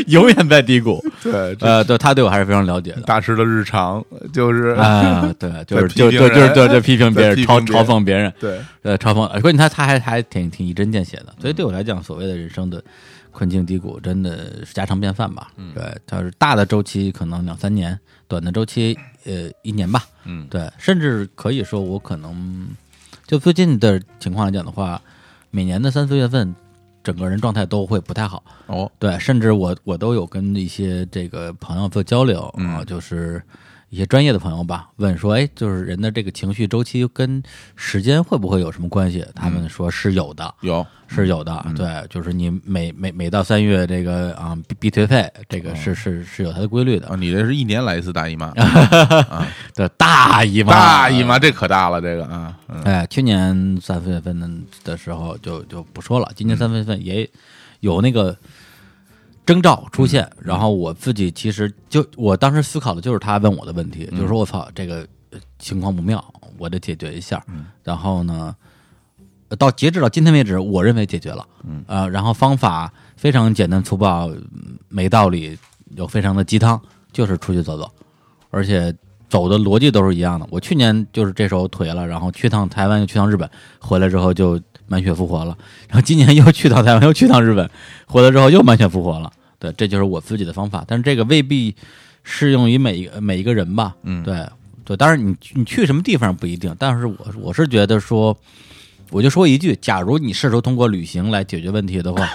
Speaker 1: 永远在低谷。
Speaker 2: 对，这
Speaker 1: 呃，对他对我还是非常了解的
Speaker 2: 大师的日常就是
Speaker 1: 啊，对，就是
Speaker 2: 在批评
Speaker 1: 就就就是
Speaker 2: 人
Speaker 1: 对对批评别人、
Speaker 2: 在批评
Speaker 1: 嘲
Speaker 2: 别
Speaker 1: 嘲
Speaker 2: 人
Speaker 1: 讽别人，
Speaker 2: 对，
Speaker 1: 呃，嘲讽，呃关键他他还还挺挺一针见血的，所以对我来讲，所谓的人生的困境低谷，真的是家常便饭吧。对，它是大的周期可能两三年，短的周期呃一年吧。
Speaker 2: 嗯
Speaker 1: 对，甚至可以说我可能就最近的情况来讲的话，每年的三四月份，整个人状态都会不太好。
Speaker 2: 哦，
Speaker 1: 对，甚至我我都有跟一些这个朋友做交流啊、
Speaker 2: 嗯
Speaker 1: 就是一些专业的朋友吧，问说，哎，就是人的这个情绪周期跟时间会不会有什么关系？他
Speaker 2: 嗯
Speaker 1: 们说是有的，
Speaker 2: 有
Speaker 1: 是有
Speaker 2: 嗯
Speaker 1: 的。对，就是你每每每到三月这个啊必必颓废，这
Speaker 2: 哦
Speaker 1: 个是、是是有它的规律的。
Speaker 2: 啊，你这是一年来一次大姨妈，啊
Speaker 1: 对，大姨妈，
Speaker 2: 大姨妈这可大了，这个啊，嗯
Speaker 1: 哎，去年三四月份的的时候就就不说了，今年三四月份也有那个征兆出现，然后我自己其实就我当时思考的就是他问我的问题，就是说我操这个呃情况不妙，我得解决一下。然后呢，呃到截止到今天为止，我认为解决了，嗯呃，然后方法非常简单粗暴，嗯没道理，又非常的鸡汤，就是出去走走，而且走的逻辑都是一样的。我去年就是这时候颓了，然后去趟台湾又去趟日本，回来之后就满血复活了。然后今年又去趟台湾，又 去趟日本，回来之后又满血复活了。对，这就是我自己的方法，但是这个未必适用于每一个每一个人吧。
Speaker 2: 嗯
Speaker 1: 对对，当然你你去什么地方不一定，但是我我是觉得说，我就说一句，假如你试图通过旅行来解决问题的话，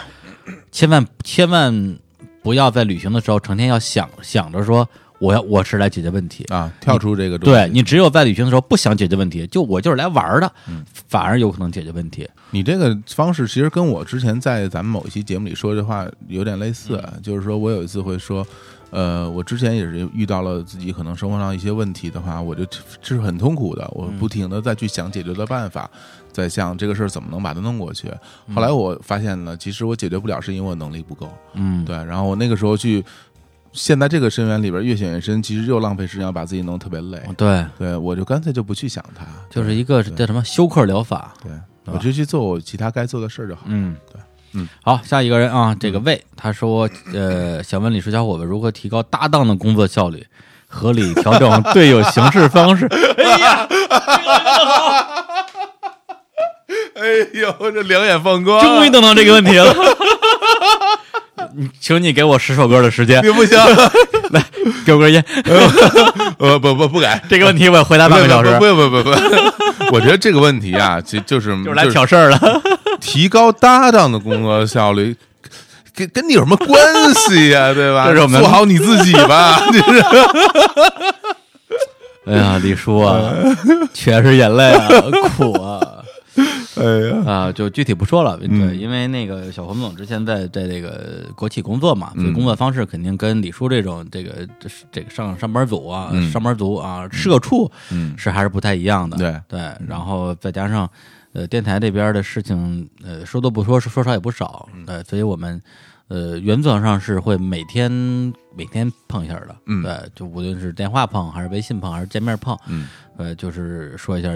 Speaker 1: 千万千万不要在旅行的时候成天要想想着说我要我是来解决问题，
Speaker 2: 啊，跳出这个东西
Speaker 1: 对你只有在旅行的时候不想解决问题，就我就是来玩儿的，
Speaker 2: 嗯
Speaker 1: 反而有可能解决问题。
Speaker 2: 你这个方式其实跟我之前在咱们某一期节目里说这话有点类似，啊
Speaker 1: 嗯
Speaker 2: 就是说我有一次会说，呃，我之前也是遇到了自己可能生活上一些问题的话，我就这是很痛苦的，
Speaker 1: 嗯
Speaker 2: 我不停的再去想解决的办法，在想这个事儿怎么能把它弄过去。后来我发现呢，其实我解决不了，是因为我能力不够。
Speaker 1: 嗯，
Speaker 2: 对，然后我那个时候去，现在这个深渊里边越陷越深，其实又浪费时间，把自己弄得特别累。
Speaker 1: 对，
Speaker 2: 对，我就干脆就不去想它，
Speaker 1: 就是一个叫什么休克疗法。
Speaker 2: 对
Speaker 1: 对
Speaker 2: 我就去做我其他该做的事儿就好。
Speaker 1: 啊嗯，
Speaker 2: 对，
Speaker 1: 嗯，好，下一个人啊，这个
Speaker 2: 嗯
Speaker 1: 魏他说，呃，想问李叔小伙子如何提高搭档的工作效率，合理调整队友行事方 式。
Speaker 2: 哎呦，这两眼放光
Speaker 1: 终于等到这个问题了。 你请你给我十首歌的时间，
Speaker 2: 你不行，
Speaker 1: 来给我根烟。
Speaker 2: 呃，不不不改，
Speaker 1: 这个问题我也回答半个小时，
Speaker 2: 不不不不不，我 觉得这个问题啊，其实就是
Speaker 1: 就是来挑事儿的。
Speaker 2: 提高搭档的工作效率。跟跟你有什么关系呀、对吧？
Speaker 1: 这是我们
Speaker 2: 做好你自己 吧，就是
Speaker 1: 哎呀，李叔 啊，全是眼泪啊， 苦啊。
Speaker 2: 哎呀，嗯
Speaker 1: 啊，就具体不说了，对，因为那个小黄总之前在在这个国企工作嘛，所
Speaker 2: 嗯
Speaker 1: 以工作方式肯定跟李叔这种这个这是这个上上班族啊、上班族啊、社畜，
Speaker 2: 嗯
Speaker 1: 是还是不太一样的。
Speaker 2: 对
Speaker 1: 对，然后再加上呃，电台这边的事情，呃，说多不说，说少也不少，
Speaker 2: 嗯
Speaker 1: 对，所以我们。呃，原则上是会每天每天碰一下的，
Speaker 2: 嗯
Speaker 1: 对，就无论是电话碰，还是微信碰，还是见面碰，
Speaker 2: 嗯，
Speaker 1: 呃，就是说一下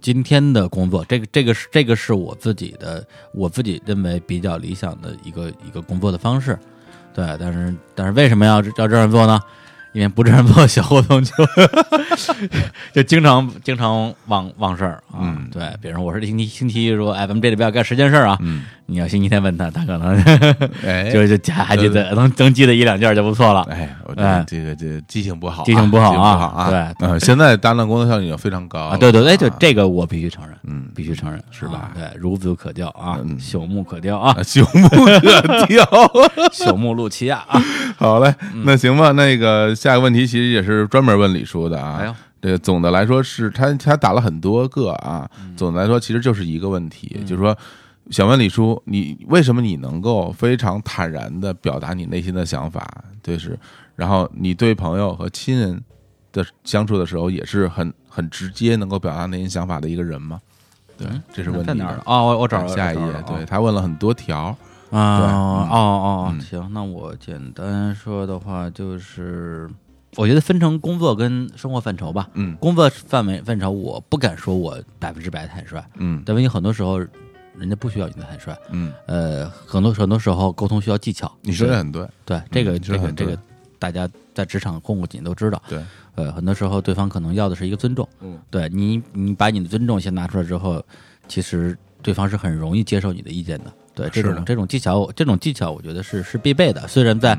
Speaker 1: 今天的工作，这个这个是这个是我自己的，我自己认为比较理想的一个一个工作的方式，对，但是但是为什么要要这样做呢？因为不这样做，小活动就就经常经常忘忘事儿啊。
Speaker 2: 嗯
Speaker 1: 对，比如说我是星期星期一说，哎，咱们这礼拜要干十件事儿啊，
Speaker 2: 嗯
Speaker 1: 你要星期天问他，他可能
Speaker 2: 哎，
Speaker 1: 就就记还记得能能记得一两件就不错了。
Speaker 2: 哎，我
Speaker 1: 哎
Speaker 2: 这这个这记性不好啊，
Speaker 1: 记性不好啊
Speaker 2: 好啊。
Speaker 1: 对
Speaker 2: 嗯，现在搭档工作效率已经非常高
Speaker 1: 啊，
Speaker 2: 了，
Speaker 1: 对对，哎，对
Speaker 2: 啊，
Speaker 1: 这个我必须承认，
Speaker 2: 嗯
Speaker 1: 必须承认，
Speaker 2: 是吧
Speaker 1: 啊对，孺子可教啊，
Speaker 2: 嗯
Speaker 1: 朽木可雕啊
Speaker 2: 啊，朽木可雕。
Speaker 1: 朽木露琪亚啊，
Speaker 2: 好嘞，那行吧。那个下一个问题其实也是专门问李叔的啊。
Speaker 1: 哎呦
Speaker 2: 这个总的来说是他他打了很多个啊，
Speaker 1: 嗯
Speaker 2: 总的来说其实就是一个问题，就是说想问李叔，你为什么你能够非常坦然的表达你内心的想法，对是，然后你对朋友和亲人的相处的时候也是很很直接能够表达内心想法的一个人吗？对，这是问题
Speaker 1: 嗯在
Speaker 2: 的
Speaker 1: 哪儿呢？哦，我我找着了
Speaker 2: 下一页，对他问了很多条，
Speaker 1: 啊，
Speaker 2: 对
Speaker 1: 哦
Speaker 2: 嗯
Speaker 1: 哦，
Speaker 2: 嗯
Speaker 1: 行，那我简单说的话就是，我觉得分成工作跟生活范畴吧。
Speaker 2: 嗯
Speaker 1: 工作范围范畴，我不敢说我百分之百坦率，
Speaker 2: 嗯
Speaker 1: 但因为很多时候人家不需要你的坦率，
Speaker 2: 嗯，
Speaker 1: 呃，很多很多时候沟通需要技巧。
Speaker 2: 你说的很对，
Speaker 1: 对这个
Speaker 2: 你说
Speaker 1: 这
Speaker 2: 得
Speaker 1: 个
Speaker 2: 很
Speaker 1: 这
Speaker 2: 嗯对
Speaker 1: 个，大家在职场混过几年都知道，
Speaker 2: 对，
Speaker 1: 呃，很多时候对方可能要的是一个尊重，
Speaker 2: 嗯，
Speaker 1: 对你你把你的尊重先拿出来之后，其实对方是很容易接受你的意见的。对这
Speaker 2: 是
Speaker 1: 种
Speaker 2: 的嗯
Speaker 1: 这种技巧，这种技巧我觉得是是必备的。虽然在、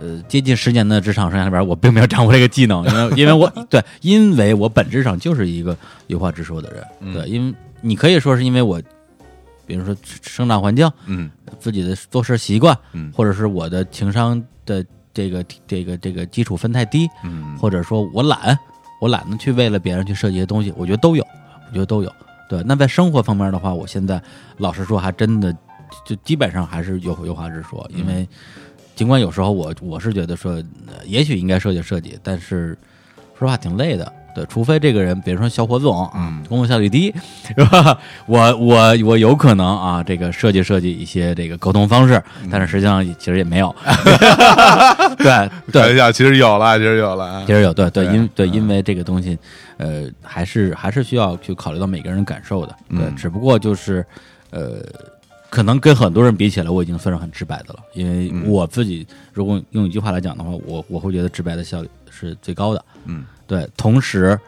Speaker 1: 呃接近十年的职场生涯里边，我并没有掌握这个技能，因为 因为我对，因为我本质上就是一个有话直说的人。
Speaker 2: 嗯
Speaker 1: 对，因为你可以说是因为我，比如说生长环境、
Speaker 2: 嗯
Speaker 1: 自己的做事习惯，
Speaker 2: 嗯
Speaker 1: 或者是我的情商的这个这个这个基础分太低，
Speaker 2: 嗯
Speaker 1: 或者说我懒，我懒得去为了别人去设计一些东西，我觉得都有，我觉得都有。对，那在生活方面的话，我现在老实说，还真的就基本上还是有有话直说，因
Speaker 2: 嗯
Speaker 1: 为尽管有时候我我是觉得说，呃也许应该设计设计，但是说实话挺累的。对，除非这个人，比如说小伙总啊
Speaker 2: 嗯，
Speaker 1: 工作效率低， 是吧？我我我有可能啊，这个设计设计一些这个沟通方式，
Speaker 2: 嗯
Speaker 1: 但是实际上也其实也没 有。对对
Speaker 2: 等，一哎下，其实有了，其实有了啊
Speaker 1: 其。实有对对，
Speaker 2: 对嗯
Speaker 1: 因对因为这个东西，呃，还是还是需要去考虑到每个人感受的，对，
Speaker 2: 嗯
Speaker 1: 只不过就是，呃，可能跟很多人比起来，我已经算是很直白的了，因为
Speaker 2: 嗯
Speaker 1: 我自己如果用一句话来讲的话，我我会觉得直白的效率是最高的，
Speaker 2: 嗯，
Speaker 1: 对，同时。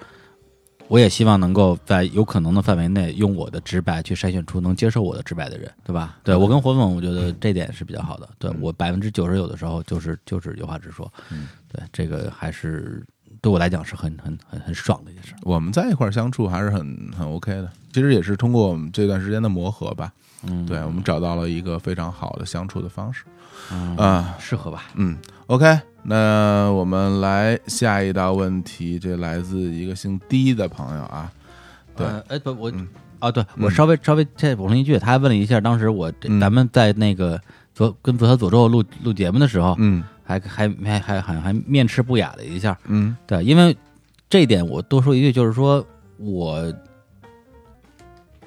Speaker 1: 我也希望能够在有可能的范围内，用我的直白去筛选出能接受我的直白的人，对吧？
Speaker 2: 嗯
Speaker 1: 对我跟火总，我觉得这点是比较好的。对我百分之九十有的时候就是就是有话直说，对，这个还是对我来讲是很很很很爽的一件事儿。
Speaker 2: 我们在一块儿相处还是很很 OK 的。其实也是通过我们这段时间的磨合吧，
Speaker 1: 嗯，
Speaker 2: 对我们找到了一个非常好的相处的方式
Speaker 1: 嗯
Speaker 2: 啊。
Speaker 1: 适合吧？
Speaker 2: 嗯，OK，那我们来下一道问题，这来自一个姓 D 的朋友啊。对
Speaker 1: 呃，哎不，我
Speaker 2: 嗯
Speaker 1: 啊，对我
Speaker 2: 嗯
Speaker 1: 稍微稍微再补充一句，他还问了一下，当时我这
Speaker 2: 嗯
Speaker 1: 咱们在那个左跟左小左右录录节目的时候，
Speaker 2: 嗯
Speaker 1: 还还还还还还面斥不雅了一下，
Speaker 2: 嗯
Speaker 1: 对，因为这一点我多说一句，就是说我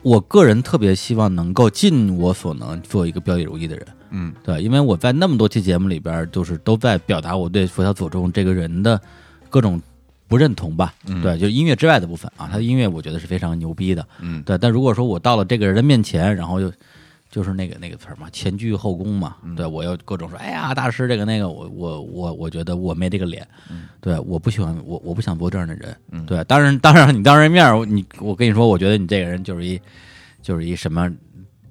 Speaker 1: 我个人特别希望能够尽我所能做一个表里如一的人。
Speaker 2: 嗯
Speaker 1: 对，因为我在那么多期节目里边儿，就是都在表达我对佛小左中这个人的各种不认同吧。
Speaker 2: 嗯
Speaker 1: 对，就是音乐之外的部分啊，他的音乐我觉得是非常牛逼的。
Speaker 2: 嗯
Speaker 1: 对，但如果说我到了这个人的面前，然后又就是那个那个词儿嘛，前倨后恭嘛，
Speaker 2: 嗯
Speaker 1: 对我又各种说，哎呀，大师这个那个，我我我我觉得我没这个脸，对，我不喜欢我我不想做这样的人，
Speaker 2: 嗯
Speaker 1: 对，当然当然你当人面儿，你我跟你说，我觉得你这个人就是一就是一什么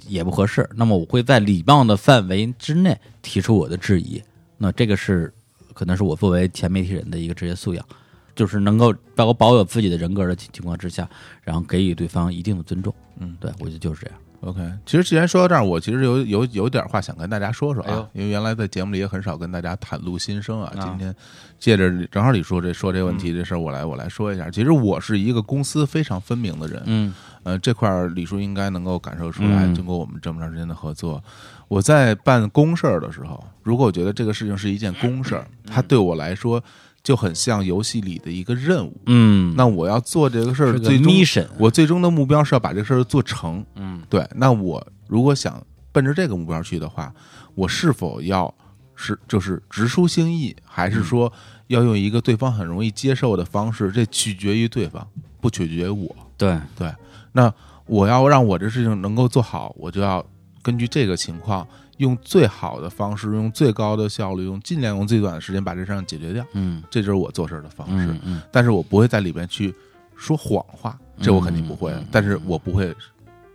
Speaker 1: 也不合适，那么我会在礼貌的范围之内提出我的质疑，那这个是可能是我作为前媒体人的一个职业素养。就是能够在我保有自己的人格的情情况之下，然后给予对方一定的尊重。
Speaker 2: 嗯
Speaker 1: 对，我觉得就是这样。
Speaker 2: ，OK。其实既然说到这儿，我其实有有有点话想跟大家说说
Speaker 1: 哎
Speaker 2: 啊
Speaker 1: 呦，
Speaker 2: 因为原来在节目里也很少跟大家袒露心声
Speaker 1: 啊
Speaker 2: 啊。
Speaker 1: 嗯
Speaker 2: 今天借着正好李叔这说这问题这事儿，我来我来说一下。其实我是一个公私非常分明的人，
Speaker 1: 嗯
Speaker 2: 呃，这块儿李叔应该能够感受出来，
Speaker 1: 嗯
Speaker 2: 经过我们这么长时间的合作，我在办公事儿的时候，如果我觉得这个事情是一件公事儿，
Speaker 1: 嗯
Speaker 2: 它对我来说就很像游戏里的一个任务。
Speaker 1: 嗯，
Speaker 2: 那我要做这个事儿，
Speaker 1: 是个
Speaker 2: 最终
Speaker 1: mission 啊
Speaker 2: 我最终的目标是要把这个事儿做成。
Speaker 1: 嗯，
Speaker 2: 对。那我如果想奔着这个目标去的话，我是否要是就是直抒心意，还是说
Speaker 1: 嗯
Speaker 2: 要用一个对方很容易接受的方式？这取决于对方，不取决于我。
Speaker 1: 对，
Speaker 2: 对，那我要让我这事情能够做好，我就要根据这个情况，用最好的方式，用最高的效率，用尽量用最短的时间把这事情解决掉。
Speaker 1: 嗯
Speaker 2: 这就是我做事儿的方式，
Speaker 1: 嗯嗯
Speaker 2: 但是我不会在里边去说
Speaker 1: 嗯
Speaker 2: 谎话，这我肯定不会。但是我不会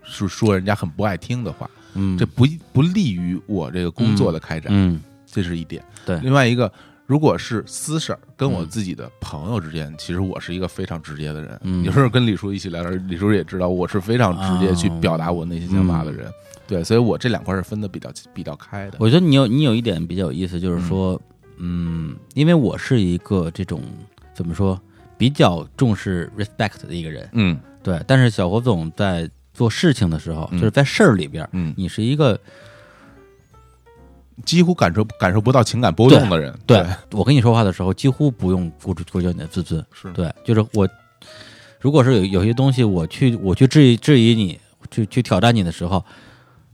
Speaker 2: 是说人家很不爱听的话，
Speaker 1: 嗯，
Speaker 2: 这不不利于我这个工作的开展，
Speaker 1: 嗯
Speaker 2: 这是一点。
Speaker 5: 对
Speaker 2: 另外一个，如果是私事儿，跟
Speaker 1: 嗯
Speaker 2: 我自己的朋友之间，其实我是一个非常直接的人。
Speaker 1: 嗯
Speaker 2: 有时候跟李叔一起聊天，李叔也知道我是非常直接去表达我内心想法的
Speaker 1: 哦
Speaker 2: 人。对，所以我这两块是分的比较比较开的。
Speaker 1: 我觉得你有你有一点比较有意思，就是说，嗯因为我是一个这种怎么说比较重视 respect 的一个人，
Speaker 2: 嗯
Speaker 1: 对。但是小侯总在做事情的时候，
Speaker 2: 嗯
Speaker 1: 就是在事儿里边，
Speaker 2: 嗯，
Speaker 1: 你是一个
Speaker 2: 几乎感受感受不到情感波动的人。
Speaker 1: 对我跟你说话的时候，几乎不用顾顾及你的自尊，
Speaker 2: 是，
Speaker 1: 对，就是我，如果是有有些东西我去我去质疑质疑你，去去挑战你的时候，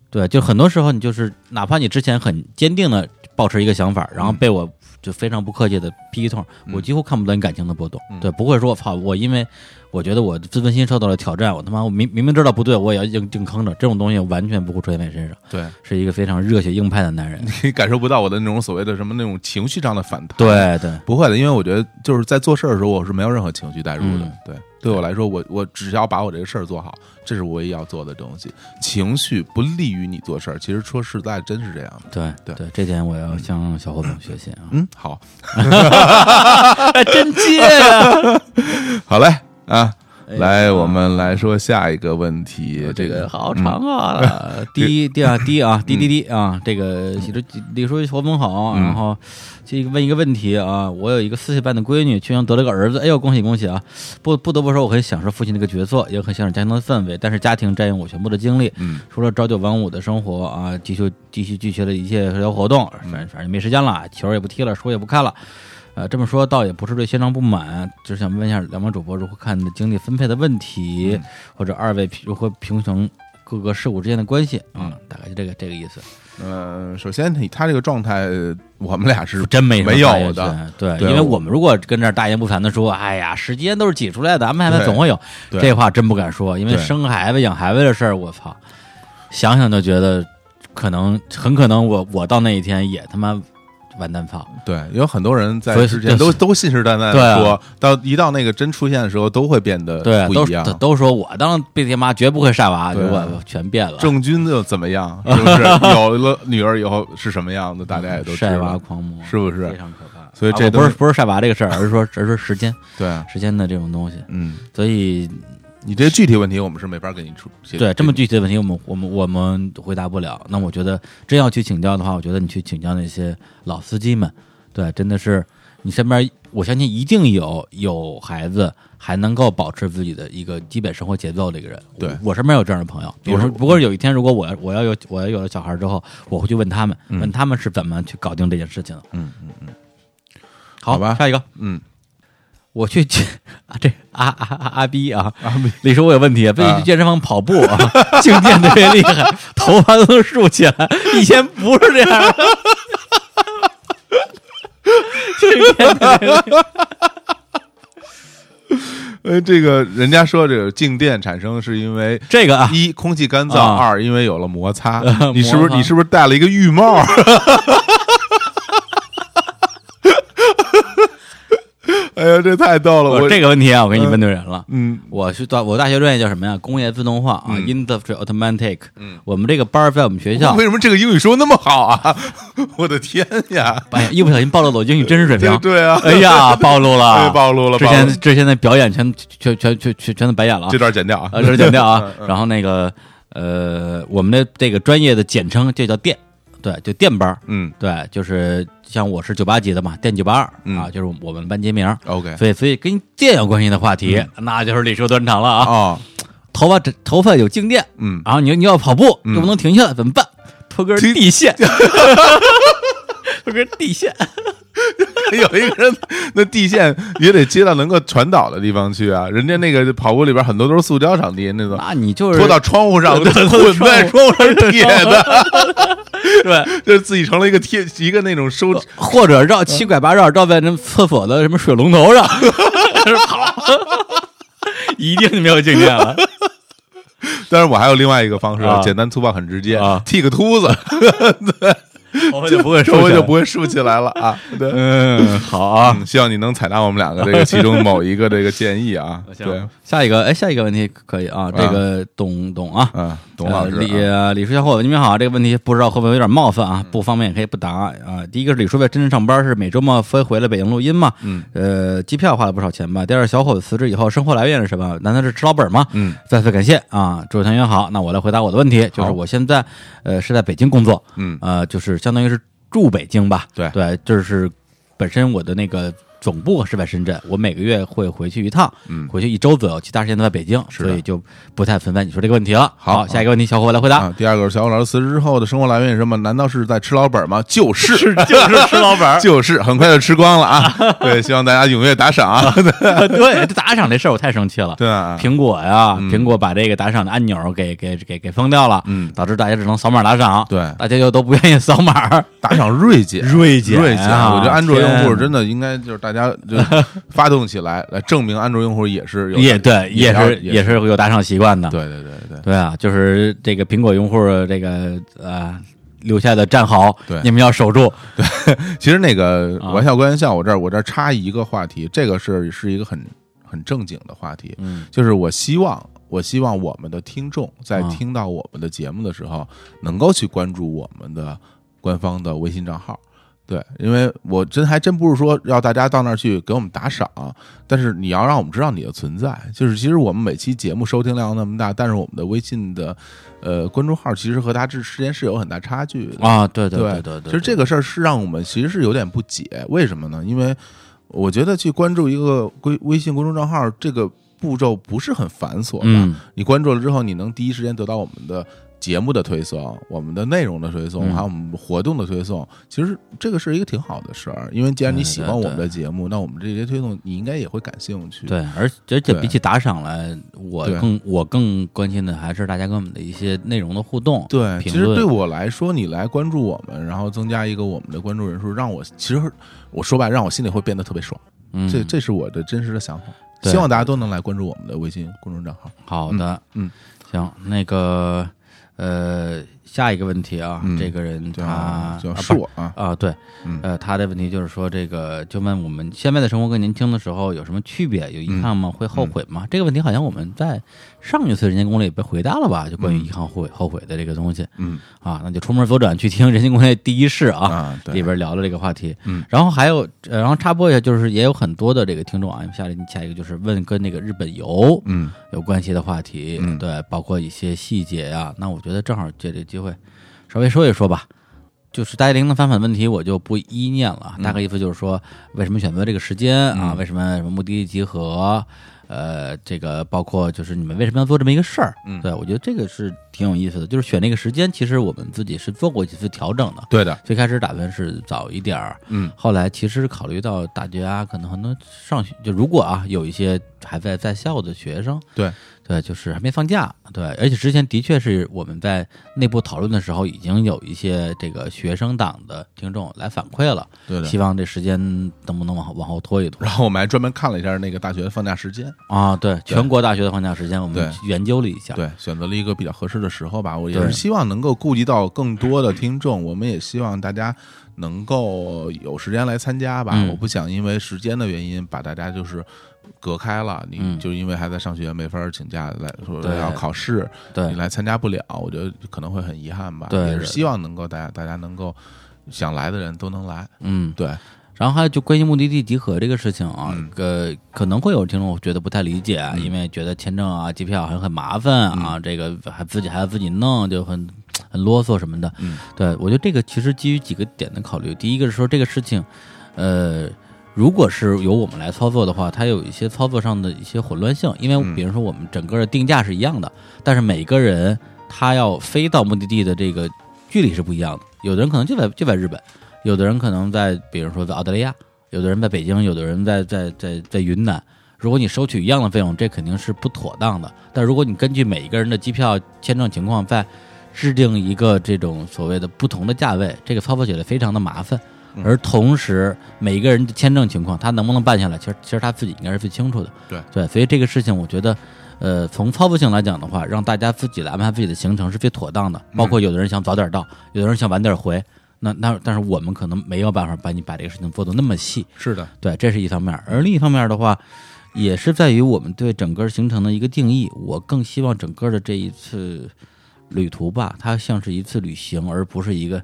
Speaker 1: 对，就很多时候你就是哪怕你之前很坚定的保持一个想法，然后
Speaker 2: 嗯
Speaker 1: 被我就非常不客气的批一通，我
Speaker 2: 嗯
Speaker 1: 几乎看不到你感情的波动，
Speaker 2: 嗯
Speaker 1: 对，不会说操我因为我觉得我自尊心受到了挑战，我他妈我明明明知道不对，我也要硬硬坑着，这种东西完全不会出现在你身上，
Speaker 2: 对，
Speaker 1: 是一个非常热血硬派的男 人，
Speaker 2: 你感受不到我的那种所谓的什么那种情绪上的反弹。
Speaker 1: 对对，
Speaker 2: 不会的，因为我觉得就是在做事儿的时候，我是没有任何情绪带入的。
Speaker 1: 嗯
Speaker 2: 对，对我来说，我我只要把我这个事儿做好，这是我唯一要做的东西。情绪不利于你做事儿，其实说实在，真是这样的。
Speaker 1: 对
Speaker 2: 对
Speaker 1: 对，这点我要向小伙总学习 啊，
Speaker 2: 嗯，好，
Speaker 1: 真接
Speaker 2: 啊好嘞啊，
Speaker 1: 哎哦
Speaker 2: 来，我们来说下一个问题。
Speaker 5: 这
Speaker 2: 这
Speaker 5: 个
Speaker 2: 个
Speaker 5: 好
Speaker 2: 嗯
Speaker 5: 长啊，
Speaker 1: 呃，滴滴啊滴啊滴滴滴啊，这个李叔李叔活风好，
Speaker 2: 嗯
Speaker 1: 然后这个问一个问题啊，我有一个四岁半的闺女，去年得了个儿子，哎呦恭喜恭喜啊！不不得不说，我很享受父亲这个角色，也很享受家庭的氛围，但是家庭占用我全部的精力，
Speaker 2: 嗯
Speaker 1: 除了朝九晚五的生活啊，继续继续继续的一切社交活动，反反正没时间了，球也不踢了，书也不看了。呃，这么说倒也不是对现状不满，只想问一下两位主播如何看精力分配的问题，
Speaker 2: 嗯
Speaker 1: 或者二位平如何平衡各个事物之间的关系啊、大概就这个这个意思。
Speaker 2: 嗯、呃首先你他这个状态，我们俩是
Speaker 1: 真没
Speaker 2: 没
Speaker 1: 有
Speaker 2: 有的，
Speaker 1: 对，
Speaker 2: 对
Speaker 1: 因为
Speaker 2: 我
Speaker 1: 我们如果跟这儿大言不惭的说，哎呀，时间都是挤出来的，安排安排
Speaker 2: 对
Speaker 1: 总会有，
Speaker 2: 对
Speaker 1: 这话真不敢说，因为
Speaker 2: 对
Speaker 1: 生孩子、养孩子的事儿，我操，想想就觉得可能很可能我我到那一天也他妈完蛋操，
Speaker 2: 对，有很多人在
Speaker 1: 所以
Speaker 2: 之前都
Speaker 1: 就是
Speaker 2: 都信誓旦旦
Speaker 1: 对
Speaker 2: 的
Speaker 1: 啊
Speaker 2: 说，到一到那个真出现的时候，都会变得
Speaker 1: 对，
Speaker 2: 呃
Speaker 1: 啊
Speaker 2: 不
Speaker 1: 都
Speaker 2: 一样。
Speaker 1: 都都说我当别爹妈绝不会晒娃，
Speaker 2: 对啊
Speaker 1: 我全变了，
Speaker 2: 郑钧又怎么 样？是不是有了女儿以后是什么样子？大家也都知
Speaker 1: 晒娃
Speaker 2: 道，
Speaker 1: 狂魔
Speaker 2: 是不
Speaker 1: 非
Speaker 2: 是？
Speaker 1: 常可怕。
Speaker 2: 所以
Speaker 1: 啊
Speaker 2: 这
Speaker 1: 我
Speaker 2: 东
Speaker 1: 不是
Speaker 2: 西
Speaker 1: 不是晒娃这个事儿，而是说而是说时间
Speaker 2: 对啊，
Speaker 1: 时间的这种东西，
Speaker 2: 嗯，
Speaker 1: 所以
Speaker 2: 你这具体问题我们是没法给你出。解
Speaker 1: 对，这么具体的问题，我们我们我们回答不了。那我觉得真要去请教的话，我觉得你去请教那些老司机们，对，真的是你身边，我相信一定有有孩子还能够保持自己的一个基本生活节奏的一个人。
Speaker 2: 对
Speaker 1: 我我身边有这样的朋友。
Speaker 2: 比如
Speaker 1: 我说，
Speaker 2: 说
Speaker 1: 不过有一天如果我要我要有我要有了小孩之后，我会去问他们，问他们是怎么去搞定这件事情的。
Speaker 2: 嗯
Speaker 1: 嗯嗯，
Speaker 2: 好吧
Speaker 1: 下一个，
Speaker 2: 嗯，
Speaker 1: 我去 健啊，这阿阿阿阿逼啊，李叔我有问题，啊被去健身房跑步啊， 静电特别厉害， 头发都能竖起来，以前不是这样。静电特别厉害
Speaker 2: 呃，这个人家说这个静电产生是因为
Speaker 1: 这 个啊，
Speaker 2: 一空气干燥，
Speaker 1: 啊
Speaker 2: 二因为有了摩擦
Speaker 1: 呃。
Speaker 2: 你是不
Speaker 1: 摩
Speaker 2: 是
Speaker 1: 擦
Speaker 2: 你是不是戴了一个浴帽？ 哎呀，这太逗了！我
Speaker 1: 我这个问题啊，我给你问对人了。
Speaker 2: 嗯
Speaker 1: 我是大我大学专业叫什么呀？工业自动化啊
Speaker 2: 嗯
Speaker 1: ，Industrial Automatic。
Speaker 2: 嗯，
Speaker 1: 我们这个班儿在我们学校
Speaker 2: 为，什么这个英语说那么好啊？ 我的天呀！
Speaker 1: 哎呀，一不小心暴露了我英语真实水
Speaker 2: 对
Speaker 1: 平。
Speaker 2: 对啊，
Speaker 1: 哎呀，暴露
Speaker 2: 哎
Speaker 1: 了，
Speaker 2: 暴露了
Speaker 1: 之
Speaker 2: 暴露
Speaker 1: 前
Speaker 2: 了
Speaker 1: 之前的表演全全全全全全都白眼了啊
Speaker 2: 这。段剪掉啊。
Speaker 1: 呃，这是剪掉啊
Speaker 2: 嗯嗯
Speaker 1: 然后那个呃，我们的这个专业的简称就叫电，对，就电班儿，
Speaker 2: 嗯
Speaker 1: 对，就是像我是九八级的嘛，电九八二
Speaker 2: 嗯
Speaker 1: 啊，就是我们班级名儿。
Speaker 2: ，OK
Speaker 1: 所以，所以跟电有关系的话题，
Speaker 2: 嗯
Speaker 1: 那就是李叔端场了啊。
Speaker 2: 哦，
Speaker 1: 头发这头发有静电，
Speaker 2: 嗯，
Speaker 1: 然后你你要跑步
Speaker 2: 嗯
Speaker 1: 又不能停下来，怎么办？拖根
Speaker 2: 停
Speaker 1: 地 线，拖根地线，
Speaker 2: 有一个人那地线也得接到能够传导的地方去啊，人家那个跑步里边很多都是塑胶场地那种。
Speaker 1: 那啊你就是
Speaker 2: 拖到窗户 上，
Speaker 1: 对对对
Speaker 2: 滚在窗户上 铁
Speaker 1: 啊
Speaker 2: 的，
Speaker 1: 对，
Speaker 2: 就自己成了一个贴一个那种收
Speaker 1: 或者绕七拐八绕绕在那厕所的什么水龙 头上跑，一定没有静电 了。
Speaker 2: 但是我还有另外一个方式，
Speaker 1: 啊
Speaker 2: 简单粗暴很直接
Speaker 1: 啊
Speaker 2: 剃个秃子，
Speaker 1: 头发就 不会
Speaker 2: 周
Speaker 1: 竖
Speaker 2: 围
Speaker 1: 起
Speaker 2: 就
Speaker 1: 来
Speaker 2: 不。会竖起来了 啊。对，
Speaker 1: 嗯，好啊。
Speaker 2: 嗯希望你能采纳我们两个这个其中某一个这个建 议啊。
Speaker 1: 行
Speaker 2: 对，
Speaker 1: 下一个，哎，下一个问题可以啊，这个董董啊，
Speaker 2: 嗯，董老师
Speaker 1: 呃李
Speaker 2: 啊，
Speaker 1: 呃李叔小伙子，你们好，这个问题不知道会不会有点冒犯啊？不方便也可以不答啊、第一个是李叔为真正上班是每周末飞回来北京录音嘛？
Speaker 2: 嗯，
Speaker 1: 呃，机票花了不少钱吧？第二，小伙子辞职以后生活来源是什么？难道是吃老本吗？
Speaker 2: 嗯，
Speaker 1: 再次感谢啊，祝团员好。那我来回答我的问题，就是
Speaker 2: 好
Speaker 1: 我现在呃是在北京工作，
Speaker 2: 嗯
Speaker 1: 呃，就是相当于是住北京吧？
Speaker 2: 对
Speaker 1: 对，就是本身我的那个。总部是在深圳，我每个月会回去一趟，
Speaker 2: 嗯
Speaker 1: 回去一周左右，其他时间都在北京，
Speaker 2: 是的
Speaker 1: 所以就不太存在你说这个问题了。
Speaker 2: 好
Speaker 1: 下一个问题，小伙伴来回答。
Speaker 2: 啊，第二个是小虎老师辞职之后的生活来源是什么？难道是在吃老本吗？ 就是是
Speaker 6: 就是吃老板
Speaker 2: 就是，很快就吃光了啊。对，希望大家踊跃打赏啊。
Speaker 1: 对，这打赏这事儿我太生气了。
Speaker 2: 对啊，
Speaker 1: 苹果呀，苹果把这个打赏的按钮给给给给封掉了，
Speaker 2: 嗯
Speaker 1: 导致大家只能扫码打赏。
Speaker 2: 对
Speaker 1: 大家又都不愿意扫码。
Speaker 2: 打赏瑞姐，
Speaker 1: 瑞姐
Speaker 2: 瑞姐啊，
Speaker 1: 啊
Speaker 2: 我觉得安卓用户
Speaker 1: 天
Speaker 2: 真的应该就是大家就 发动起来，来证明安卓用户也是有
Speaker 1: 也对，也
Speaker 2: 要
Speaker 1: 是也
Speaker 2: 也
Speaker 1: 是有打赏习惯的。
Speaker 2: 对对对对。
Speaker 1: 对啊，就是这个苹果用户这个呃留下的战壕，
Speaker 2: 对
Speaker 1: 你们要守住。
Speaker 2: 其实那个
Speaker 1: 啊
Speaker 2: 玩笑归玩笑，我这儿我这儿插一个话题，这个是是一个很很正经的话题，
Speaker 1: 嗯，
Speaker 2: 就是我希望我希望我们的听众在
Speaker 1: 啊
Speaker 2: 听到我们的节目的时候，能够去关注我们的官方的微信账号。对，因为我真还真不是说要大家到那儿去给我们打赏，但是你要让我们知道你的存在。就是其实我们每期节目收听量那么大，但是我们的微信的呃关注号其实和它之之间是有很大差距的。
Speaker 1: 啊，对对
Speaker 2: 对
Speaker 1: 对对对，
Speaker 2: 其实这个事儿是让我们其实是有点不解，为什么呢？因为我觉得去关注一个微微信公众账号这个步骤不是很繁琐的。
Speaker 1: 嗯
Speaker 2: 你关注了之后，你能第一时间得到我们的节目的推送、我们的内容的推送，
Speaker 1: 嗯
Speaker 2: 还有我们活动的推送。其实这个是一个挺好的事儿，因为既然你喜欢
Speaker 1: 对对
Speaker 2: 我们的节目，那我们这些推送你应该也会感兴趣。
Speaker 1: 对，而且而且
Speaker 2: 对
Speaker 1: 比起打赏来，我
Speaker 2: 对
Speaker 1: 更我更关心的还是大家跟我们的一些内容的互动。
Speaker 2: 对，其
Speaker 1: 评
Speaker 2: 实
Speaker 1: 论
Speaker 2: 对我来说，你来关注我们，然后增加一个我们的关注人数，让我其实我说白，了，让我心里会变得特别爽。
Speaker 1: 嗯，
Speaker 2: 这这是我的真实的想法。
Speaker 1: 对
Speaker 2: 希望大家都能来关注我们的微信公众账号。
Speaker 1: 好的，
Speaker 2: 嗯，
Speaker 1: 行，那个呃，下一个问题啊，
Speaker 2: 嗯
Speaker 1: 这个人
Speaker 2: 叫
Speaker 1: 他
Speaker 2: 叫
Speaker 1: 啊不
Speaker 2: 硕啊，
Speaker 1: 啊，对，
Speaker 2: 嗯
Speaker 1: 呃，他的问题就是说，这个就问我们现在的生活跟年轻的时候有什么区别？有
Speaker 2: 嗯
Speaker 1: 遗憾吗？会后悔吗？这个问题好像我们在上一次《人间攻略》里被回答了吧？就关于遗憾、后悔、后悔的这个东西
Speaker 2: 嗯
Speaker 1: 啊，那就出门左转去听《人间攻略》第一世啊。
Speaker 2: 啊，对
Speaker 1: 里，边聊了这个话题，
Speaker 2: 嗯，
Speaker 1: 然后还有，呃然后插播一下，就是也有很多的这个听众啊，下一下一个就是问跟那个日本游，
Speaker 2: 嗯
Speaker 1: 有关系的话题，
Speaker 2: 嗯
Speaker 1: 对，包括一些细节呀、那我觉得正好借这个机会稍微说一说吧。就是大家零的反反问题，我就不一一念了。
Speaker 2: 嗯
Speaker 1: 大概意思就是说，为什么选择这个时间啊？为什么什么目的地集合？呃，这个包括就是你们为什么要做这么一个事儿？
Speaker 2: 嗯
Speaker 1: 对我觉得这个是挺有意思的。就是选这个时间，其实我们自己是做过几次调整的。
Speaker 2: 对的，
Speaker 1: 最开始打算是早一点儿，
Speaker 2: 嗯
Speaker 1: 后来其实考虑到大家可能很多上学，就如果啊有一些还在在校的学生，
Speaker 2: 对
Speaker 1: 对，就是还没放假，对，而且之前的确是我们在内部讨论的时候，已经有一些这个学生党的听众来反馈了，
Speaker 2: 对的
Speaker 1: 希。望这时间能不能往后往后拖一拖
Speaker 2: 然后我们还专门看了一下那个大学的放假时间，
Speaker 1: 啊？对，全国大学的放假时间我们
Speaker 2: 对
Speaker 1: 研究了一下，
Speaker 2: 对，选择了一个比较合适的时候吧。我也
Speaker 1: 对
Speaker 2: 是希望能够顾及到更多的听众，我们也希望大家能够有时间来参加吧。
Speaker 1: 嗯
Speaker 2: 我不想因为时间的原因把大家就是隔开了，你
Speaker 1: 嗯
Speaker 2: 就因为还在上学没法儿请假来说
Speaker 1: 对
Speaker 2: 要考试，
Speaker 1: 对
Speaker 2: 你来参加不了，我觉得可能会很遗憾吧。
Speaker 1: 对
Speaker 2: 也是
Speaker 1: 对
Speaker 2: 希望能够大家大家能够想来的人都能来。
Speaker 1: 嗯，
Speaker 2: 对，
Speaker 1: 然后还有就关于目的地集合这个事情啊
Speaker 2: 嗯，
Speaker 1: 呃，可能会有听众觉得不太理解，啊因为觉得签证啊、机票还很麻烦啊，
Speaker 2: 嗯
Speaker 1: 这个还自己还要自己弄，就很很啰嗦什么的。
Speaker 2: 嗯，
Speaker 1: 对我觉得这个其实基于几个点的考虑，第一个是说这个事情，呃。如果是由我们来操作的话，它有一些操作上的一些混乱性，因为
Speaker 2: 嗯
Speaker 1: 比如说我们整个的定价是一样的，但是每个人他要飞到目的地的这个距离是不一样的。有的人可能就在就在日本，有的人可能在比如说在澳大利亚，有的人在北京，有的人在在在在云南。如果你收取一样的费用，这肯定是不妥当的。但如果你根据每一个人的机票签证情况再制定一个这种所谓的不同的价位，这个操作起来非常的麻烦。而同时，每一个人的签证情况，他能不能办下来，其实其实他自己应该是最清楚的。
Speaker 2: 对
Speaker 1: 对，所以这个事情，我觉得，呃，从操作性来讲的话，让大家自己来安排自己的行程是最妥当的。包括有的人想早点到，有的人想晚点回，那那但是我们可能没有办法把你把这个事情做得那么细，
Speaker 2: 是的，
Speaker 1: 对，这是一方面儿。而另一方面儿的话，也是在于我们对整个行程的一个定义。我更希望整个的这一次旅途吧，它像是一次旅行，而不是一个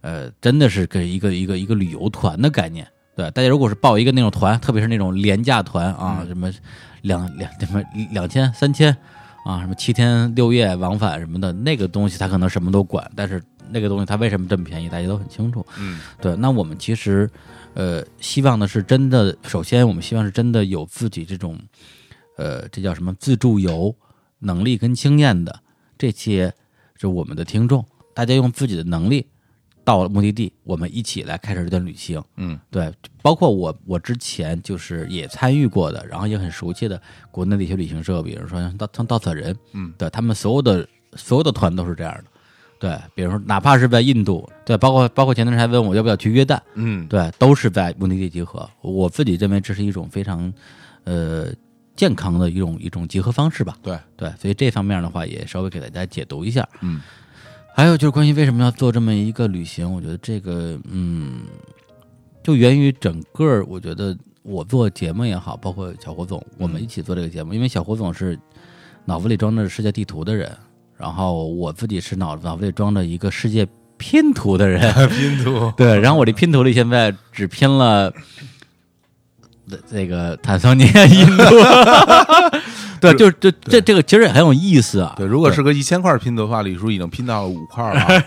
Speaker 1: 呃，真的是给一个一个一个旅游团的概念。对，大家如果是报一个那种团，特别是那种廉价团啊，什么两两什么两千、三千啊，什么七天六夜往返什么的，那个东西它可能什么都管，但是那个东西它为什么这么便宜，大家都很清楚。
Speaker 2: 嗯，
Speaker 1: 对，那我们其实，呃，希望的是真的，首先我们希望是真的有自己这种，呃，这叫什么自助游能力跟经验的这些，是我们的听众，大家用自己的能力到了目的呃地，我们一起来开始这段旅行。
Speaker 2: 嗯，
Speaker 1: 对，包括我，我之前就是也参与过的，然后也很熟悉的国内的一些旅行社，比如说像稻像稻草人，
Speaker 2: 嗯，
Speaker 1: 对他们所有的所有的团都是这样的。对，比如说哪怕是在印度，对，包括包括前段时间还问我要不要去约旦，
Speaker 2: 嗯，
Speaker 1: 对，都是在目的地集合。我自己认为这是一种非常，呃，健康的一种一种集合方式吧。
Speaker 2: 对，
Speaker 1: 对，所以这方面的话也稍微给大家解读一下。
Speaker 2: 嗯，
Speaker 1: 还有就是关于为什么要做这么一个旅行，我觉得这个，嗯，就源于整个儿，我觉得我做节目也好，包括小胡总，我们一起做这个节目，因为小胡总是脑子里装着世界地图的人，然后我自己是脑脑子里装着一个世界拼图的人。
Speaker 2: 拼图，
Speaker 1: 对，然后我这拼图里现在只拼了这这个坦桑尼亚、印度， 对，就是这这这个其实也很有意思啊。
Speaker 2: 对，如果是个一千块拼图的话，李叔已经拼到了五块 了啊，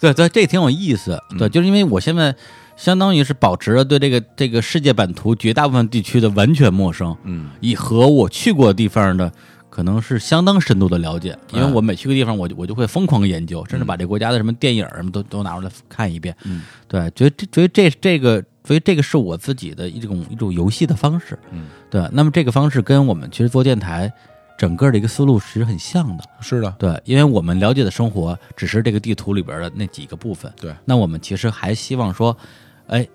Speaker 1: 对对，这挺有意思。对，就是因为我现在相当于是保持了对这个这个世界版图绝大部分地区的完全陌生，
Speaker 2: 嗯，
Speaker 1: 以和我去过的地方的。可能是相当深度的了解，因为
Speaker 2: 嗯
Speaker 1: 我每去个地方，我就我就会疯狂研究，甚至把这国家的什么电影儿什么都都拿出来看一遍。
Speaker 2: 嗯，
Speaker 1: 对，觉得这所以这这个，所以这个是我自己的一种一种游戏的方式。
Speaker 2: 嗯，
Speaker 1: 对。那么这个方式跟我们其实做电台整个的一个思路是很像的。
Speaker 2: 是的，
Speaker 1: 对，因为我们了解的生活只是这个地图里边的那几个部分。
Speaker 2: 对，
Speaker 1: 那我们其实还希望说，哎，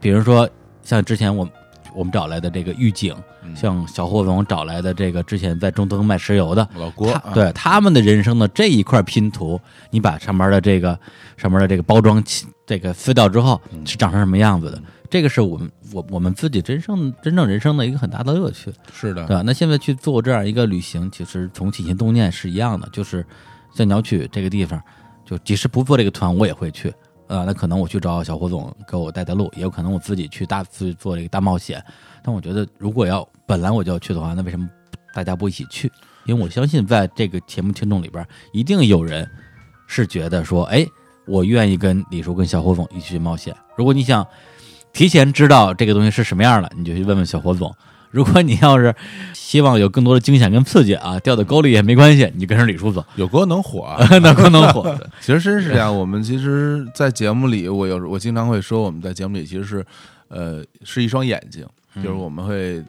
Speaker 1: 比如说像之前我我们找来的这个狱警，
Speaker 2: 嗯
Speaker 1: 像小霍总找来的这个之前在中东卖石油的，
Speaker 2: 老郭
Speaker 1: 他
Speaker 2: 啊
Speaker 1: 对他们的人生的这一块拼图，你把上面的这个上面的这个包装起这个撕掉之后，
Speaker 2: 嗯
Speaker 1: 是长成什么样子的？这个是我们我我们自己真正真正人生的一个很大的乐趣。
Speaker 2: 是的，
Speaker 1: 对吧？那现在去做这样一个旅行，其实从起心动念是一样的，就是像你要去这个地方，就即使不做这个团，我也会去。呃，那可能我去找小胡总给我带带路，也有可能我自己去大自做这个大冒险。但我觉得，如果要本来我就要去的话，那为什么大家不一起去？因为我相信，在这个节目听众里边，一定有人是觉得说，哎，我愿意跟李叔、跟小胡总一起去冒险。如果你想提前知道这个东西是什么样的，你就去问问小胡总。如果你要是希望有更多的惊险跟刺激啊，掉到沟里也没关系，你就跟着李叔走，
Speaker 2: 有锅能火啊，
Speaker 1: 那可能火的。
Speaker 2: 其实真是这样。我们其实，在节目里，我有时我经常会说，我们在节目里其实是，呃，是一双眼睛，就是我们会、呃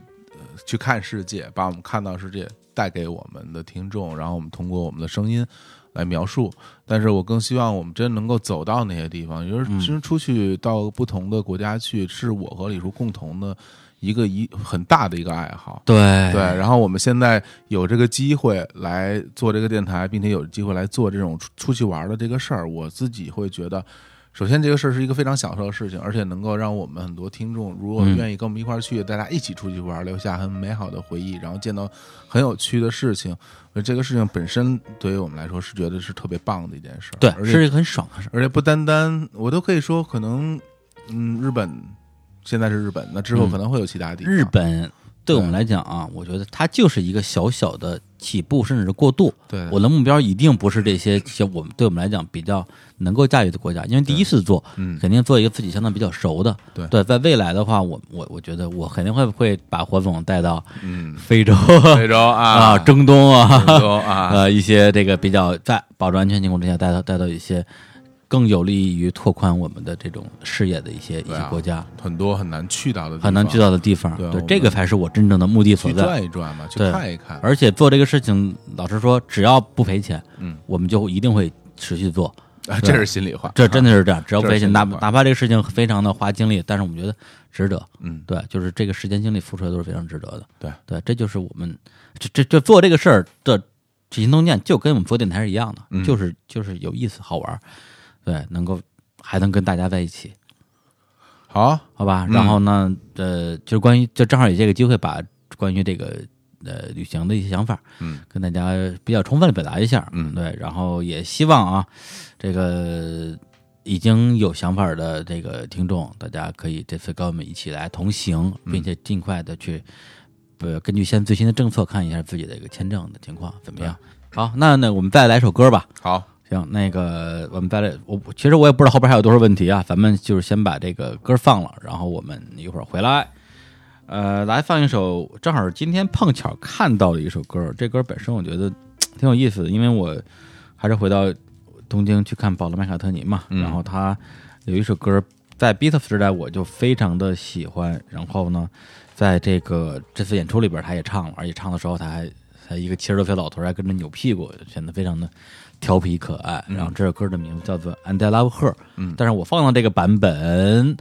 Speaker 2: 去看世界，把我们看到世界带给我们的听众，然后我们通过我们的声音来描述。但是我更希望我们真能够走到那些地方，也就是其实出去到不同的国家去，是我和李叔共同的一个一很大的一个爱好。
Speaker 1: 对
Speaker 2: 对，然后我们现在有这个机会来做这个电台，并且有机会来做这种出出去玩的这个事儿，我自己会觉得，首先这个事儿是一个非常享受的事情，而且能够让我们很多听众，如果愿意跟我们一块儿去，大家一起出去玩，留下很美好的回忆，然后见到很有趣的事情，我觉得这个事情本身对于我们来说是觉得是特别棒的一件事儿，
Speaker 1: 对，
Speaker 2: 而且
Speaker 1: 是一个很爽的事儿。
Speaker 2: 而且不单单我都可以说，可能嗯，日本现在是日本，那之后
Speaker 1: 嗯
Speaker 2: 可能会有其他地方，
Speaker 1: 日本对我们来讲啊，我觉得它就是一个小小的起步，甚至是过渡。
Speaker 2: 对
Speaker 1: 我的目标一定不是这些，像我们对我们来讲比较能够驾驭的国家，因为第一次做，
Speaker 2: 嗯
Speaker 1: 肯定做一个自己相当比较熟的。
Speaker 2: 对
Speaker 1: 在未来的话，我我我觉得我肯定会会把火总带到
Speaker 2: 嗯，
Speaker 1: 非洲
Speaker 2: 非洲啊
Speaker 1: 啊、中东啊、
Speaker 2: 郑州啊，
Speaker 1: 呃一些这个比较在保证安全情况之下带到带到一些更有利于拓宽我们的这种视野的一些一
Speaker 2: 对
Speaker 1: 些
Speaker 2: 啊
Speaker 1: 国家，
Speaker 2: 很多很难去到的地方，
Speaker 1: 很难去到的地方。
Speaker 2: 对啊
Speaker 1: 对
Speaker 2: 我，
Speaker 1: 这个
Speaker 2: 们
Speaker 1: 才是我真正的目的所
Speaker 2: 去
Speaker 1: 在。
Speaker 2: 转一转嘛，去
Speaker 1: 对
Speaker 2: 看一看。
Speaker 1: 而且做这个事情，老实说，只要不赔钱，
Speaker 2: 嗯，
Speaker 1: 我们就一定会持续做。
Speaker 2: 啊 这是心里话，
Speaker 1: 这真的是这样，只要不
Speaker 2: 这是
Speaker 1: 赔钱，
Speaker 2: 心里
Speaker 1: 哪
Speaker 2: 话
Speaker 1: 哪怕这个事情非常的花精力，但是我们觉得值得。
Speaker 2: 嗯，
Speaker 1: 对，就是这个时间精力付出的都是非常值得的。
Speaker 2: 对
Speaker 1: 对，这就是我们这这这做这个事儿的起心动念，就跟我们做电台是一样的，
Speaker 2: 嗯
Speaker 1: 就是就是有意思好玩儿，对，能够还能跟大家在一起，
Speaker 2: 好，
Speaker 1: 好吧？
Speaker 2: 嗯
Speaker 1: 然后呢，呃，就是关于就正好有这个机会把关于这个呃旅行的一些想法，
Speaker 2: 嗯，
Speaker 1: 跟大家比较充分的表达一下，
Speaker 2: 嗯
Speaker 1: 对。然后也希望啊，这个已经有想法的这个听众，大家可以这次跟我们一起来同行，
Speaker 2: 嗯
Speaker 1: 并且尽快的去。呃，根据现在最新的政策，看一下自己的一个签证的情况怎么样。好，那那我们再来首歌吧。
Speaker 2: 好，
Speaker 1: 行，那个我们再来，我其实我也不知道后边还有多少问题啊，咱们就是先把这个歌放了，然后我们一会儿回来，呃，来放一首，正好今天碰巧看到的一首歌，这歌本身我觉得嘖挺有意思的，因为我还是回到东京去看保罗麦卡特尼嘛，然后他有一首歌在 Beatles 时代我就非常的喜欢，然后呢，在这个这次演出里边他也唱了，而且唱的时候他还他一个七十多岁老头儿还跟着扭屁股，显得非常的调皮可爱。然后这首歌的名字叫做《And I Love Her》，嗯，但是我放的这个版本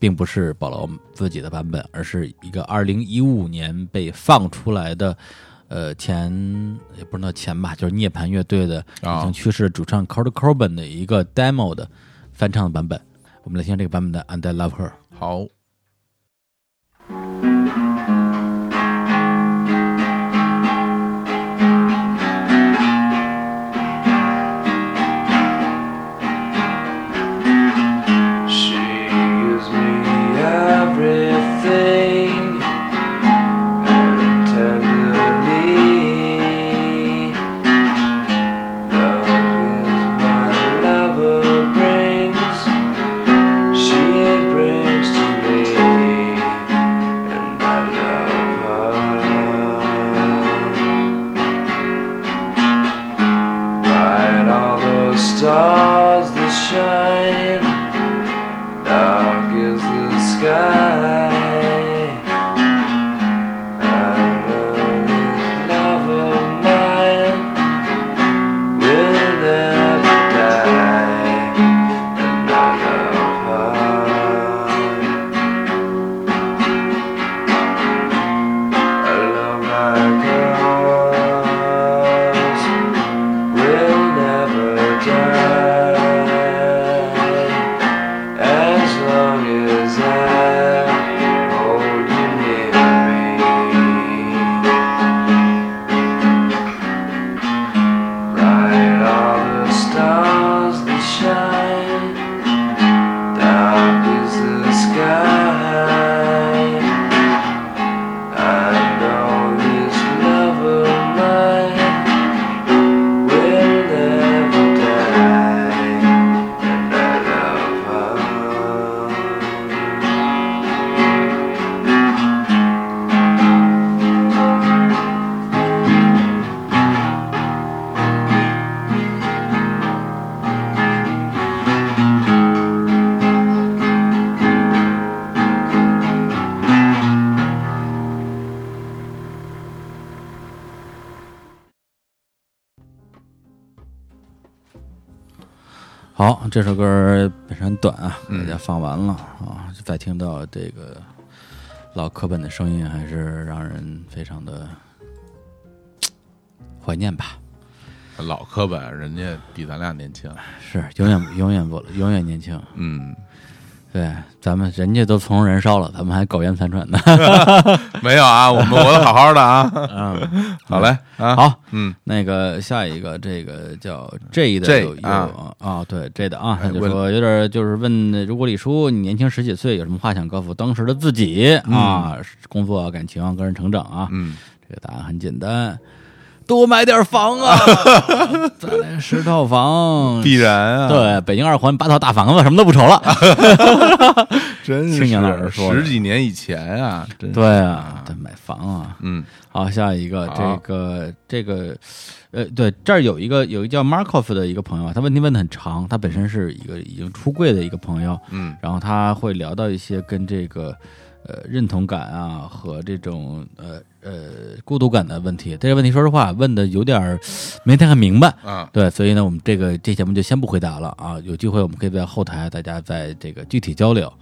Speaker 1: 并不是保罗自己的版本，而是一个二零一五年被放出来的。呃，前也不知道前吧，就是涅槃乐队的
Speaker 2: 啊
Speaker 1: 已经去世的主唱 Kurt Cobain 的一个 demo 的翻唱版本，我们来听这个版本的《And I Love Her》。
Speaker 2: 好，
Speaker 3: She gives me everything and tenderly. Love is my lover brings. She brings to me, and I love her. By all the stars that shine. Dark is the sky. I'm a love of mine will never die, and I love her. I love my girls will never die. As long as I hold you near me, bright are the stars that shine, dark is the sky. I know this love of mine will never die. And I love her.
Speaker 1: 好，这首歌本身很短啊，给大家放完了、啊，再听到这个老课本的声音，还是让人非常的怀念吧。
Speaker 2: 老科本，人家比咱俩年轻，
Speaker 1: 是，永远永远不永远年轻。
Speaker 2: 嗯，
Speaker 1: 对，咱们人家都从容燃烧了，咱们还苟延残喘呢。
Speaker 2: 没有啊，我们我都好好的 啊，
Speaker 1: 嗯，
Speaker 2: 好嘞啊，
Speaker 1: 好，
Speaker 2: 嗯，
Speaker 1: 那个下一个，这个叫 J 的
Speaker 2: J，
Speaker 1: 有有
Speaker 2: 啊
Speaker 1: 啊、对 J 的啊，
Speaker 2: 哎
Speaker 1: 他就
Speaker 2: 问
Speaker 1: 说有点就是问，如果李叔你年轻十几岁，有什么话想告诉当时的自己啊？工作、感情、个人成长啊，
Speaker 2: 嗯，
Speaker 1: 这个答案很简单，多买点房 啊，再来十套房。
Speaker 2: 必然啊，，
Speaker 1: 对，北京二环八套大房子，什么都不愁了。
Speaker 2: 真
Speaker 1: 青年老
Speaker 2: 是
Speaker 1: 师说的
Speaker 2: 十几年以前啊，真是，
Speaker 1: 对啊，对，买房啊，
Speaker 2: 嗯
Speaker 1: 好，下一个
Speaker 2: 好
Speaker 1: 这个这个，呃，对，这儿有一个有一个叫 Markov 的一个朋友，啊他问题问的很长，他本身是一个已经出柜的一个朋友，
Speaker 2: 嗯
Speaker 1: 然后他会聊到一些跟这个呃认同感啊和这种呃呃孤独感的问题。这个问题说实话问的有点儿没太看明白，
Speaker 2: 啊，
Speaker 1: 对，所以呢，我们这个这节目就先不回答了啊，有机会我们可以在后台大家在这个具体交流。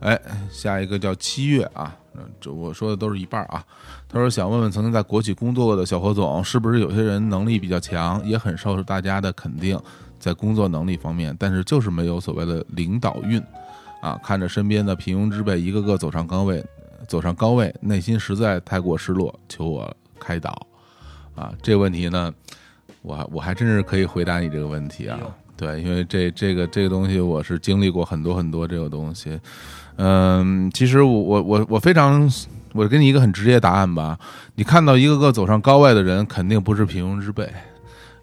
Speaker 2: 哎，下一个叫七月啊，呃这我说的都是一半儿啊。他说想问问曾经在国企工作过的小何总，是不是有些人能力比较强，也很受大家的肯定，在工作能力方面，但是就是没有所谓的领导运啊？看着身边的平庸之辈一个个走上岗位，走上高位，内心实在太过失落，求我开导啊！这个问题呢，我还我还真是可以回答你这个问题啊
Speaker 3: 哎呦。
Speaker 2: 对，因为这这个这个东西，我是经历过很多很多这个东西，嗯，其实我我我我非常，我给你一个很直接的答案吧。你看到一个个走上高位的人，肯定不是平庸之辈，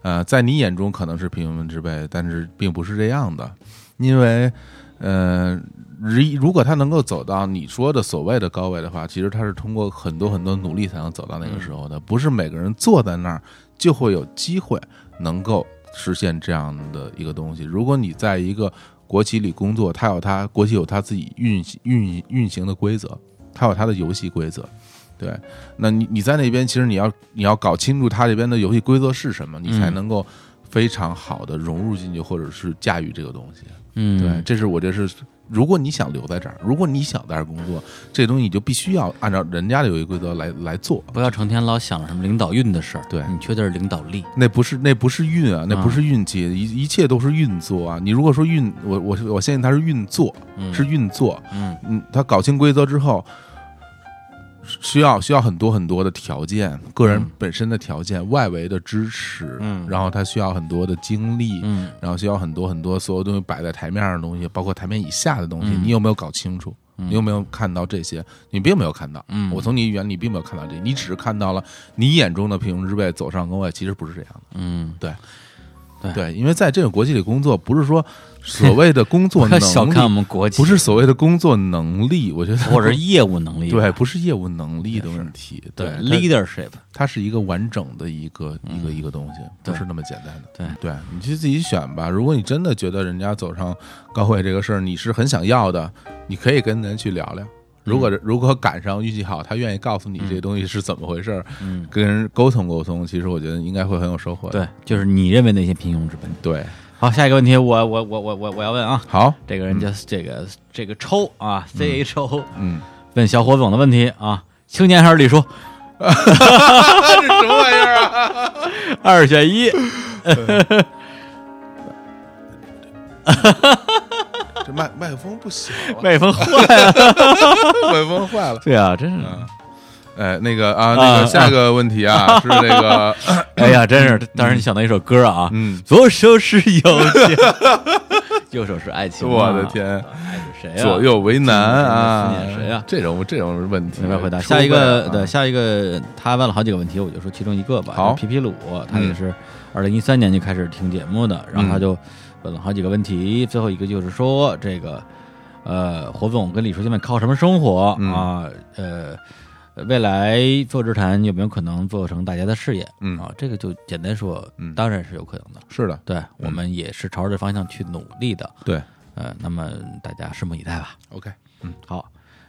Speaker 2: 呃，在你眼中可能是平庸之辈，但是并不是这样的，因为，呃，如如果他能够走到你说的所谓的高位的话，其实他是通过很多很多努力才能走到那个时候的，不是每个人坐在那儿就会有机会能够实现这样的一个东西。如果你在一个国企里工作，它有它国企有它自己运行运运行的规则，它有它的游戏规则。对，那你你在那边，其实你要你要搞清楚它这边的游戏规则是什么，你才能够非常好的融入进去，或者是驾驭这个东西。
Speaker 1: 嗯，
Speaker 2: 对，这是我这是，如果你想留在这儿，如果你想在这儿工作，这东西你就必须要按照人家的游戏规则来来做。
Speaker 1: 不要成天老想着什么领导运的事儿，
Speaker 2: 对
Speaker 1: 你缺的是领导力。
Speaker 2: 那不是那不是运啊，那不是运气，一一切都是运作啊。你如果说运，我我我相信它是运作，是运作。
Speaker 1: 嗯
Speaker 2: 嗯，他搞清规则之后，需要需要很多很多的条件，个人本身的条件，外围的支持，
Speaker 1: 嗯
Speaker 2: 然后他需要很多的精力，
Speaker 1: 嗯，
Speaker 2: 然后需要很多很多所有东西摆在台面上的东西，包括台面以下的东
Speaker 1: 嗯
Speaker 2: 西，你有没有搞清楚？你有没有看到这些？你并没有看到。嗯，我从你眼里并没有看到这些，你只是看到了你眼中的平庸之辈走上高位，其实不是这样的。
Speaker 1: 嗯，
Speaker 2: 对，
Speaker 1: 对
Speaker 2: 因为在这种国际里工作，不是说所谓的工作
Speaker 1: 嗯不要
Speaker 2: 能
Speaker 1: 小 看我
Speaker 2: 力，
Speaker 1: 们国企，
Speaker 2: 不是所谓的工作能力，我觉得
Speaker 1: 或者 是业务能力，
Speaker 2: 对，不是业务能力的问题，
Speaker 1: 对
Speaker 2: 它
Speaker 1: ，leadership，
Speaker 2: 它是一个完整的一个、一个一个东西，不
Speaker 1: 对
Speaker 2: 是那么简单的。
Speaker 1: 对
Speaker 2: 对，你去自己选吧。如果你真的觉得人家走上高会这个事儿你是很想要的，你可以跟人去聊
Speaker 1: 嗯
Speaker 2: 聊。如果如果赶上运气好，他愿意告诉你这东西是怎么回事儿，
Speaker 1: 嗯，
Speaker 2: 跟人沟通沟通，其实我觉得应该会很有收获的。
Speaker 1: 对，就是你认为那些平庸之辈。
Speaker 2: 对，
Speaker 1: 好，下一个问题，我我我我我我要问啊，
Speaker 2: 好，
Speaker 1: 这个人叫这个这个抽啊，C H O，
Speaker 2: 嗯，
Speaker 1: 问小伙总的问题啊，青年还是李叔？
Speaker 2: 这是什么玩意儿啊？
Speaker 1: 二选一，
Speaker 2: 这麦麦克风不小啊，
Speaker 1: 麦克风坏了。
Speaker 2: 麦克风坏了。
Speaker 1: 对啊，真是，
Speaker 2: 哎，那个啊，那个
Speaker 1: 啊
Speaker 2: 下一个问题啊，是这个，
Speaker 1: 哎呀，真是，当时你想到一首歌啊，
Speaker 2: 嗯，
Speaker 1: 左手是友情， 右手是爱情啊。
Speaker 2: 我的天
Speaker 1: 啊，爱是谁啊？
Speaker 2: 左右为难啊，
Speaker 1: 思念谁啊
Speaker 2: 这种这种问题
Speaker 1: 没法回答。
Speaker 2: 出不
Speaker 1: 下
Speaker 2: 来
Speaker 1: 一个，
Speaker 2: 啊
Speaker 1: 对，下一个，他问了好几个问题，我就说其中一个吧。
Speaker 2: 好
Speaker 1: 皮皮鲁，他也
Speaker 2: 嗯
Speaker 1: 是二零一三年就开始听节目的，然后他
Speaker 2: 嗯
Speaker 1: 就问了好几个问题，最后一个就是说这个，呃，火总跟李叔现在靠什么生活
Speaker 2: 嗯
Speaker 1: 啊？呃。未来做日坛有没有可能做成大家的事业？
Speaker 2: 嗯
Speaker 1: 啊，这个就简单说
Speaker 2: 嗯，
Speaker 1: 当然是有可能的。
Speaker 2: 是的，
Speaker 1: 对我们也是朝着这方向去努力的。
Speaker 2: 对
Speaker 1: 呃，那么大家拭目以待吧。嗯
Speaker 2: ，OK，
Speaker 1: 好，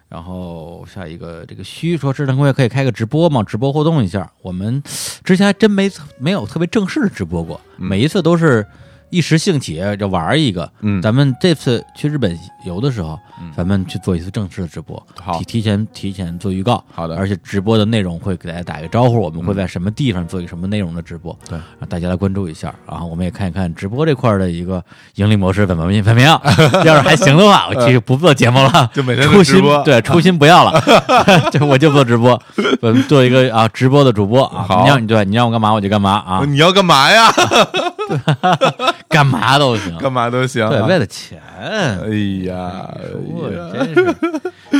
Speaker 1: 然后下一个这个虚说，智能公会可以开个直播嘛？直播活动一下。我们之前还真没没有特别正式的直播过，每一次都是一时兴起就玩儿一个。
Speaker 2: 嗯
Speaker 1: 咱们这次去日本游的时候，咱们去做一次正式的直播，
Speaker 2: 好
Speaker 1: 提提前提前做预告。
Speaker 2: 好的嗯
Speaker 1: 而且直播的内容会给大家打一个招呼，我们会在什么地方做一个什么内容的直播，
Speaker 2: 对
Speaker 1: 让啊大家来关注一下。然后我们也看一看直播这块儿的一个盈利模式怎么怎么样。要是还行的话，我其实不做节目了，
Speaker 2: 就每天
Speaker 1: 初
Speaker 2: 都直
Speaker 1: 心
Speaker 2: 播
Speaker 1: 对初心不要了， 就我就做直播，我们做一个啊直播的主播啊，
Speaker 2: 好嗯
Speaker 1: 你让你对你让我干嘛我就干嘛啊，
Speaker 2: 你要干嘛呀？
Speaker 1: 干嘛都行，
Speaker 2: 干嘛都行啊。
Speaker 1: 对，为了钱，
Speaker 2: 哎呀，
Speaker 1: 我
Speaker 2: 哎呀
Speaker 1: 真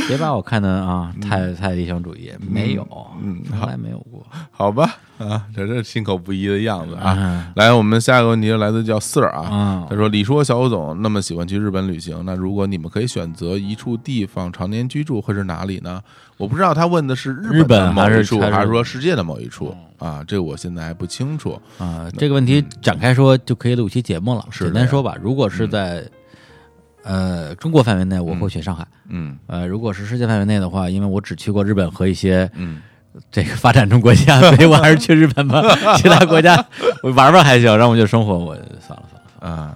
Speaker 1: 是别把我看的啊太太理想主义，没有，
Speaker 2: 嗯
Speaker 1: 从来没有过，
Speaker 2: 好吧，啊，这这心口不一的样子啊
Speaker 1: 嗯。
Speaker 2: 来，我们下一个问题来自叫 Sir 啊
Speaker 1: 嗯，
Speaker 2: 他说：“李叔和小欧总那么喜欢去日本旅行，那如果你们可以选择一处地方常年居住，会是哪里呢？”我不知道他问的是日
Speaker 1: 日
Speaker 2: 本的
Speaker 1: 本
Speaker 2: 某
Speaker 1: 还
Speaker 2: 一
Speaker 1: 是
Speaker 2: 处，
Speaker 1: 还是嗯
Speaker 2: 还是说世界的某一处啊？这个我现在还不清楚。
Speaker 1: 啊、这个问题展开说就可以录一期节目了。
Speaker 2: 是
Speaker 1: 简
Speaker 2: 这
Speaker 1: 单
Speaker 2: 样
Speaker 1: 说吧，如果是在、呃中国范围内，我会选上海。
Speaker 2: 嗯
Speaker 1: 呃，如果是世界范围内的话，因为我只去过日本和一些
Speaker 2: 嗯，
Speaker 1: 这个发展中国 家，所以我还是去日 本吧。其他国家我玩玩还行，然后我就生活，我算了算了。
Speaker 2: 啊，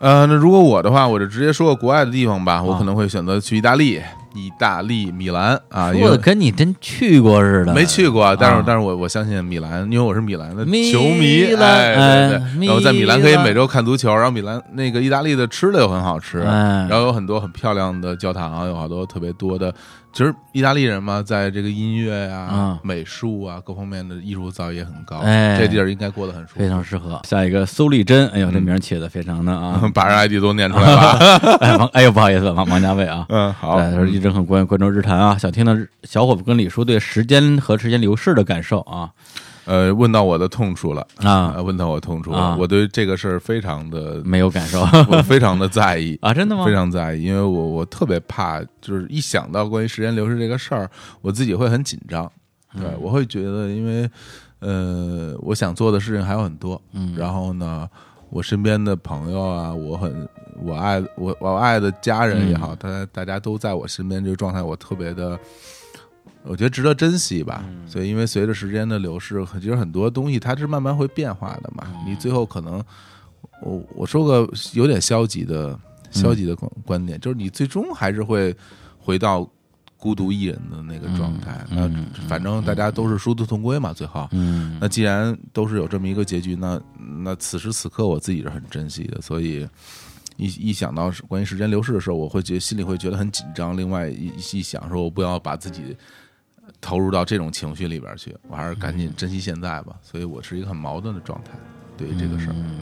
Speaker 2: 呃，那如果我的话，我就直接说个国外的地方吧，
Speaker 1: 嗯
Speaker 2: 我可能会选择去意大利，意大利米兰啊，因
Speaker 1: 说的
Speaker 2: 为
Speaker 1: 跟你真去过似的，
Speaker 2: 没去过，但是、
Speaker 1: 啊
Speaker 2: 但是我我相信米兰，因为我是米兰的
Speaker 1: 米
Speaker 2: 球迷，
Speaker 1: 兰
Speaker 2: 哎，对
Speaker 1: 哎
Speaker 2: 对
Speaker 1: 米
Speaker 2: 然后在米兰可以
Speaker 1: 兰
Speaker 2: 每周看足球，然后米兰那个意大利的吃的又很好吃，
Speaker 1: 哎
Speaker 2: 然后有很多很漂亮的教堂，有好多特别多的。其实意大利人嘛，在这个音乐呀、
Speaker 1: 嗯
Speaker 2: 美术啊各方面的艺术造诣也很高，
Speaker 1: 哎
Speaker 2: 这地儿应该过得很舒
Speaker 1: 非常适合。下一个苏丽珍，哎呦，这名儿起的非常的啊，
Speaker 2: 服，把人 ID 都念出来了。
Speaker 1: 哎王，哎呦，不好意思，王王家卫啊。
Speaker 2: 嗯，好，
Speaker 1: 对，就是一直很关关注日坛啊，想听到日小伙子跟李叔对时间和时间流逝的感受啊
Speaker 2: 呃，问到我的痛处了呃
Speaker 1: 啊，
Speaker 2: 问到我痛处
Speaker 1: 啊
Speaker 2: 了，我对这个事儿非常的，
Speaker 1: 没有感受
Speaker 2: 我非常的在意。
Speaker 1: 啊，真的吗
Speaker 2: 非？常在意，因为我我特别怕，就是一想到关于时间流逝这个事儿，我自己会很紧张。
Speaker 1: 嗯
Speaker 2: 对，我会觉得，因为呃，我想做的事情还有很多，嗯，然后呢，我身边的朋友啊，我很我爱我我爱的家人也好，
Speaker 1: 嗯
Speaker 2: 大家大家都在我身边，这个状态我特别的。我觉得值得珍惜吧，
Speaker 1: 嗯
Speaker 2: 所以因为随着时间的流逝，其实很多东西它是慢慢会变化的
Speaker 1: 嗯
Speaker 2: 嘛。你最后可能，我我说个有点消极的消极的观观点，就是你最终还是会回到孤独一人的那个状态。那反正大家都是殊途同归嘛，最后。
Speaker 1: 嗯，
Speaker 2: 那既然都是有这么一个结局，那那此时此刻我自己是很珍惜的，所以一一想到是关于时间流逝的时候，我会觉得心里会觉得很紧张。另外一一想说，我不要把自己投入到这种情绪里边去，我还是赶紧珍惜现在吧。所以我是一个很矛盾的状态，对于这个事儿。嗯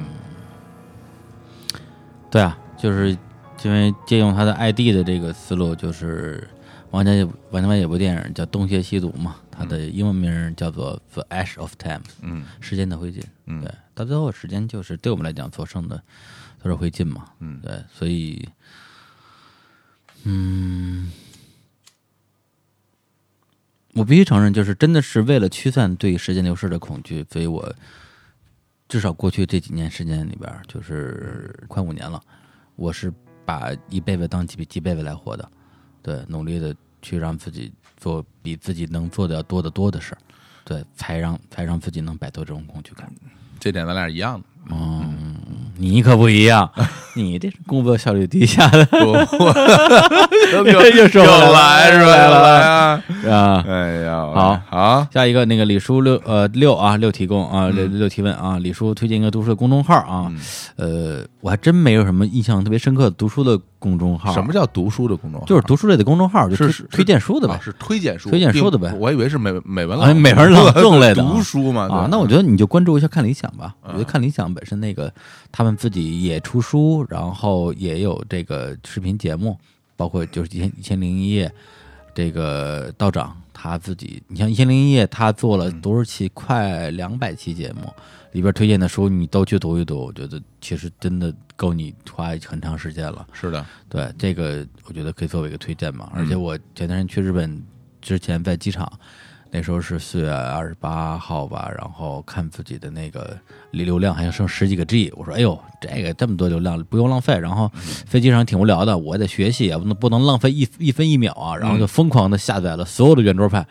Speaker 1: 对啊，就是因为借用他的 ID 的这个思路，就是王家卫王家卫有部电影叫《东邪西毒》嘛，它的英文名叫做《The Ash of Time》，
Speaker 2: 嗯
Speaker 1: 时间的灰烬。
Speaker 2: 嗯
Speaker 1: 对，到最后时间就是对我们来讲所剩的都是灰烬嘛。
Speaker 2: 嗯
Speaker 1: 对，所以，嗯，我必须承认，就是真的是为了驱散对时间流逝的恐惧，所以我至少过去这几年时间里边儿，就是
Speaker 2: 嗯
Speaker 1: 快五年了，我是把一辈子当几几辈子来活的，对，努力的去让自己做比自己能做的要多得多的事儿。对，才让才让自己能摆脱这种恐惧感。
Speaker 2: 这点咱俩一样的。
Speaker 1: 你可不一样，你这是工作效率低 下 的
Speaker 2: 我我
Speaker 1: 又
Speaker 2: 又
Speaker 1: 说回来了
Speaker 2: 来是吧？
Speaker 1: 来了
Speaker 2: 来啊！
Speaker 1: 啊。
Speaker 2: 哎呀，
Speaker 1: 好
Speaker 2: 好，
Speaker 1: 下一个那个李叔六呃六啊六提供
Speaker 2: 嗯
Speaker 1: 啊六六提问啊，李叔推荐一个读书的公众号啊，呃，我还真没有什么印象特别深刻的读书的公众号，啊
Speaker 2: 什么叫读书的公众号？
Speaker 1: 就是读书类的公众号，就是推
Speaker 2: 是
Speaker 1: 推荐书的
Speaker 2: 啊
Speaker 1: 呗，
Speaker 2: 是推荐书，
Speaker 1: 推荐书的
Speaker 2: 并
Speaker 1: 呗
Speaker 2: 我以为是美美文
Speaker 1: 哎
Speaker 2: 朗，
Speaker 1: 美文朗 诵类的啊
Speaker 2: 读书嘛
Speaker 1: 啊
Speaker 2: 对，
Speaker 1: 那我觉得你就关注一下看理想吧。我觉得看理想本身那个他们自己也出书，然后也有这个视频节目，包括就是一千一千零一夜这个道长他自己，你像一千零一夜他做了多少期，快两百期节目，里边推荐的书你都去读一读，我觉得其实真的够你花很长时间了。
Speaker 2: 是的，
Speaker 1: 对，这个我觉得可以作为一个推荐嘛。而且我前段时间去日本之前，在机场，那时候是四月二十八号吧，然后看自己的那个流量还剩十几个 G，我说哎呦，这个这么多流量不用浪费。然后飞机上挺无聊的，我得学习啊，不能不能浪费一一分一秒啊。然后就疯狂的下载了所有的圆桌派，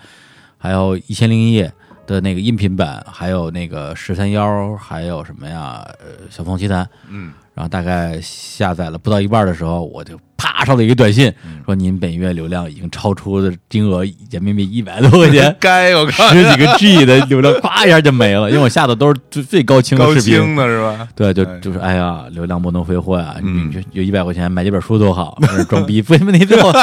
Speaker 1: 还有一千零一夜。的那个音频版，还有那个十三幺，还有什么呀？呃，小凤奇谈，
Speaker 2: 嗯，，
Speaker 1: 然后大概下载了不到一半的时候，我就啪收到一个短信，说您本月流量已经超出的金额人民币一百多块钱
Speaker 2: 该我靠，
Speaker 1: 十几个 G 的流 量，咵一下就没了，因为我下的都是最最高清的
Speaker 2: 啊高
Speaker 1: 视
Speaker 2: 清
Speaker 1: 频。
Speaker 2: 的是吧？
Speaker 1: 对，就
Speaker 2: 哎
Speaker 1: 就是，哎呀，流量不能挥霍啊！
Speaker 2: 嗯
Speaker 1: 你就有一百块钱买几本书多好，那是装逼。为什么你最后，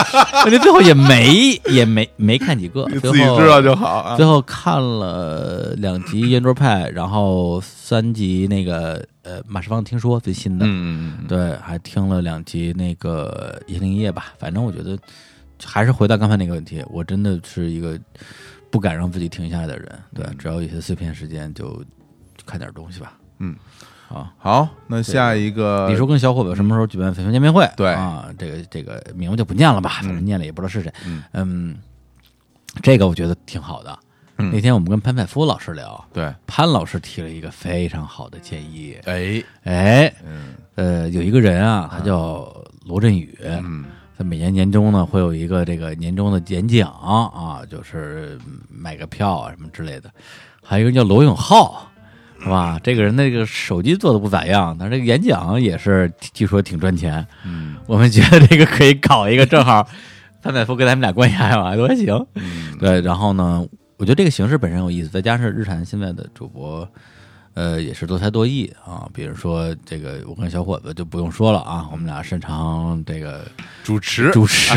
Speaker 1: 问题最后也没也没没看几个，
Speaker 2: 你
Speaker 1: 最
Speaker 2: 自己
Speaker 1: 后
Speaker 2: 知道就好啊
Speaker 1: 最。后看了两集《圆桌派》，然后三集那个呃《马世芳听说》最新的，
Speaker 2: 嗯嗯
Speaker 1: 对，还听了两集那个《一零一夜》吧。反正我觉得还是回到刚才那个问题，我真的是一个不敢让自己停下来的人。对，只要有些碎片时间就看点东西吧。
Speaker 2: 嗯，
Speaker 1: 好，
Speaker 2: 好，那下一个，
Speaker 1: 李叔跟小伙伴什么时候举办粉丝见面会？
Speaker 2: 呃对
Speaker 1: 啊，这个这个名我就不念了吧，反正念了也不知道是谁。
Speaker 2: 嗯
Speaker 1: 这个我觉得挺好的。
Speaker 2: 嗯
Speaker 1: 那天我们跟潘派夫老师聊，
Speaker 2: 对，
Speaker 1: 潘老师提了一个非常好的建议。
Speaker 2: 哎，
Speaker 1: 哎，
Speaker 2: 嗯
Speaker 1: 呃，有一个人啊，他叫罗振宇，
Speaker 2: 嗯
Speaker 1: 他每年年终呢会有一个这个年终的演讲啊，就是买个票啊什么之类的。还有一个人叫罗永浩，哇，
Speaker 2: 嗯
Speaker 1: 这个人那个手机做的不咋样，但是这个演讲也是据说挺赚钱。
Speaker 2: 嗯，
Speaker 1: 我们觉得这个可以搞一个，正好范采夫跟他们俩关系还蛮都还行。
Speaker 2: 嗯
Speaker 1: 对，然后呢，我觉得这个形式本身有意思，再加上日产现在的主播，呃，也是多才多艺啊。比如说这个，我跟小伙子就不用说了啊，我们俩擅长这个
Speaker 2: 主持
Speaker 1: 主持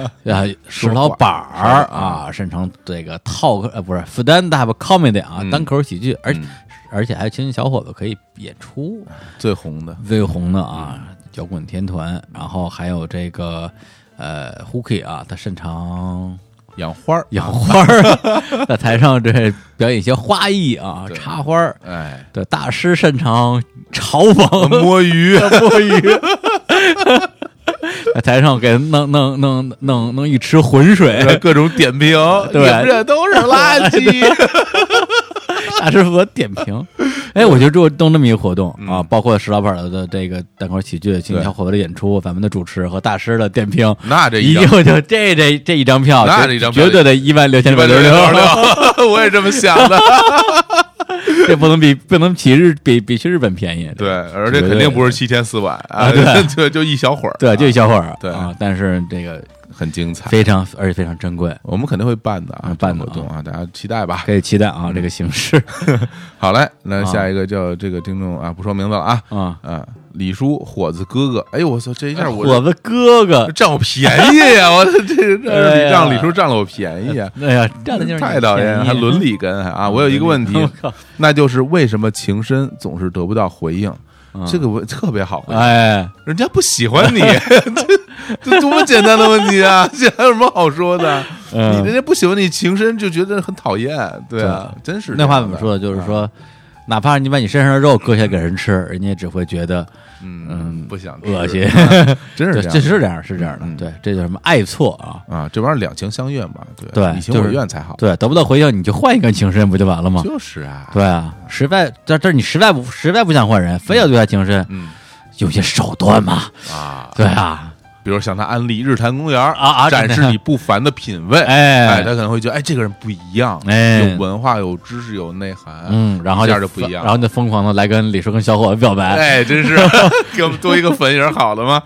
Speaker 1: 啊，石头板儿啊，擅长这个 talk 呃不是 stand up comedy 啊，
Speaker 2: 嗯
Speaker 1: 单口喜剧，而且
Speaker 2: 嗯
Speaker 1: 而且还有青年小伙子可以演出，
Speaker 2: 最红的，
Speaker 1: 最红的啊，摇滚天团，然后还有这个呃 Hooky 啊，他擅长
Speaker 2: 养花儿，
Speaker 1: 养花儿 啊，在台上这表演一些花艺啊，
Speaker 2: 对
Speaker 1: 插花儿。
Speaker 2: 哎，
Speaker 1: 对，大师擅长嘲讽
Speaker 2: 摸鱼，
Speaker 1: 摸鱼，在台上给弄弄弄弄弄一池浑水，
Speaker 2: 各种点评，
Speaker 1: 对
Speaker 2: 你们这都是垃圾。
Speaker 1: 大师傅点评。哎，我觉得如果弄这么一个活动
Speaker 2: 嗯
Speaker 1: 啊，包括石老板的这个单口喜剧、青年小伙子的演出、咱们的主持和大师的点评，
Speaker 2: 那这
Speaker 1: 一
Speaker 2: 张
Speaker 1: 定就这这这一张票，
Speaker 2: 那
Speaker 1: 绝
Speaker 2: 这一张票
Speaker 1: 绝对的一万六千
Speaker 2: 一百
Speaker 1: 六
Speaker 2: 六
Speaker 1: 十
Speaker 2: 十六， 我也这么想的。
Speaker 1: 这不能比不能比日比比去日本便宜，
Speaker 2: 对，而且肯定不是七天四晚啊，
Speaker 1: 对
Speaker 2: 就就一小会儿，
Speaker 1: 对，就一小会儿，
Speaker 2: 对
Speaker 1: 啊，但是这个
Speaker 2: 很精彩。
Speaker 1: 非常而且非常珍贵，
Speaker 2: 我们肯定会办的啊
Speaker 1: 嗯，办的
Speaker 2: 这
Speaker 1: 啊
Speaker 2: 个活动啊，大家期待吧
Speaker 1: 可。以期待
Speaker 2: 嗯
Speaker 1: 啊这个形式
Speaker 2: 好嘞，那
Speaker 1: 啊
Speaker 2: 下一个叫这个听众啊，不说名字了啊，
Speaker 1: 啊。
Speaker 2: 啊，李叔伙子哥哥，哎呦我操，这一下我
Speaker 1: 我的哥哥，
Speaker 2: 占我便宜呀！ 我这这
Speaker 1: 哎呀
Speaker 2: 这让李叔占了我便宜呀！
Speaker 1: 哎呀，这样的就是
Speaker 2: 太讨厌了，还伦
Speaker 1: 嗯
Speaker 2: 理根啊！我有一个问题
Speaker 1: 我靠，
Speaker 2: 那就是为什么情深总是得不到回应？这个我特别好回答，
Speaker 1: 哎，
Speaker 2: 人家不喜 欢你，这这多么简单的问题啊！ 这还有什么好说的？
Speaker 1: 嗯
Speaker 2: 你人家不喜欢你情深，就觉得很讨厌，对啊，真是
Speaker 1: 那话怎么说
Speaker 2: 的？
Speaker 1: 的？
Speaker 2: 啊
Speaker 1: 就是说，哪怕你把你身上的肉割下来给人吃，人家也只会觉得
Speaker 2: 嗯，不想吃
Speaker 1: 恶心，
Speaker 2: 真是
Speaker 1: 对，这
Speaker 2: 这样
Speaker 1: 是这样，是这样的，
Speaker 2: 嗯
Speaker 1: 对，这叫什么爱错啊？
Speaker 2: 啊！这玩意儿两情相悦嘛，对
Speaker 1: 对
Speaker 2: 你情
Speaker 1: 就
Speaker 2: 我
Speaker 1: 是
Speaker 2: 愿才好，
Speaker 1: 对，得不到回应你就换一个情深不就完了吗？
Speaker 2: 就是啊，
Speaker 1: 对啊，实在但但是你实在不实在不想换人，非要对他情深，
Speaker 2: 嗯
Speaker 1: 有些手段嘛，
Speaker 2: 啊，
Speaker 1: 对啊，
Speaker 2: 比如向他安利日坛公园
Speaker 1: 啊啊
Speaker 2: 展示你不凡的品味，
Speaker 1: 哎
Speaker 2: 哎，他可能会觉得，哎，这个人不一样，
Speaker 1: 哎
Speaker 2: 有文化，有知识，有内涵，
Speaker 1: 嗯，然后
Speaker 2: 一
Speaker 1: 就
Speaker 2: 下就不一样，
Speaker 1: 然后就疯狂的来跟李叔跟小伙子表白，
Speaker 2: 哎，真是给我们多一个粉影，好了吗？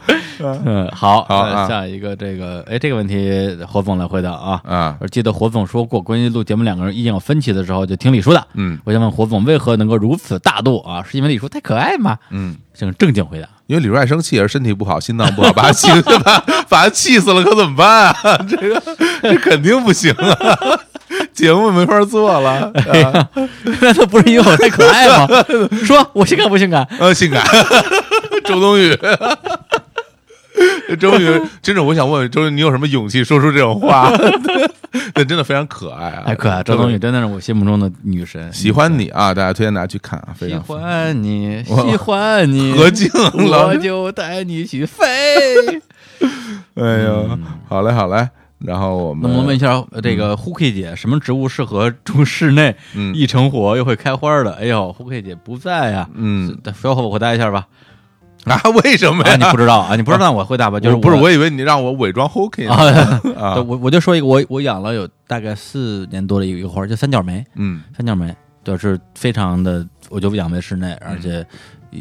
Speaker 1: 嗯，好，
Speaker 2: 好
Speaker 1: 呃
Speaker 2: 啊
Speaker 1: 下一个这个，哎，这个问题火总来回答啊，
Speaker 2: 啊，
Speaker 1: 而记得火总说过，关于录节目两个人意见有分歧的时候，就听李叔的。
Speaker 2: 嗯
Speaker 1: 我想问火总为何能够如此大度啊？是因为李叔太可爱吗？
Speaker 2: 嗯，
Speaker 1: 请正经回答。
Speaker 2: 因为李叔爱生气也是身体不好，心脏不好，把他气把把他气死了，可怎么办啊？ 这个这肯定不行啊， 节目没法做了，啊
Speaker 1: 那他不是因为我太可爱 吗？说我性感不性感？
Speaker 2: 呃，性感， 周冬雨。 周冬雨，真是我想问问周冬雨，你有什么勇气说出这种话？ 那真的非常可爱啊，
Speaker 1: 太可爱，周冬雨真的是我心目中的女神。
Speaker 2: 喜欢你啊！大家推荐大家去看啊，非
Speaker 1: 喜
Speaker 2: 常
Speaker 1: 欢你，
Speaker 2: 我
Speaker 1: 喜欢你，
Speaker 2: 何静老
Speaker 1: 我
Speaker 2: 师，
Speaker 1: 就带你去飞。
Speaker 2: 哎呦，好嘞好嘞。然后我
Speaker 1: 嗯那
Speaker 2: 们
Speaker 1: 我问一下，呃这个 Hooky 姐，什么植物适合种室内
Speaker 2: 嗯
Speaker 1: 一成活又会开花的？哎呦，Hooky 姐不在呀。
Speaker 2: 嗯
Speaker 1: 是，小伙子，我回答一下吧。
Speaker 2: 啊，为什么
Speaker 1: 啊，
Speaker 2: 呀？
Speaker 1: 你不知道啊？你不知道，那我回答吧，就是
Speaker 2: 我不是？
Speaker 1: 我
Speaker 2: 我以为你让我伪装 Hoki 呢
Speaker 1: 啊，对
Speaker 2: 啊，
Speaker 1: 我我就说一个，我我养了有大概四年多的一个一个花儿，叫三角梅，
Speaker 2: 嗯
Speaker 1: 三角梅就是非常的，我就养在室内，而且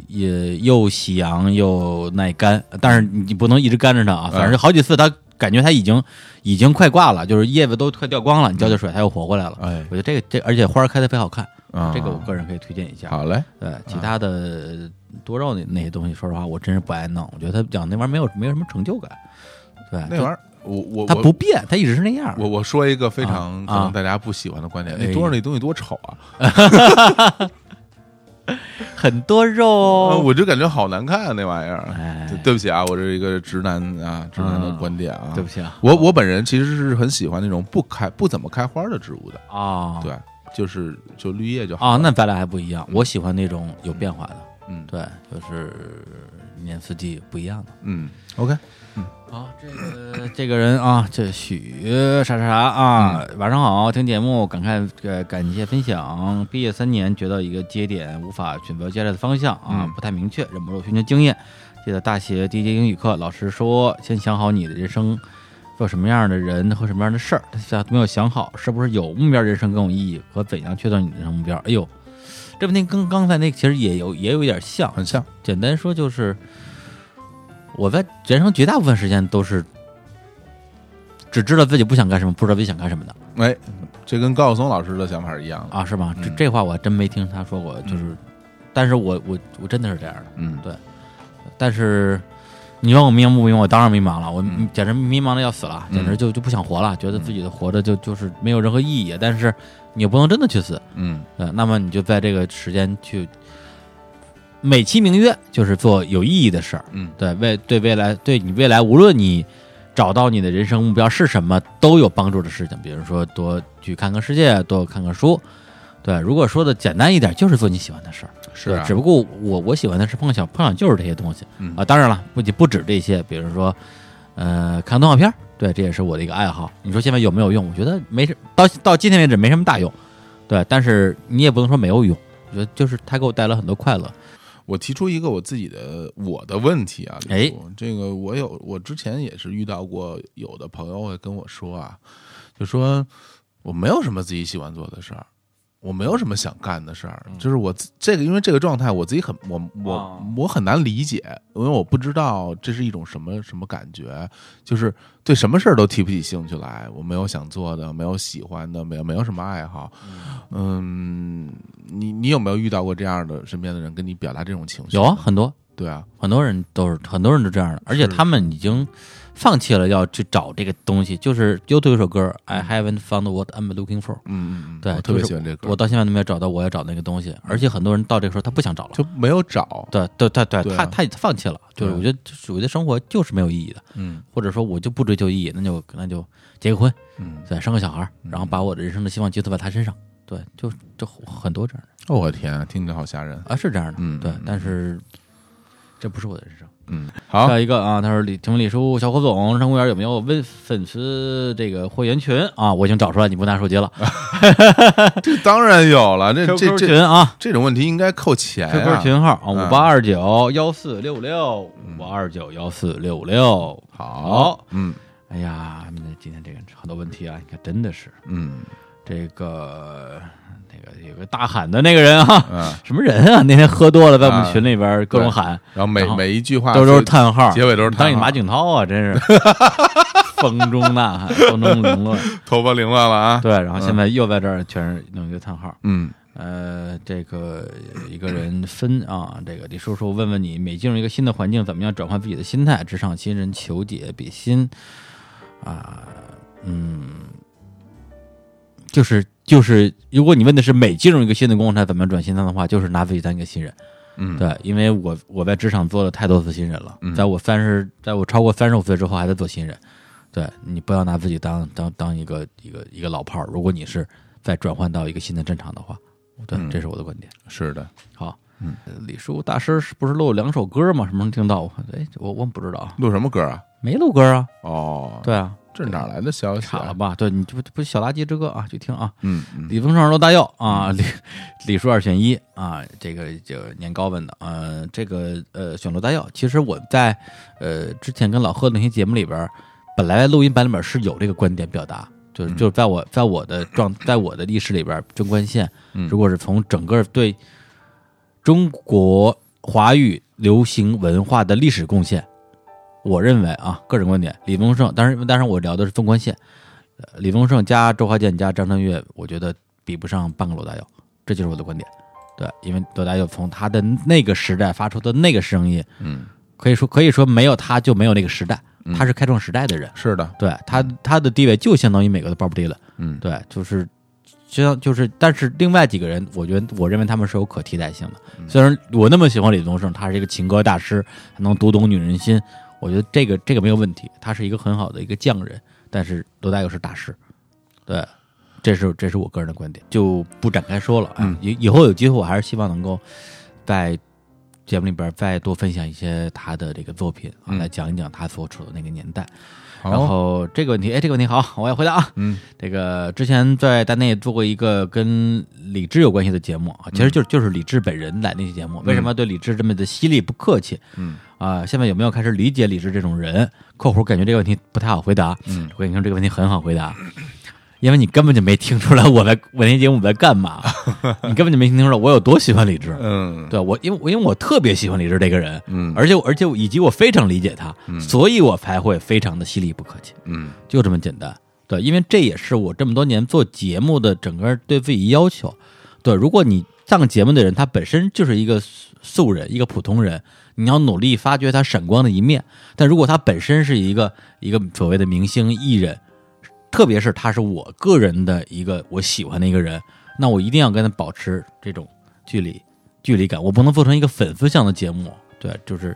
Speaker 1: 也又喜阳又耐干，但是你不能一直干着它啊，反正好几次它感觉它已经已经快挂了，就是叶子都快掉光了，你浇浇水它又活过来了。
Speaker 2: 哎
Speaker 1: 我觉得这个这而且花儿开的特别好看，
Speaker 2: 啊，
Speaker 1: 这个我个人可以推荐一下。
Speaker 2: 好嘞，
Speaker 1: 对，其他的呃多肉那那些东西，说实话，我真是不爱弄。我觉得他养那玩意儿没有没有什么成就感。对，
Speaker 2: 那
Speaker 1: 就
Speaker 2: 玩意儿我我
Speaker 1: 它
Speaker 2: 我
Speaker 1: 不变，它一直是那样儿。
Speaker 2: 我我说一个非常
Speaker 1: 啊
Speaker 2: 可能大家不喜欢的观点，
Speaker 1: 哎
Speaker 2: 那
Speaker 1: 呀
Speaker 2: 多少那东西多丑啊！
Speaker 1: 很多肉
Speaker 2: 啊
Speaker 1: 哦，
Speaker 2: 我就感觉好难看啊，那玩意儿。
Speaker 1: 哎嗯
Speaker 2: 对对不起啊，我这是一个直男啊，直男的观点啊。
Speaker 1: 对不起啊
Speaker 2: 我我本人其实是很喜欢那种不开不怎么开花的植物的，
Speaker 1: 啊，
Speaker 2: 对，嗯就是就绿叶就好。
Speaker 1: 啊，那咱俩还不一样。我喜欢那种有变化的，
Speaker 2: 嗯
Speaker 1: 对，就是一年四季不一样的。
Speaker 2: 嗯，OK，
Speaker 1: 好，这个 这个人啊，这许啥啥啥啊，晚上好，听节目，感慨呃感谢分享。毕业三年，觉得一个节点无法选择接下来的方向啊，
Speaker 2: 嗯
Speaker 1: 不太明确，忍不住寻求经验。记得大学第一节英语课，老师说先想好你的人生做什么样的人和什么样的事儿，但是没有想好是不是有目标人生更有意义和怎样确定你的人生目标。哎呦，这问题跟刚才那其实也有也有一点像，
Speaker 2: 很像，
Speaker 1: 简单说就是，我在人生绝大部分时间都是只知道自己不想干什么，不知道自己想干什么的
Speaker 2: 哎，这跟高晓松老师的想法是一样的，
Speaker 1: 啊，是吗？这
Speaker 2: 嗯
Speaker 1: 这话我还真没听他说过，就是，但是我我我真的是这样的。
Speaker 2: 嗯，
Speaker 1: 但是你问我迷茫不迷茫，我当然迷茫了，我
Speaker 2: 嗯
Speaker 1: 简直迷茫的要死了，
Speaker 2: 嗯
Speaker 1: 简直就就不想活了，觉得自己的活着就就是没有任何意义。但是你也不能真的去死，
Speaker 2: 嗯
Speaker 1: 呃，那么你就在这个时间去美其名曰就是做有意义的事儿，
Speaker 2: 嗯，
Speaker 1: 对未对未来对你未来，无论你找到你的人生目标是什么，都有帮助的事情，比如说多去看看世界，多看看书。对，如果说的简单一点，就是做你喜欢的事儿。
Speaker 2: 是
Speaker 1: 对
Speaker 2: 啊
Speaker 1: 只，不过我我喜欢的是碰巧，碰巧就是这些东西
Speaker 2: 嗯
Speaker 1: 啊。当然了，不仅不止这些，比如说，呃，看动画片儿，对，这也是我的一个爱好。你说现在有没有用？我觉得没什，到到今天为止没什么大用，对。但是你也不能说没有用，我觉得就是它给我带来很多快乐。
Speaker 2: 我提出一个我自己的我的问题啊，
Speaker 1: 哎
Speaker 2: 李叔，这个我有，我之前也是遇到过有的朋友会跟我说啊，就说我没有什么自己喜欢做的事儿，我没有什么想干的事儿，就是我自这个因为这个状态我自己很我我
Speaker 3: 哦
Speaker 2: 我很难理解，因为我不知道这是一种什么什么感觉，就是对什么事儿都提不起兴趣来，我没有想做的，没有喜欢的，没有没有什么爱好，嗯，你你有没有遇到过这样的身边的人跟你表达这种情绪？
Speaker 1: 有啊，，很多
Speaker 2: 对啊，
Speaker 1: 很多人都是很多人都这样的，而且他们已经放弃了要去找这个东西。就是又有一首歌，I haven't found what I'm looking for。
Speaker 2: 嗯嗯，嗯
Speaker 1: 对
Speaker 2: 嗯我特别
Speaker 1: 就是
Speaker 2: 喜欢这歌，
Speaker 1: 我到现在都没有找到我要找那个东西，而且很多人到这个时候他不想找了，
Speaker 2: 就没有找，
Speaker 1: 对对对对，
Speaker 2: 对啊
Speaker 1: 他他已经放弃了，就是
Speaker 2: 对
Speaker 1: 我觉得就是我觉得生活就是没有意义的，
Speaker 2: 嗯
Speaker 1: 或者说我就不追求意义，那就那就结个婚，
Speaker 2: 嗯，
Speaker 1: 对，生个小孩儿，然后把我的人生的希望寄托在他身上，对，就就很多这样的
Speaker 2: 哦，我天啊，听着好吓人，
Speaker 1: 啊，是这样的，
Speaker 2: 嗯
Speaker 1: 对
Speaker 2: 嗯，
Speaker 1: 但是这不是我的人生。
Speaker 2: 嗯，好
Speaker 1: 还，有一个啊，他说李，请问李叔，小火总，人生公园有没有问粉丝这个会员群啊？我已经找出来，你不拿手机了，
Speaker 2: 这当然有了，这这
Speaker 1: QQ
Speaker 2: 这
Speaker 1: 群啊，
Speaker 2: 这种问题应该扣钱啊
Speaker 1: QQ 群号啊，
Speaker 2: 嗯
Speaker 1: 五八二九幺四六六，五八二九幺四六六。
Speaker 2: 好，嗯
Speaker 1: 哎呀，那今天这个好多问题啊，你看真的是
Speaker 2: 嗯
Speaker 1: 这个那个有个大喊的那个人啊，
Speaker 2: 嗯，
Speaker 1: 什么人啊？那天喝多了，在我
Speaker 2: 啊
Speaker 1: 们群里边各种喊，
Speaker 2: 然后每
Speaker 1: 然后
Speaker 2: 每一句话
Speaker 1: 都都是
Speaker 2: 他，
Speaker 1: 叹号，
Speaker 2: 结尾都是叹号
Speaker 1: 当你马景涛啊，真 是风中呐喊，风中凌乱。
Speaker 2: 头发凌乱了啊，
Speaker 1: 对，然后现在又在这儿全是弄一个叹号。
Speaker 2: 嗯
Speaker 1: 呃，这个一个人分啊，这个李叔叔问问你，每进入一个新的环境，怎么样转换自己的心态？职场新人求解比心啊，嗯，就是就是，如果你问的是每进入一个新的工作态怎么样转心态的话，就是拿自己当一个新人。
Speaker 2: 嗯，
Speaker 1: 对，因为我我在职场做了太多次新人了，
Speaker 2: 嗯
Speaker 1: 在我三十，在我超过三十五岁之后还在做新人。对你不要拿自己当当当一个一个一个老炮儿，如果你是再转换到一个新的战场的话，对，
Speaker 2: 嗯
Speaker 1: 这是我的观点。
Speaker 2: 是的，
Speaker 1: 好，嗯，李叔大师是不是录了两首歌吗？什么时候听到？我哎，我我不知道啊，
Speaker 2: 录什么歌啊？
Speaker 1: 没录歌啊。
Speaker 2: 哦，
Speaker 1: 对啊，
Speaker 2: 这是哪来的消息
Speaker 1: 卡了
Speaker 2: 啊？
Speaker 1: 吧？对，你这不这不是小垃圾之歌啊，去听啊。
Speaker 2: 嗯嗯
Speaker 1: 李峰上楼大佑啊，李李叔二选一啊，这个就年糕问的，呃，这个呃选楼大佑，其实我在呃之前跟老贺那些节目里边儿，本来录音版里边儿是有这个观点表达，就是就是在我在我的状在我的历史里边儿，贞观线
Speaker 2: 嗯，
Speaker 1: 如果是从整个对中国华语流行文化的历史贡献，我认为啊，个人观点，李宗盛，当然当然我聊的是纵贯线，呃李宗盛加周华健加张震岳，我觉得比不上半个罗大佑，这就是我的观点。对，因为罗大佑从他的那个时代发出的那个声音，
Speaker 2: 嗯，
Speaker 1: 可以说可以说没有他就没有那个时代，他是开创时代的人。
Speaker 2: 是的，
Speaker 1: 对他他的地位就相当于美国的 Bob Dylan。
Speaker 2: 嗯
Speaker 1: 对，就是就像就是，但是另外几个人，我觉得我认为他们是有可替代性的。
Speaker 2: 嗯
Speaker 1: 虽然我那么喜欢李宗盛，他是一个情歌大师，他能读懂女人心，我觉得这个这个没有问题，他是一个很好的一个匠人。但是罗大佑是大师，对，这是这是我个人的观点，就不展开说了。哎
Speaker 2: 嗯
Speaker 1: 以以后有机会，我还是希望能够在。节目里边再多分享一些他的这个作品啊，
Speaker 2: 嗯
Speaker 1: 来讲一讲他所处的那个年代。
Speaker 2: 好
Speaker 1: 然后这个问题，哎，这个问题好，我也回答啊。
Speaker 2: 嗯，
Speaker 1: 这个之前在大内做过一个跟李志有关系的节目
Speaker 2: 嗯
Speaker 1: 啊，其实就是就是李志本人来那期节目。为什么对李志这么的犀利不客气？
Speaker 2: 嗯
Speaker 1: 啊、现在有没有开始理解李志这种人？（括弧感觉这个问题不太好回答。）
Speaker 2: 嗯，
Speaker 1: 我跟你说，这个问题很好回答，因为你根本就没听出来我在我那节目在干 嘛，你根本就没听出来我有多喜欢李志。
Speaker 2: 嗯
Speaker 1: 对我，因为我因为我特别喜欢李志这个人，
Speaker 2: 嗯
Speaker 1: 而且我而且我以及我非常理解他，所以我才会非常的犀利不客气，
Speaker 2: 嗯
Speaker 1: 就这么简单。对，因为这也是我这么多年做节目的整个对自己要求。对，如果你上节目的人他本身就是一个素素人，一个普通人，你要努力发掘他闪光的一面。但如果他本身是一个一个所谓的明星艺人，特别是他是我个人的一个我喜欢的一个人，那我一定要跟他保持这种距离距离感，我不能做成一个粉丝向的节目，对，就是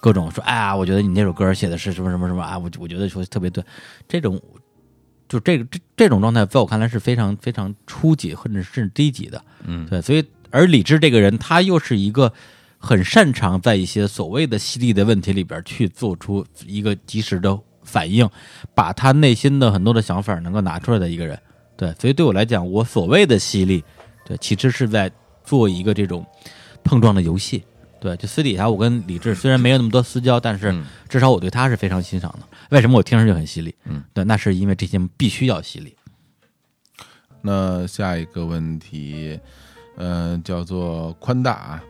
Speaker 1: 各种说，哎呀，我觉得你那首歌写的是什么什么什么啊，我我觉得说特别对，这种就这个这这种状态，在我看来是非常非常初级甚至是低级的，嗯，对，所以而李志这个人，他又是一个。很擅长在一些所谓的犀利的问题里边去做出一个及时的反应，把他内心的很多的想法能够拿出来的一个人。对，所以对我来讲，我所谓的犀利，对，其实是在做一个这种碰撞的游戏。对，就私底下我跟李志虽然没有那么多私交，但是至少我对他是非常欣赏的。为什么我听上去很犀利？嗯，对，那是因为这些必须要犀 利。
Speaker 2: 那下一个问题，呃，叫做宽大啊，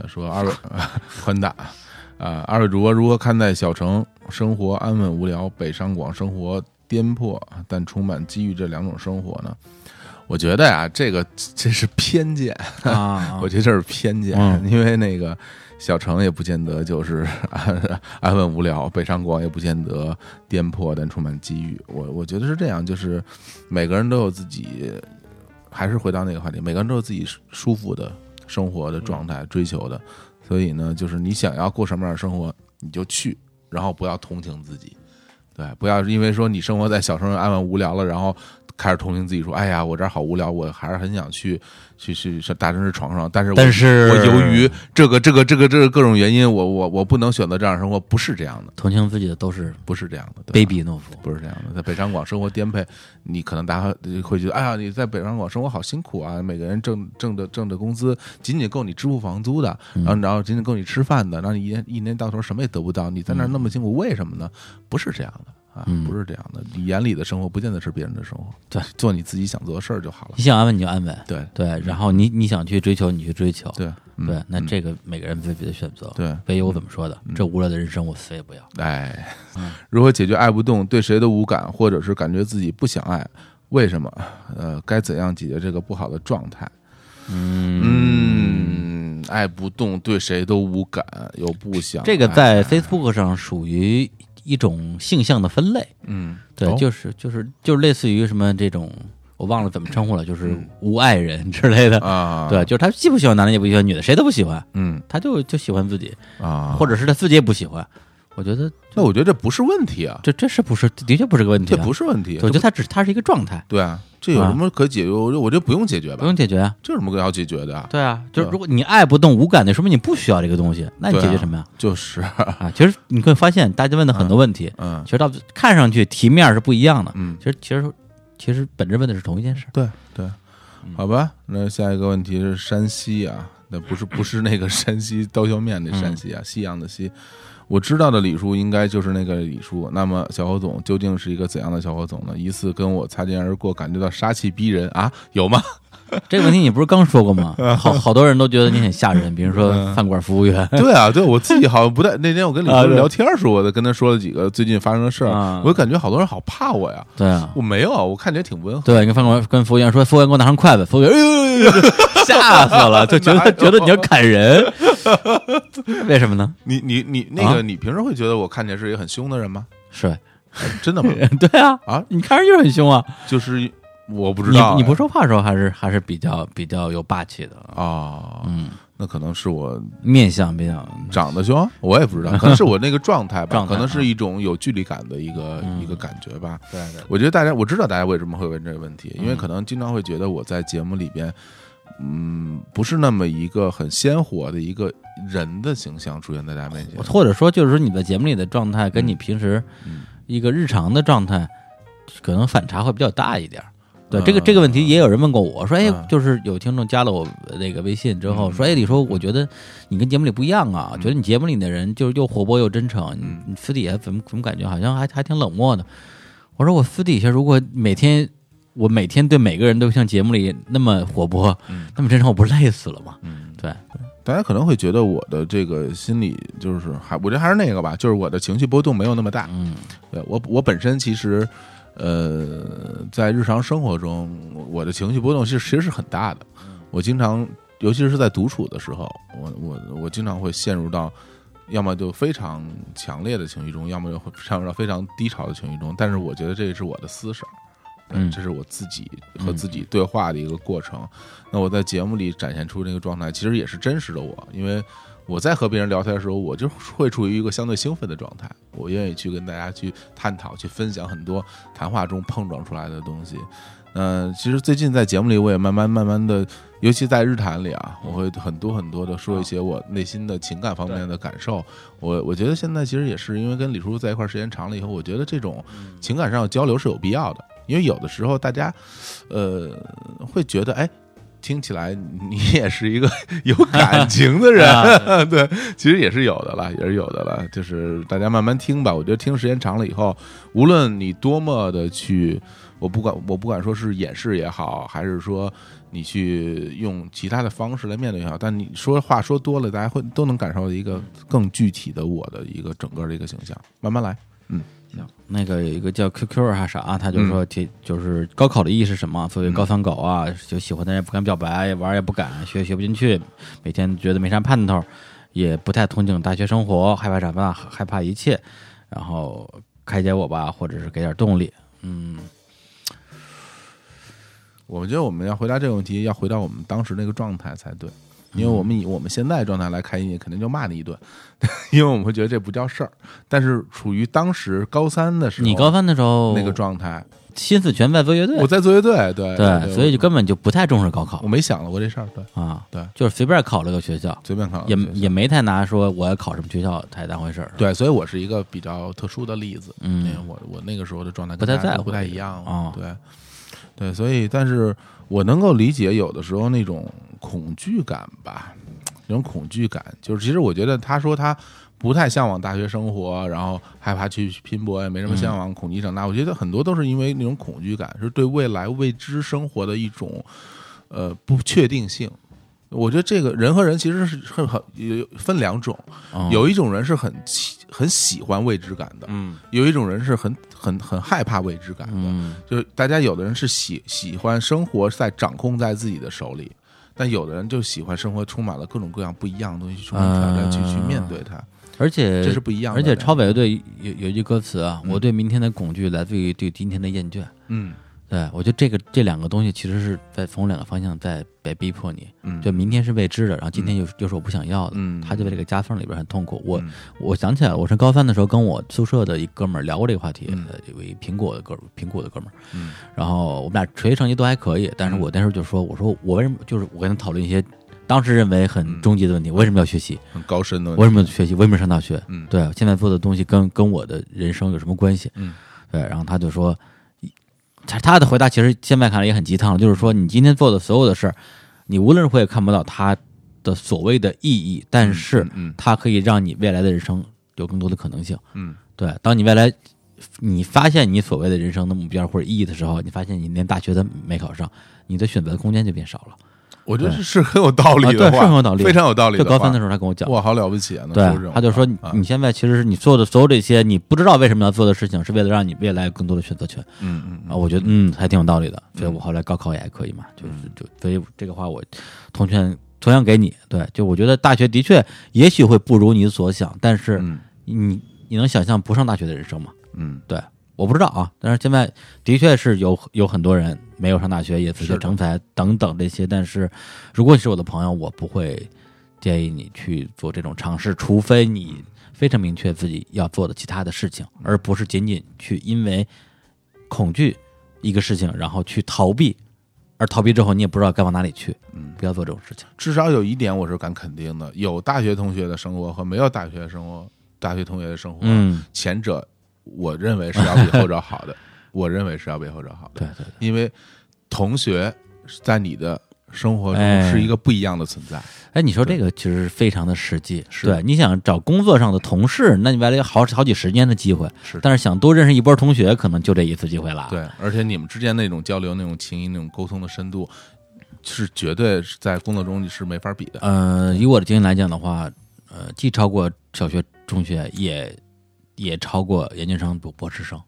Speaker 2: 他说二位 宽大啊、二位主播如何看待小城生活安稳无聊，北上广生活颠簸但充满机遇这两种生活呢？我觉得呀、这个这是偏见，
Speaker 1: 啊
Speaker 2: 我觉得这是偏见，
Speaker 1: 嗯
Speaker 2: 因为那个小城也不见得就是 安安稳无聊，北上广也不见得颠簸，但充满机遇。我我觉得是这样，就是每个人都有自己，还是回到那个话题，每个人都有自己舒舒服的生活的状态、追求的，所以呢，就是你想要过什么样的生活，你就去，然后不要同情自己。对，不要因为说你生活在小城安稳无聊了，然后开始同情自己说：“哎呀，我这儿好无聊，我还是很想去去去上大城市闯闯。”但是我，
Speaker 1: 但是
Speaker 2: 我由于这个这个这个这个各种原因，我我我不能选择这样的生活，不是这样的，
Speaker 1: 同情自己的都是
Speaker 2: 不是这样的，对
Speaker 1: 卑
Speaker 2: 吧
Speaker 1: 鄙懦夫。
Speaker 2: 不是这样的，在北上广生活颠沛，你可能大家会觉得，哎呀，你在北上广生活好辛苦啊，每个人挣挣的挣的工资仅仅够你支付房租的，然后然后仅仅够你吃饭的，然后你一年一年到头什么也得不到，你在那儿那么辛苦，为什么呢？不是这样的啊，不是这样的，你眼里的生活不见得是别人的生活，
Speaker 1: 对，
Speaker 2: 做你自己想做的事儿就好了
Speaker 1: 你。想安稳你就安稳，
Speaker 2: 对
Speaker 1: 对，然后你你想去追求你去追求，
Speaker 2: 对嗯
Speaker 1: 对，那这个每个人自己的选择。
Speaker 2: 对嗯
Speaker 1: 唯有我怎么说的，这无聊的人生我死也不要。
Speaker 2: 哎，
Speaker 1: 嗯
Speaker 2: 如何解决爱不动，对谁都无感，或者是感觉自己不想爱？为什么？呃，该怎样解决这个不好的状态？嗯，爱不动，对谁都无感，又不想
Speaker 1: 这个
Speaker 2: 爱
Speaker 1: 在 Facebook 上属于一种性向的分类，
Speaker 2: 嗯，
Speaker 1: 对，
Speaker 2: 哦
Speaker 1: 就是就是就是类似于什么这种，我忘了怎么称呼了，就是无爱人之类的，
Speaker 2: 嗯啊，
Speaker 1: 对，，就是他既不喜欢男的，也不喜欢女的，谁都不喜欢，
Speaker 2: 嗯
Speaker 1: 他就就喜欢自己，
Speaker 2: 啊，
Speaker 1: 或者是他自己也不喜欢。我觉得
Speaker 2: 那我觉得这不是问题啊，
Speaker 1: 这这是不是的确不是个问题、
Speaker 2: 这
Speaker 1: 啊，
Speaker 2: 不
Speaker 1: 是，
Speaker 2: 是问题，
Speaker 1: 我觉
Speaker 2: 这
Speaker 1: 得他只他是一个状态，
Speaker 2: 不对啊，这有什么可解决？我我觉得不用解决
Speaker 1: 不
Speaker 2: 吧，
Speaker 1: 用解决啊。
Speaker 2: 这有什么要解决的啊？
Speaker 1: 对啊，就是
Speaker 2: 对
Speaker 1: 如果你爱不动无感的，说明你不需要这个东西，那你
Speaker 2: 对啊
Speaker 1: 解决什 么呀？
Speaker 2: 就是，
Speaker 1: 啊，其实你会发现，大家问的很多问题，
Speaker 2: 嗯
Speaker 1: 其实到看上去题面是不一样的，
Speaker 2: 嗯
Speaker 1: 其实其实其实本质问的是同一件事。
Speaker 2: 对对，好吧，那下一个问题是山西啊，那不是不是那个山西刀削面那山西啊，西洋的西。我知道的李叔应该就是那个李叔。那么小侯总究竟是一个怎样的小侯总呢？疑似跟我擦肩而过，感觉到杀气逼人啊，有吗？
Speaker 1: 这个问题你不是刚说过吗？好好多人都觉得你很吓人，比如说饭馆服务员，
Speaker 2: 嗯对啊，对我自己好像不太。那天我跟李
Speaker 1: 啊
Speaker 2: 叔
Speaker 1: 对
Speaker 2: 聊天的时候，我在跟他说了几个最近发生的事儿
Speaker 1: 啊，
Speaker 2: 我就感觉好多人好怕我呀。
Speaker 1: 对啊，
Speaker 2: 我没有，啊，我看起来挺温和。
Speaker 1: 对，跟饭馆跟服务员说，服务员给我拿上筷子，服务员哎 呦哎呦哎呦，吓死了，就觉
Speaker 2: 哪
Speaker 1: 得
Speaker 2: 有
Speaker 1: 觉得你要砍人，为什么呢？
Speaker 2: 你你你那个，
Speaker 1: 啊
Speaker 2: 你平时会觉得我看起来是一个很凶的人吗？
Speaker 1: 是，
Speaker 2: 真 的吗？
Speaker 1: 对啊，
Speaker 2: 啊，
Speaker 1: 你看上去就是很凶啊，
Speaker 2: 就是我不知
Speaker 1: 你
Speaker 2: 道哎，
Speaker 1: 你不说话的时候还是还是比较比较有霸气的，
Speaker 2: 啊，
Speaker 1: 嗯，
Speaker 2: 那可能是我
Speaker 1: 面相比较
Speaker 2: 长得凶，我也不 知道，可能是我那个状态吧，
Speaker 1: 状态嗯
Speaker 2: 可能是一种有距离感的一个一个感觉吧。
Speaker 1: 对对
Speaker 2: 我觉得大家我知道大家为什么会问这个问
Speaker 1: 嗯
Speaker 2: 题，因为可能经常会觉得我在节目里边，嗯，不是那么一个很鲜活的一个人的形象出现在大家面前。
Speaker 1: 或者说就是说你在节目里的状态跟你平时
Speaker 2: 嗯
Speaker 1: 一个日常的状态，可能反差会比较大一点儿。对
Speaker 2: 嗯
Speaker 1: 这个这个问题，也有人问过我说：“哎
Speaker 2: 嗯，
Speaker 1: 就是有听众加了我那个微信之后说，哎，你说我觉得你跟节目里不一样
Speaker 2: 嗯
Speaker 1: 啊，觉得你节目里的人就是又活泼又真诚，你你私底下怎么怎么感觉好像还还挺冷漠的？”我说：“我私底下如果每天我每天对每个人都像节目里那么活泼，那么真诚，我不是累死了吗？
Speaker 2: 嗯，
Speaker 1: 对，
Speaker 2: 大家可能会觉得我的这个心理就是还，我觉得还是那个吧，就是我的情绪波动没有那么大。
Speaker 1: 嗯，
Speaker 2: 对我我本身其实，呃，在日常生活中，我的情绪波动其实其实是很大的。我经常，尤其是在独处的时候，我我我经常会陷入到，要么就非常强烈的情绪中，要么就会陷入到非常低潮的情绪中。但是我觉得这是我的私事儿。对
Speaker 1: 嗯
Speaker 2: 这是我自己和自己对话的一个过程。那我在节目里展现出那个状态，其实也是真实的我，因为我在和别人聊天的时候，我就会处于一个相对兴奋的状态，我愿意去跟大家去探讨、去分享很多谈话中碰撞出来的东西。嗯、其实最近在节目里，我也慢慢慢慢的，尤其在日谈里啊，我会很多很多的说一些我内心的情感方面的感受。我我觉得现在其实也是因为跟李叔在一块儿时间长了以后，我觉得这种情感上的交流是有必要的，因为有的时候大家，呃，会觉得哎。听起来你也是一个 有感情的
Speaker 1: 啊
Speaker 2: 人， 对，其实也是有的了，也是有的了。就是大家慢慢听吧，我觉得听时间长了以后，无论你多么的去，我不管我不管说是掩饰也好，还是说你去用其他的方式来面对也好，但你说话说多了，大家会都能感受到一个更具体的我的一个整个的一个形象。慢慢来，
Speaker 1: 行，那个有一个叫 QQ 还是啥啊，他就
Speaker 2: 嗯
Speaker 1: 说提就是高考的意义是什么？作为高三狗啊，就喜欢的人也不敢表白，玩儿也不敢，学也学不进去，每天觉得没啥盼头，也不太憧憬大学生活，害怕长大，害怕一切，然后开解我吧，或者是给点动力。嗯，
Speaker 2: 我觉得我们要回答这个问题，要回到我们当时那个状态才对，
Speaker 1: 嗯
Speaker 2: 因为我们以我们现在状态来开你，肯定就骂你一顿， 因为我们会觉得这不叫事儿。但是处于当时高三的时候，
Speaker 1: 你高三的时候
Speaker 2: 那个状态，
Speaker 1: 心思全在做乐队
Speaker 2: 我，在做乐队，对
Speaker 1: 对，所以就
Speaker 2: 跟
Speaker 1: 根本就不太重视高考
Speaker 2: 我没想到过这事儿，对，
Speaker 1: 啊，
Speaker 2: 对
Speaker 1: 就是随便考了个学校，
Speaker 2: 随便考
Speaker 1: 也
Speaker 2: 对
Speaker 1: 也没太拿说我要考什么学校太当回事儿。
Speaker 2: 对，所以我是一个比较特殊的例子，
Speaker 1: 嗯
Speaker 2: 因为我我那个时候的状态
Speaker 1: 不太
Speaker 2: 跟大家
Speaker 1: 在
Speaker 2: 都不
Speaker 1: 乎
Speaker 2: 太
Speaker 1: 这
Speaker 2: 一样了
Speaker 1: 哦
Speaker 2: 对对，所以但是我能够理解有的时候那种恐惧感吧，那种恐惧感，就是其实我觉得他说他不太向往大学生活，然后害怕去拼搏，也没
Speaker 1: 嗯
Speaker 2: 什么向往，恐惧长大，我觉得很多都是因为那种恐惧感，是对未来未知生活的一种呃不确定性。我觉得这个人和人其实是很很有分两种，
Speaker 1: 嗯
Speaker 2: 有一种人是很喜很喜欢未知感的，
Speaker 7: 嗯，
Speaker 2: 有一种人是很很很害怕未知感的。
Speaker 1: 嗯
Speaker 2: 就是大家有的人是喜喜欢生活在掌控在自己的手里，但有的人就喜欢生活充满了各种各样不一样的东西，去充满挑战，去去面对
Speaker 1: 啊
Speaker 2: 它，
Speaker 1: 而且
Speaker 2: 这是不一样的。
Speaker 1: 而且超，北乐队有有一句歌词啊，
Speaker 2: 嗯
Speaker 1: 我对明天的恐惧来自于对今天的厌倦。
Speaker 2: 嗯
Speaker 1: 对我觉得这个这两个东西其实是在从两个方向在在逼迫你。
Speaker 2: 嗯，
Speaker 1: 就明天是未知的，然后今天又是又是我不想要的，
Speaker 2: 嗯
Speaker 1: 他就在这个夹缝里边很痛苦。我
Speaker 2: 嗯
Speaker 1: 我想起来，我上高三的时候跟我宿舍的一哥们儿聊过这个话题，
Speaker 2: 嗯
Speaker 1: 呃有一苹果的哥们儿苹果的哥们儿，
Speaker 2: 嗯
Speaker 1: 然后我们俩学习成绩都还可以，但是我那时候就说，我说我为什么就是我跟他讨论一些当时认为
Speaker 2: 嗯
Speaker 1: 很终极的问题，我为什么要学习？
Speaker 2: 很高深的
Speaker 1: 我为
Speaker 2: 问
Speaker 1: 什么
Speaker 2: 题。
Speaker 1: 要学习？我为什么要上大学？
Speaker 2: 嗯
Speaker 1: 对，现在做的东西跟跟我的人生有什么关系？
Speaker 2: 嗯，
Speaker 1: 对，然后他就说，他他的回答其实现在看来也很鸡汤，就是说你今天做的所有的事儿，你无论如何也看不到它的所谓的意义，但是
Speaker 2: 嗯嗯
Speaker 1: 它可以让你未来的人生有更多的可能性。
Speaker 2: 嗯，
Speaker 1: 对，当你未来你发现你所谓的人生的目标或者意义的时候，你发现你连大学都没考上，你的选择的空间就变少了。
Speaker 2: 我觉得是是很有道理
Speaker 1: 啊
Speaker 2: 的
Speaker 1: 对
Speaker 2: 话，
Speaker 1: 是很有道理
Speaker 2: 非常有道理
Speaker 1: 就
Speaker 2: 的话。
Speaker 1: 高三的时候，他跟我讲，
Speaker 2: 哇，好了不起啊！能说这
Speaker 1: 对
Speaker 2: 种，
Speaker 1: 他就说
Speaker 2: 话
Speaker 1: 你
Speaker 2: 啊
Speaker 1: 你现在其实是你做的所有这些，你不知道为什么要做的事情，是为了让你未来有更多的选择权
Speaker 2: 嗯嗯嗯
Speaker 1: 啊。我觉得嗯，还挺有道理的。所以我后来高考也还可以嘛，就是
Speaker 2: 嗯
Speaker 1: 就所以这个话我同劝同样给你。对，就我觉得大学的确也许会不如你所想，但是
Speaker 2: 嗯
Speaker 1: 你你能想象不上大学的人生吗？
Speaker 2: 嗯，
Speaker 1: 对，我不知道啊，但是现在的确是有有很多人没有上大学，也自
Speaker 2: 是
Speaker 1: 学
Speaker 2: 的
Speaker 1: 成才等等这些。但是如果你是我的朋友，我不会建议你去做这种尝试，除非你非常明确自己要做的其他的事情，而不是仅仅去因为恐惧一个事情，然后去逃避。而逃避之后，你也不知道该往哪里去，嗯，不要做这种事情。
Speaker 2: 至少有一点我是敢肯定的：有大学同学的生活和没有大学生活，大学同学的生活，
Speaker 1: 嗯，
Speaker 2: 前者我认为是要比后者 好的，我认为是要比后者好的，
Speaker 1: 对对
Speaker 2: 因为同学在你的生活中
Speaker 1: 哎
Speaker 2: 是一个不一样的存在。
Speaker 1: 哎，你说这个其实是非常的实际，对，你想找工作上的同事，那你未来有好好几十年的机会，
Speaker 2: 是
Speaker 1: 但是想多认识一波同学，可能就这一次机会了。，
Speaker 2: 对，而且你们之间那种交流、那种情谊、那种沟通的深度，是绝对是在工作中你是没法比的。
Speaker 1: 呃，以我的经验来讲的话，呃，既超过小学、中学，也也超过研究生、博博士生。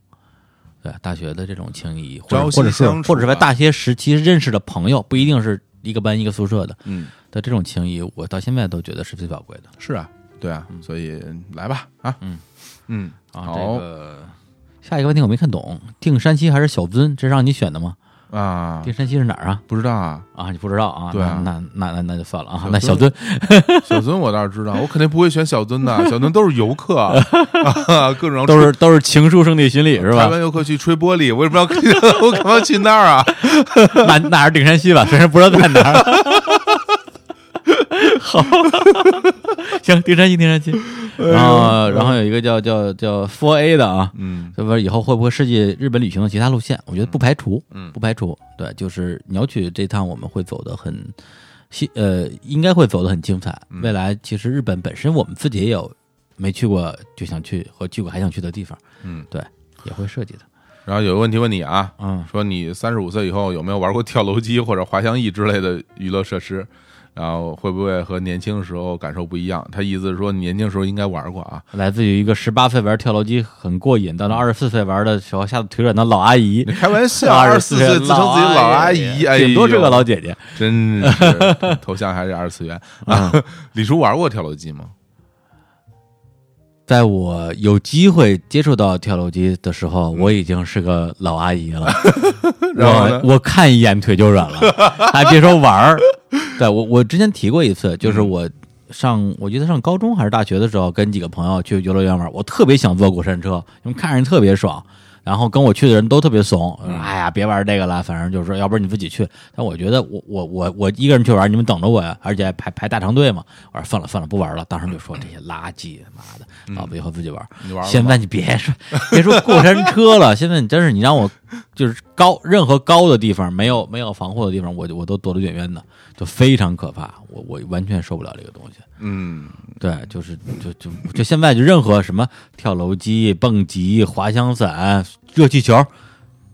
Speaker 1: 对，大学的这种情谊，或者
Speaker 2: 朝夕
Speaker 1: 或者是
Speaker 2: 相处
Speaker 1: 或者是在
Speaker 2: 啊
Speaker 1: 大学时期认识的朋友，不一定是一个班一个宿舍的
Speaker 2: 嗯，
Speaker 1: 的这种情谊，我到现在都觉得是最宝贵的
Speaker 2: 是啊，对啊，所以来吧啊，
Speaker 1: 嗯
Speaker 2: 嗯，
Speaker 1: 啊。
Speaker 2: 好
Speaker 1: 这个下一个问题我没看懂，定山西还是小樽？这让你选的吗？
Speaker 2: 啊
Speaker 1: 定，山西是哪儿啊？
Speaker 2: 不知道啊，
Speaker 1: 啊，你不知道啊？
Speaker 2: 对啊
Speaker 1: 那那那那那就算了啊
Speaker 2: 小。
Speaker 1: 那
Speaker 2: 樽
Speaker 1: 小樽，
Speaker 2: 小樽我倒是知道，我肯定不会选小樽的，小樽都是游客，啊、各种
Speaker 1: 都是都是情书圣地巡礼是
Speaker 2: 台
Speaker 1: 吧？
Speaker 2: 湾游客去吹玻璃，为什么要我干嘛去那儿啊？
Speaker 1: 那那还是定山 西吧，虽然不知道在哪儿。 好， 行，定山西，定山西。
Speaker 2: 哎
Speaker 1: 然后，然后有一个叫叫叫 Four A 的啊，
Speaker 2: 嗯，
Speaker 1: 这不是以后会不会设计日本旅行的其他路线？我觉得不排除，
Speaker 2: 嗯
Speaker 1: 不排除。对，就是鸟取这趟我们会走的很西，呃，应该会走的很精彩。
Speaker 2: 嗯
Speaker 1: 未来其实日本本身我们自己也有没去过就想去和去过还想去的地方，
Speaker 2: 嗯，
Speaker 1: 对，也会设计的。
Speaker 2: 然后有个问题问你啊，
Speaker 1: 嗯，
Speaker 2: 说你三十五岁以后有没有玩过跳楼机或者滑翔翼之类的娱乐设施？然后会不会和年轻时候感受不一样？他意思是说，年轻时候应该玩过啊，
Speaker 1: 嗯来自于一个十八岁玩跳楼机很过瘾，到了二十四岁玩的时候吓得腿软的老阿 姨
Speaker 2: 你，开玩笑，二
Speaker 1: 24
Speaker 2: 十四岁自称自己老阿姨，哎呦，
Speaker 1: 顶多是个老姐姐。
Speaker 2: 真是头像还是二次元啊！ 李叔玩过跳楼机吗？
Speaker 1: 在我有机会接触到跳楼机的时候，我已经是个老阿姨了。
Speaker 2: 嗯 然后呢
Speaker 1: 我我看一眼腿就软了，还别说玩 儿。对我我之前提过一次，就是
Speaker 2: 嗯
Speaker 1: 我上我记得上高中还是大学的时候，跟几个朋友去游乐园玩儿，我特别想坐过山车，因为看着特别爽。然后跟我去的人都特别怂，
Speaker 2: 嗯
Speaker 1: 哎呀，别玩这个了，反正就是说，要不然你自己去。但我觉得我我我我一个人去玩，你们等着我呀，而且还排排大长队嘛。我说算了算了，不玩了。当时就说这些垃圾，妈的，老子以后自己玩。
Speaker 2: 嗯你玩了吗
Speaker 1: 现在你别说 别说过山车了，现在你真是你让我就是高任何高的地方没有没有防护的地方，我就我都躲得远远的，就非常可怕。我我完全受不了这个东西。
Speaker 2: 嗯，
Speaker 1: 对，就是就就就现在就任何什么跳楼机、蹦极、滑翔伞、热气球，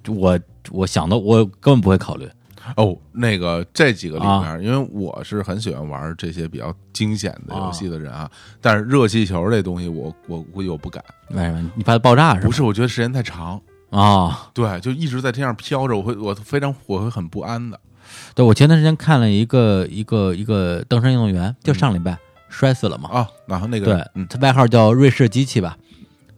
Speaker 1: 我我想的我根本不会考虑。
Speaker 2: 哦，那个这几个里面，
Speaker 1: 啊
Speaker 2: 因为我是很喜欢玩这些比较惊险的游戏的人啊，但是热气球这东西我，我估计我不敢，
Speaker 1: 为什么？你怕它爆炸是
Speaker 2: 不
Speaker 1: 吧？
Speaker 2: 是，我觉得时间太长，
Speaker 1: 啊、
Speaker 2: 对，就一直在天上飘着，我会我非常我会很不安的。
Speaker 1: 对我前段时间看了一个一个一个登山运动员，就上礼拜、摔死了嘛。
Speaker 2: 啊，然后那个，
Speaker 1: 对
Speaker 2: 嗯，，
Speaker 1: 他外号叫瑞士机器吧，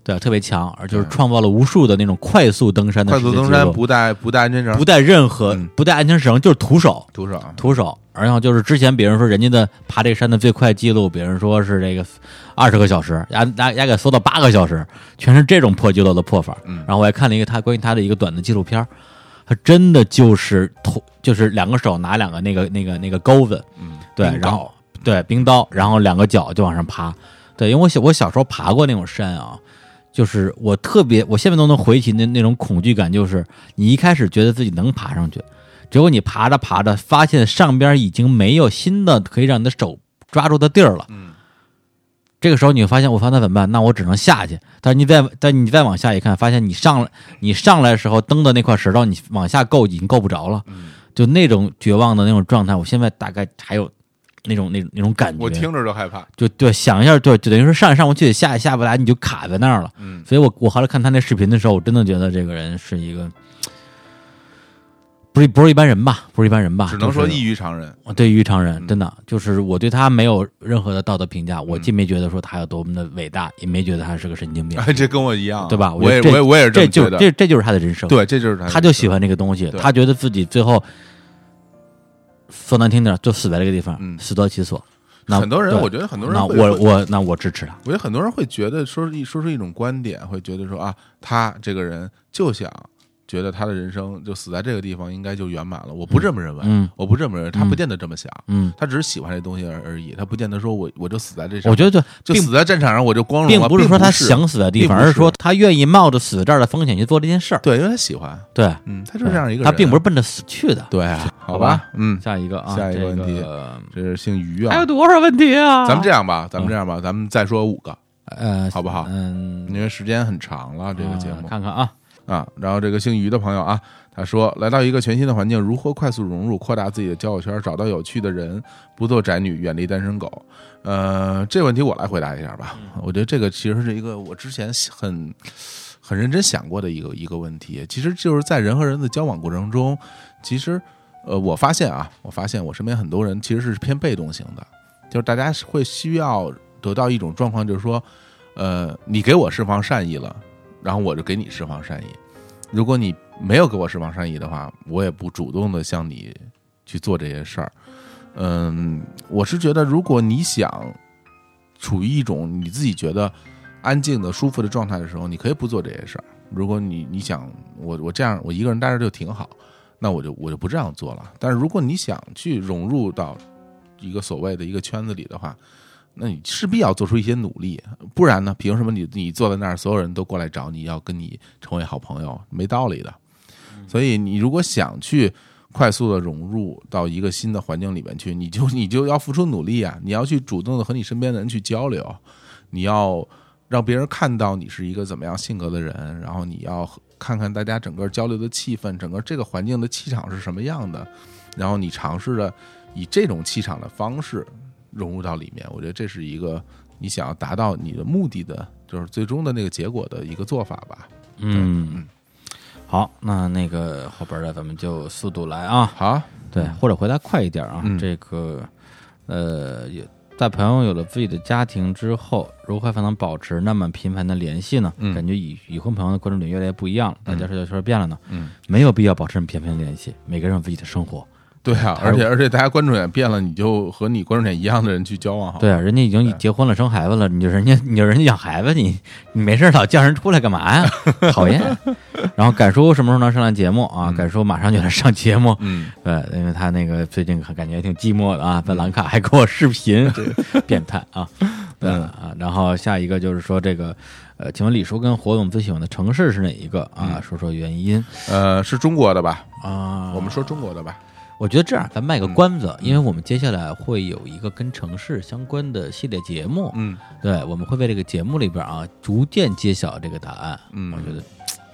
Speaker 1: 对，特别强，而就是
Speaker 2: 对
Speaker 1: 创造了无数的那种快速登山的
Speaker 2: 嗯快速
Speaker 1: 世界
Speaker 2: 登
Speaker 1: 纪
Speaker 2: 山
Speaker 1: 录
Speaker 2: 不带不带安全绳
Speaker 1: 不，带任何、
Speaker 2: 嗯
Speaker 1: 不带安全绳，就是徒手
Speaker 2: 徒手啊，
Speaker 1: 徒手。然后就是之前别人说人家的爬这个山的最快记录，别人说是这个二十个小时，压压压给缩到八个小时，全是这种破纪录的破法。
Speaker 2: 嗯
Speaker 1: 然后我还看了一个他关于他的一个短的纪录片儿，他真的就是徒就是两个手拿两个那个那个那个钩子，
Speaker 2: 嗯，
Speaker 1: 对，
Speaker 2: 冰
Speaker 1: 然后
Speaker 2: 岛
Speaker 1: 对冰刀，然后两个脚就往上爬。对，因为我小我小时候爬过那种山啊，就是我特别，我现在都能回忆起那那种恐惧感，就是你一开始觉得自己能爬上去，结果你爬着爬着，发现上边已经没有新的可以让你的手抓住的地儿了。
Speaker 2: 嗯，
Speaker 1: 这个时候你会发现，我发那怎么办？那我只能下去。但是你再但你再往下一看，发现你上来你上来的时候蹬的那块石头，你往下够已经够不着了。就那种绝望的那种状态，我现在大概还有那种那种那种感觉。
Speaker 2: 我听着就害怕，
Speaker 1: 就对，想一下，对，就等于说上也上不去，下也下不来，你就卡在那儿了。
Speaker 2: 嗯，
Speaker 1: 所以我我后来看他那视频的时候，我真的觉得这个人是一个不是不是一般人吧，不是一般人吧，
Speaker 2: 只能说
Speaker 1: 就是
Speaker 2: 异于嗯常人，
Speaker 1: 我对于常人，真的就是我对他没有任何的道德评价，
Speaker 2: 嗯
Speaker 1: 我既没觉得说他有多么的伟大，也没觉得他是个神经病，
Speaker 2: 哎， 这跟我一样，
Speaker 1: 对吧？
Speaker 2: 我也
Speaker 1: 觉得
Speaker 2: 我也我也是
Speaker 1: 这
Speaker 2: 么觉
Speaker 1: 就
Speaker 2: 得，
Speaker 1: 这这就是他的人生，，
Speaker 2: 对，这就是
Speaker 1: 他就喜欢这个东西，
Speaker 2: 对
Speaker 1: 他觉得自己最后说难听点，就死在这个地方，
Speaker 2: 嗯
Speaker 1: 死得其所。那
Speaker 2: 很多人，
Speaker 1: 对
Speaker 2: 我觉得很多人
Speaker 1: 那
Speaker 2: 会
Speaker 1: 我
Speaker 2: 会
Speaker 1: 我那我支持他，
Speaker 2: 我觉得很多人会觉得说是一说出一种观点，会觉得说啊，他这个人就想觉得他的人生就死在这个地方应该就圆满了。我不这么认为，
Speaker 1: 嗯
Speaker 2: 我不这么认为，他不见得这么想，
Speaker 1: 嗯，
Speaker 2: 他只是喜欢这东西而而已，他不见得说我我就死在这上，
Speaker 1: 我觉得对，
Speaker 2: 就
Speaker 1: 并
Speaker 2: 死在战场上我就光荣
Speaker 1: 并
Speaker 2: 了，
Speaker 1: 不
Speaker 2: 是
Speaker 1: 是说他想死在地方，
Speaker 2: 并不
Speaker 1: 而
Speaker 2: 是
Speaker 1: 是说他愿意冒着死这儿的风险去做这件事儿。
Speaker 2: 对，因为他喜欢，
Speaker 1: 对，
Speaker 2: 嗯，他就是这样一个人，
Speaker 1: 他并不是奔着死去的。
Speaker 2: 对啊，好
Speaker 1: 吧
Speaker 2: 吧，嗯，
Speaker 1: 下一个啊，
Speaker 2: 下一
Speaker 1: 这
Speaker 2: 个
Speaker 1: 个
Speaker 2: 问题这是姓于
Speaker 1: 还有
Speaker 2: 啊，
Speaker 1: 多少问题啊？
Speaker 2: 咱们这样吧，咱们这样吧，咱们再说五个，
Speaker 1: 呃，
Speaker 2: 好不好？
Speaker 1: 嗯，
Speaker 2: 因为时间很长了，这个节
Speaker 1: 啊
Speaker 2: 目
Speaker 1: 看看啊，
Speaker 2: 啊。然后这个姓于的朋友啊，他说来到一个全新的环境，如何快速融入、扩大自己的交友圈，找到有趣的人，不做宅女，远离单身狗。呃，这问题我来回答一下吧。我觉得这个其实是一个我之前很很认真想过的一个一个问题，其实就是在人和人的交往过程中，其实呃，我发现啊，我发现我身边很多人其实是偏被动型的，就是大家是会需要得到一种状况，就是说，呃，你给我释放善意了，然后我就给你释放善意。如果你没有给我释放善意的话，我也不主动的向你去做这些事儿。嗯，我是觉得，如果你想处于一种你自己觉得安静的、舒服的状态的时候，你可以不做这些事儿。如果你你想我我这样我一个人待着就挺好，那我就我就不这样做了。但是如果你想去融入到一个所谓的一个圈子里的话，那你势必要做出一些努力，不然呢，凭什么你你坐在那儿，所有人都过来找你要跟你成为好朋友？没道理的。所以你如果想去快速的融入到一个新的环境里面去，你就 你就要付出努力啊！你要去主动的和你身边的人去交流，你要让别人看到你是一个怎么样性格的人，然后你要看看大家整个交流的气氛，整个这个环境的气场是什么样的，然后你尝试着以这种气场的方式融入到里面。我觉得这是一个你想要达到你的目的的，就是最终的那个结果的一个做法吧。
Speaker 1: 嗯，好，那那个后边的咱们就速度来啊，
Speaker 2: 好，
Speaker 1: 对，或者回答快一点啊。
Speaker 2: 嗯
Speaker 1: 这个，呃，也在朋友有了自己的家庭之后，如何才能保持那么频繁的联系呢？
Speaker 2: 嗯
Speaker 1: 感觉已已婚朋友的关注点越来越不一样了，大家社交圈变了呢。
Speaker 2: 嗯，
Speaker 1: 没有必要保持频繁的联系，每个人有自己的生活。
Speaker 2: 对啊，而且而且大家关注点变了，你就和你关注点一样的人去交往好。
Speaker 1: 对啊，人家已经结婚了，生孩子了，你就人家 你就人家养孩子，你你没事儿老叫人出来干嘛呀？讨厌。然后赶叔什么时候能上来节目啊？赶叔马上就来上节目，
Speaker 2: 嗯，
Speaker 1: 对，因为他那个最近感觉挺寂寞的啊，在兰卡还给我视频，这变态啊！对啊，然后下一个就是说这个，呃，请问李叔跟火总最喜欢的城市是哪一个啊？说说原因
Speaker 2: 呃，是中国的吧？
Speaker 1: 啊。
Speaker 2: 我们说中国的吧。
Speaker 1: 我觉得这样，咱
Speaker 2: 嗯
Speaker 1: 卖个关子，因为我们接下来会有一个跟城市相关的系列节目，
Speaker 2: 嗯，
Speaker 1: 对，我们会在这个节目里边啊，逐渐揭晓这个答案。
Speaker 2: 嗯
Speaker 1: 我觉得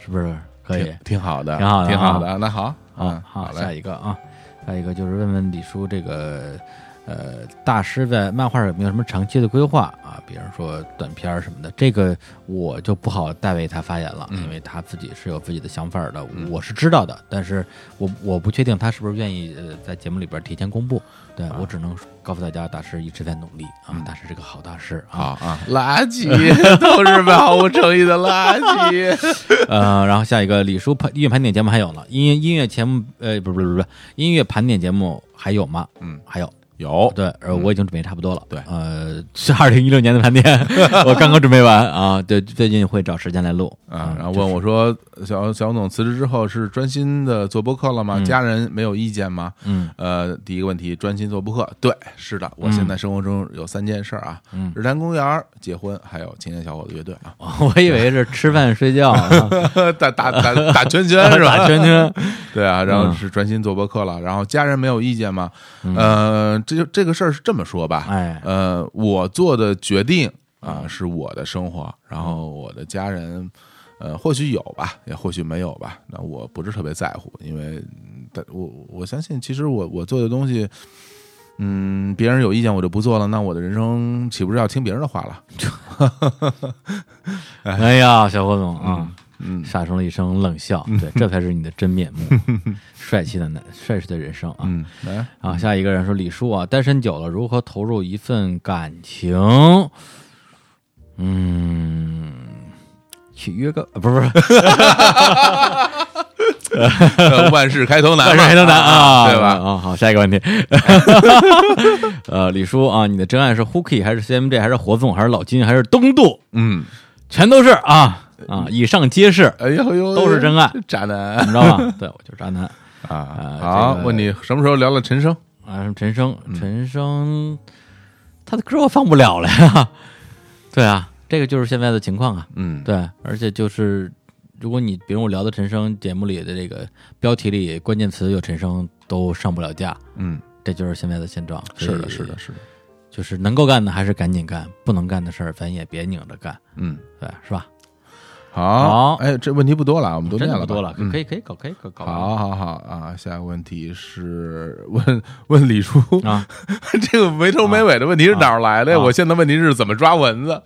Speaker 1: 是不是可以
Speaker 2: 挺？挺好的，
Speaker 1: 挺好的
Speaker 2: 挺好
Speaker 1: 啊
Speaker 2: 的。那好，
Speaker 1: 啊
Speaker 2: 嗯，
Speaker 1: 好，
Speaker 2: 嘞
Speaker 1: 下一个啊，下一个就是问问李叔这个，呃，大师在漫画上有没有什么长期的规划啊？比如说短片儿什么的，这个我就不好代为他发言了，因为他自己是有自己的想法儿的，我是知道的，但是我我不确定他是不是愿意呃在节目里边提前公布，对我只能告诉大家，大师一直在努力啊，大师是个好大师啊，
Speaker 2: 好啊，垃圾 都是毫无诚意的垃圾。
Speaker 1: 呃，然后下一个李叔盘音乐盘点节目还有呢，音乐音乐节目呃不是不是不是音乐盘点节目还有吗？
Speaker 2: 嗯，
Speaker 1: 还有。
Speaker 2: 有，
Speaker 1: 对，呃，我已经准备差不多了。
Speaker 2: 嗯对
Speaker 1: 呃，是二零一六年的盘 点，我刚刚准备完啊。对，最近会找时间来录
Speaker 2: 啊，然后问我说，小小总辞职之后是专心的做播客了吗？家人没有意见吗？
Speaker 1: 嗯，
Speaker 2: 呃，第一个问题，专心做播客，对，是的，我现在生活中有三件事儿啊，
Speaker 1: 嗯
Speaker 2: 日坛公园、结婚，还有青年小伙子乐队啊，
Speaker 1: 我以为是吃饭睡觉， 啊
Speaker 2: 打打 打打圈圈是吧？
Speaker 1: 打圈圈。
Speaker 2: 对啊，然后
Speaker 1: 嗯
Speaker 2: 是专心做播客了，然后家人没有意见吗？呃，这就这个事儿是这么说吧，
Speaker 1: 哎
Speaker 2: 呃，我做的决定啊、是我的生活，然后我的家人，呃，或许有吧，也或许没有吧，那我不是特别在乎，因为嗯但我我相信，其实我我做的东西。嗯，别人有意见我就不做了，那我的人生岂不是要听别人的话了？
Speaker 1: 哎呀，小伙总啊，嗯，傻出了一声冷笑。
Speaker 2: 嗯
Speaker 1: 对，这才是你的真面目， 帅气的男，帅气的人生啊。
Speaker 2: 嗯， 来，
Speaker 1: 啊，下一个人说李叔啊，单身久了，如何投入一份感情？嗯，去约个，呃不是不是，
Speaker 2: 呃万事开 头难嘛，
Speaker 1: 万事开头难啊，
Speaker 2: 对吧？
Speaker 1: 啊，好，下一个问题。 呃，李叔啊，你的真爱是 Hooky 还是 CMJ 还是火总还是老金还是东渡？
Speaker 2: 嗯，
Speaker 1: 全都是啊，啊，以上皆是，
Speaker 2: 哎呦呦，
Speaker 1: 都是真爱，
Speaker 2: 渣男
Speaker 1: 你知 道吧？对，我就是渣男
Speaker 2: 嗯
Speaker 1: 啊
Speaker 2: 啊！好
Speaker 1: 这，个
Speaker 2: 问你什么时候聊聊陈升？
Speaker 1: 啊。什么陈升，陈升，他的歌我放不了了呀。 对啊，这个就是现在的情况啊。
Speaker 2: 嗯，
Speaker 1: 对，而且就是如果你比如我聊的陈升节目里的这个标题里关键词有陈升都上不了架，
Speaker 2: 嗯，
Speaker 1: 这就是现在的现状。
Speaker 2: 是
Speaker 1: 所
Speaker 2: 的，
Speaker 1: 以
Speaker 2: 是的，，是的，
Speaker 1: 就是能够干的还是赶紧干，不能干的事儿咱也别拧着干，
Speaker 2: 嗯，
Speaker 1: 对，是吧？好
Speaker 2: 好，哎，这问题不多了，我们都
Speaker 1: 真
Speaker 2: 念
Speaker 1: 的
Speaker 2: 了
Speaker 1: 不
Speaker 2: 吧，
Speaker 1: 多了，
Speaker 2: 嗯
Speaker 1: 可以可以搞，可以搞搞
Speaker 2: 好好好啊！下一个问题是问问 李叔，
Speaker 1: 啊
Speaker 2: 这个没头没尾的问题是哪儿来的呀？
Speaker 1: 啊啊
Speaker 2: 我现在问题是怎么抓蚊子
Speaker 1: 啊！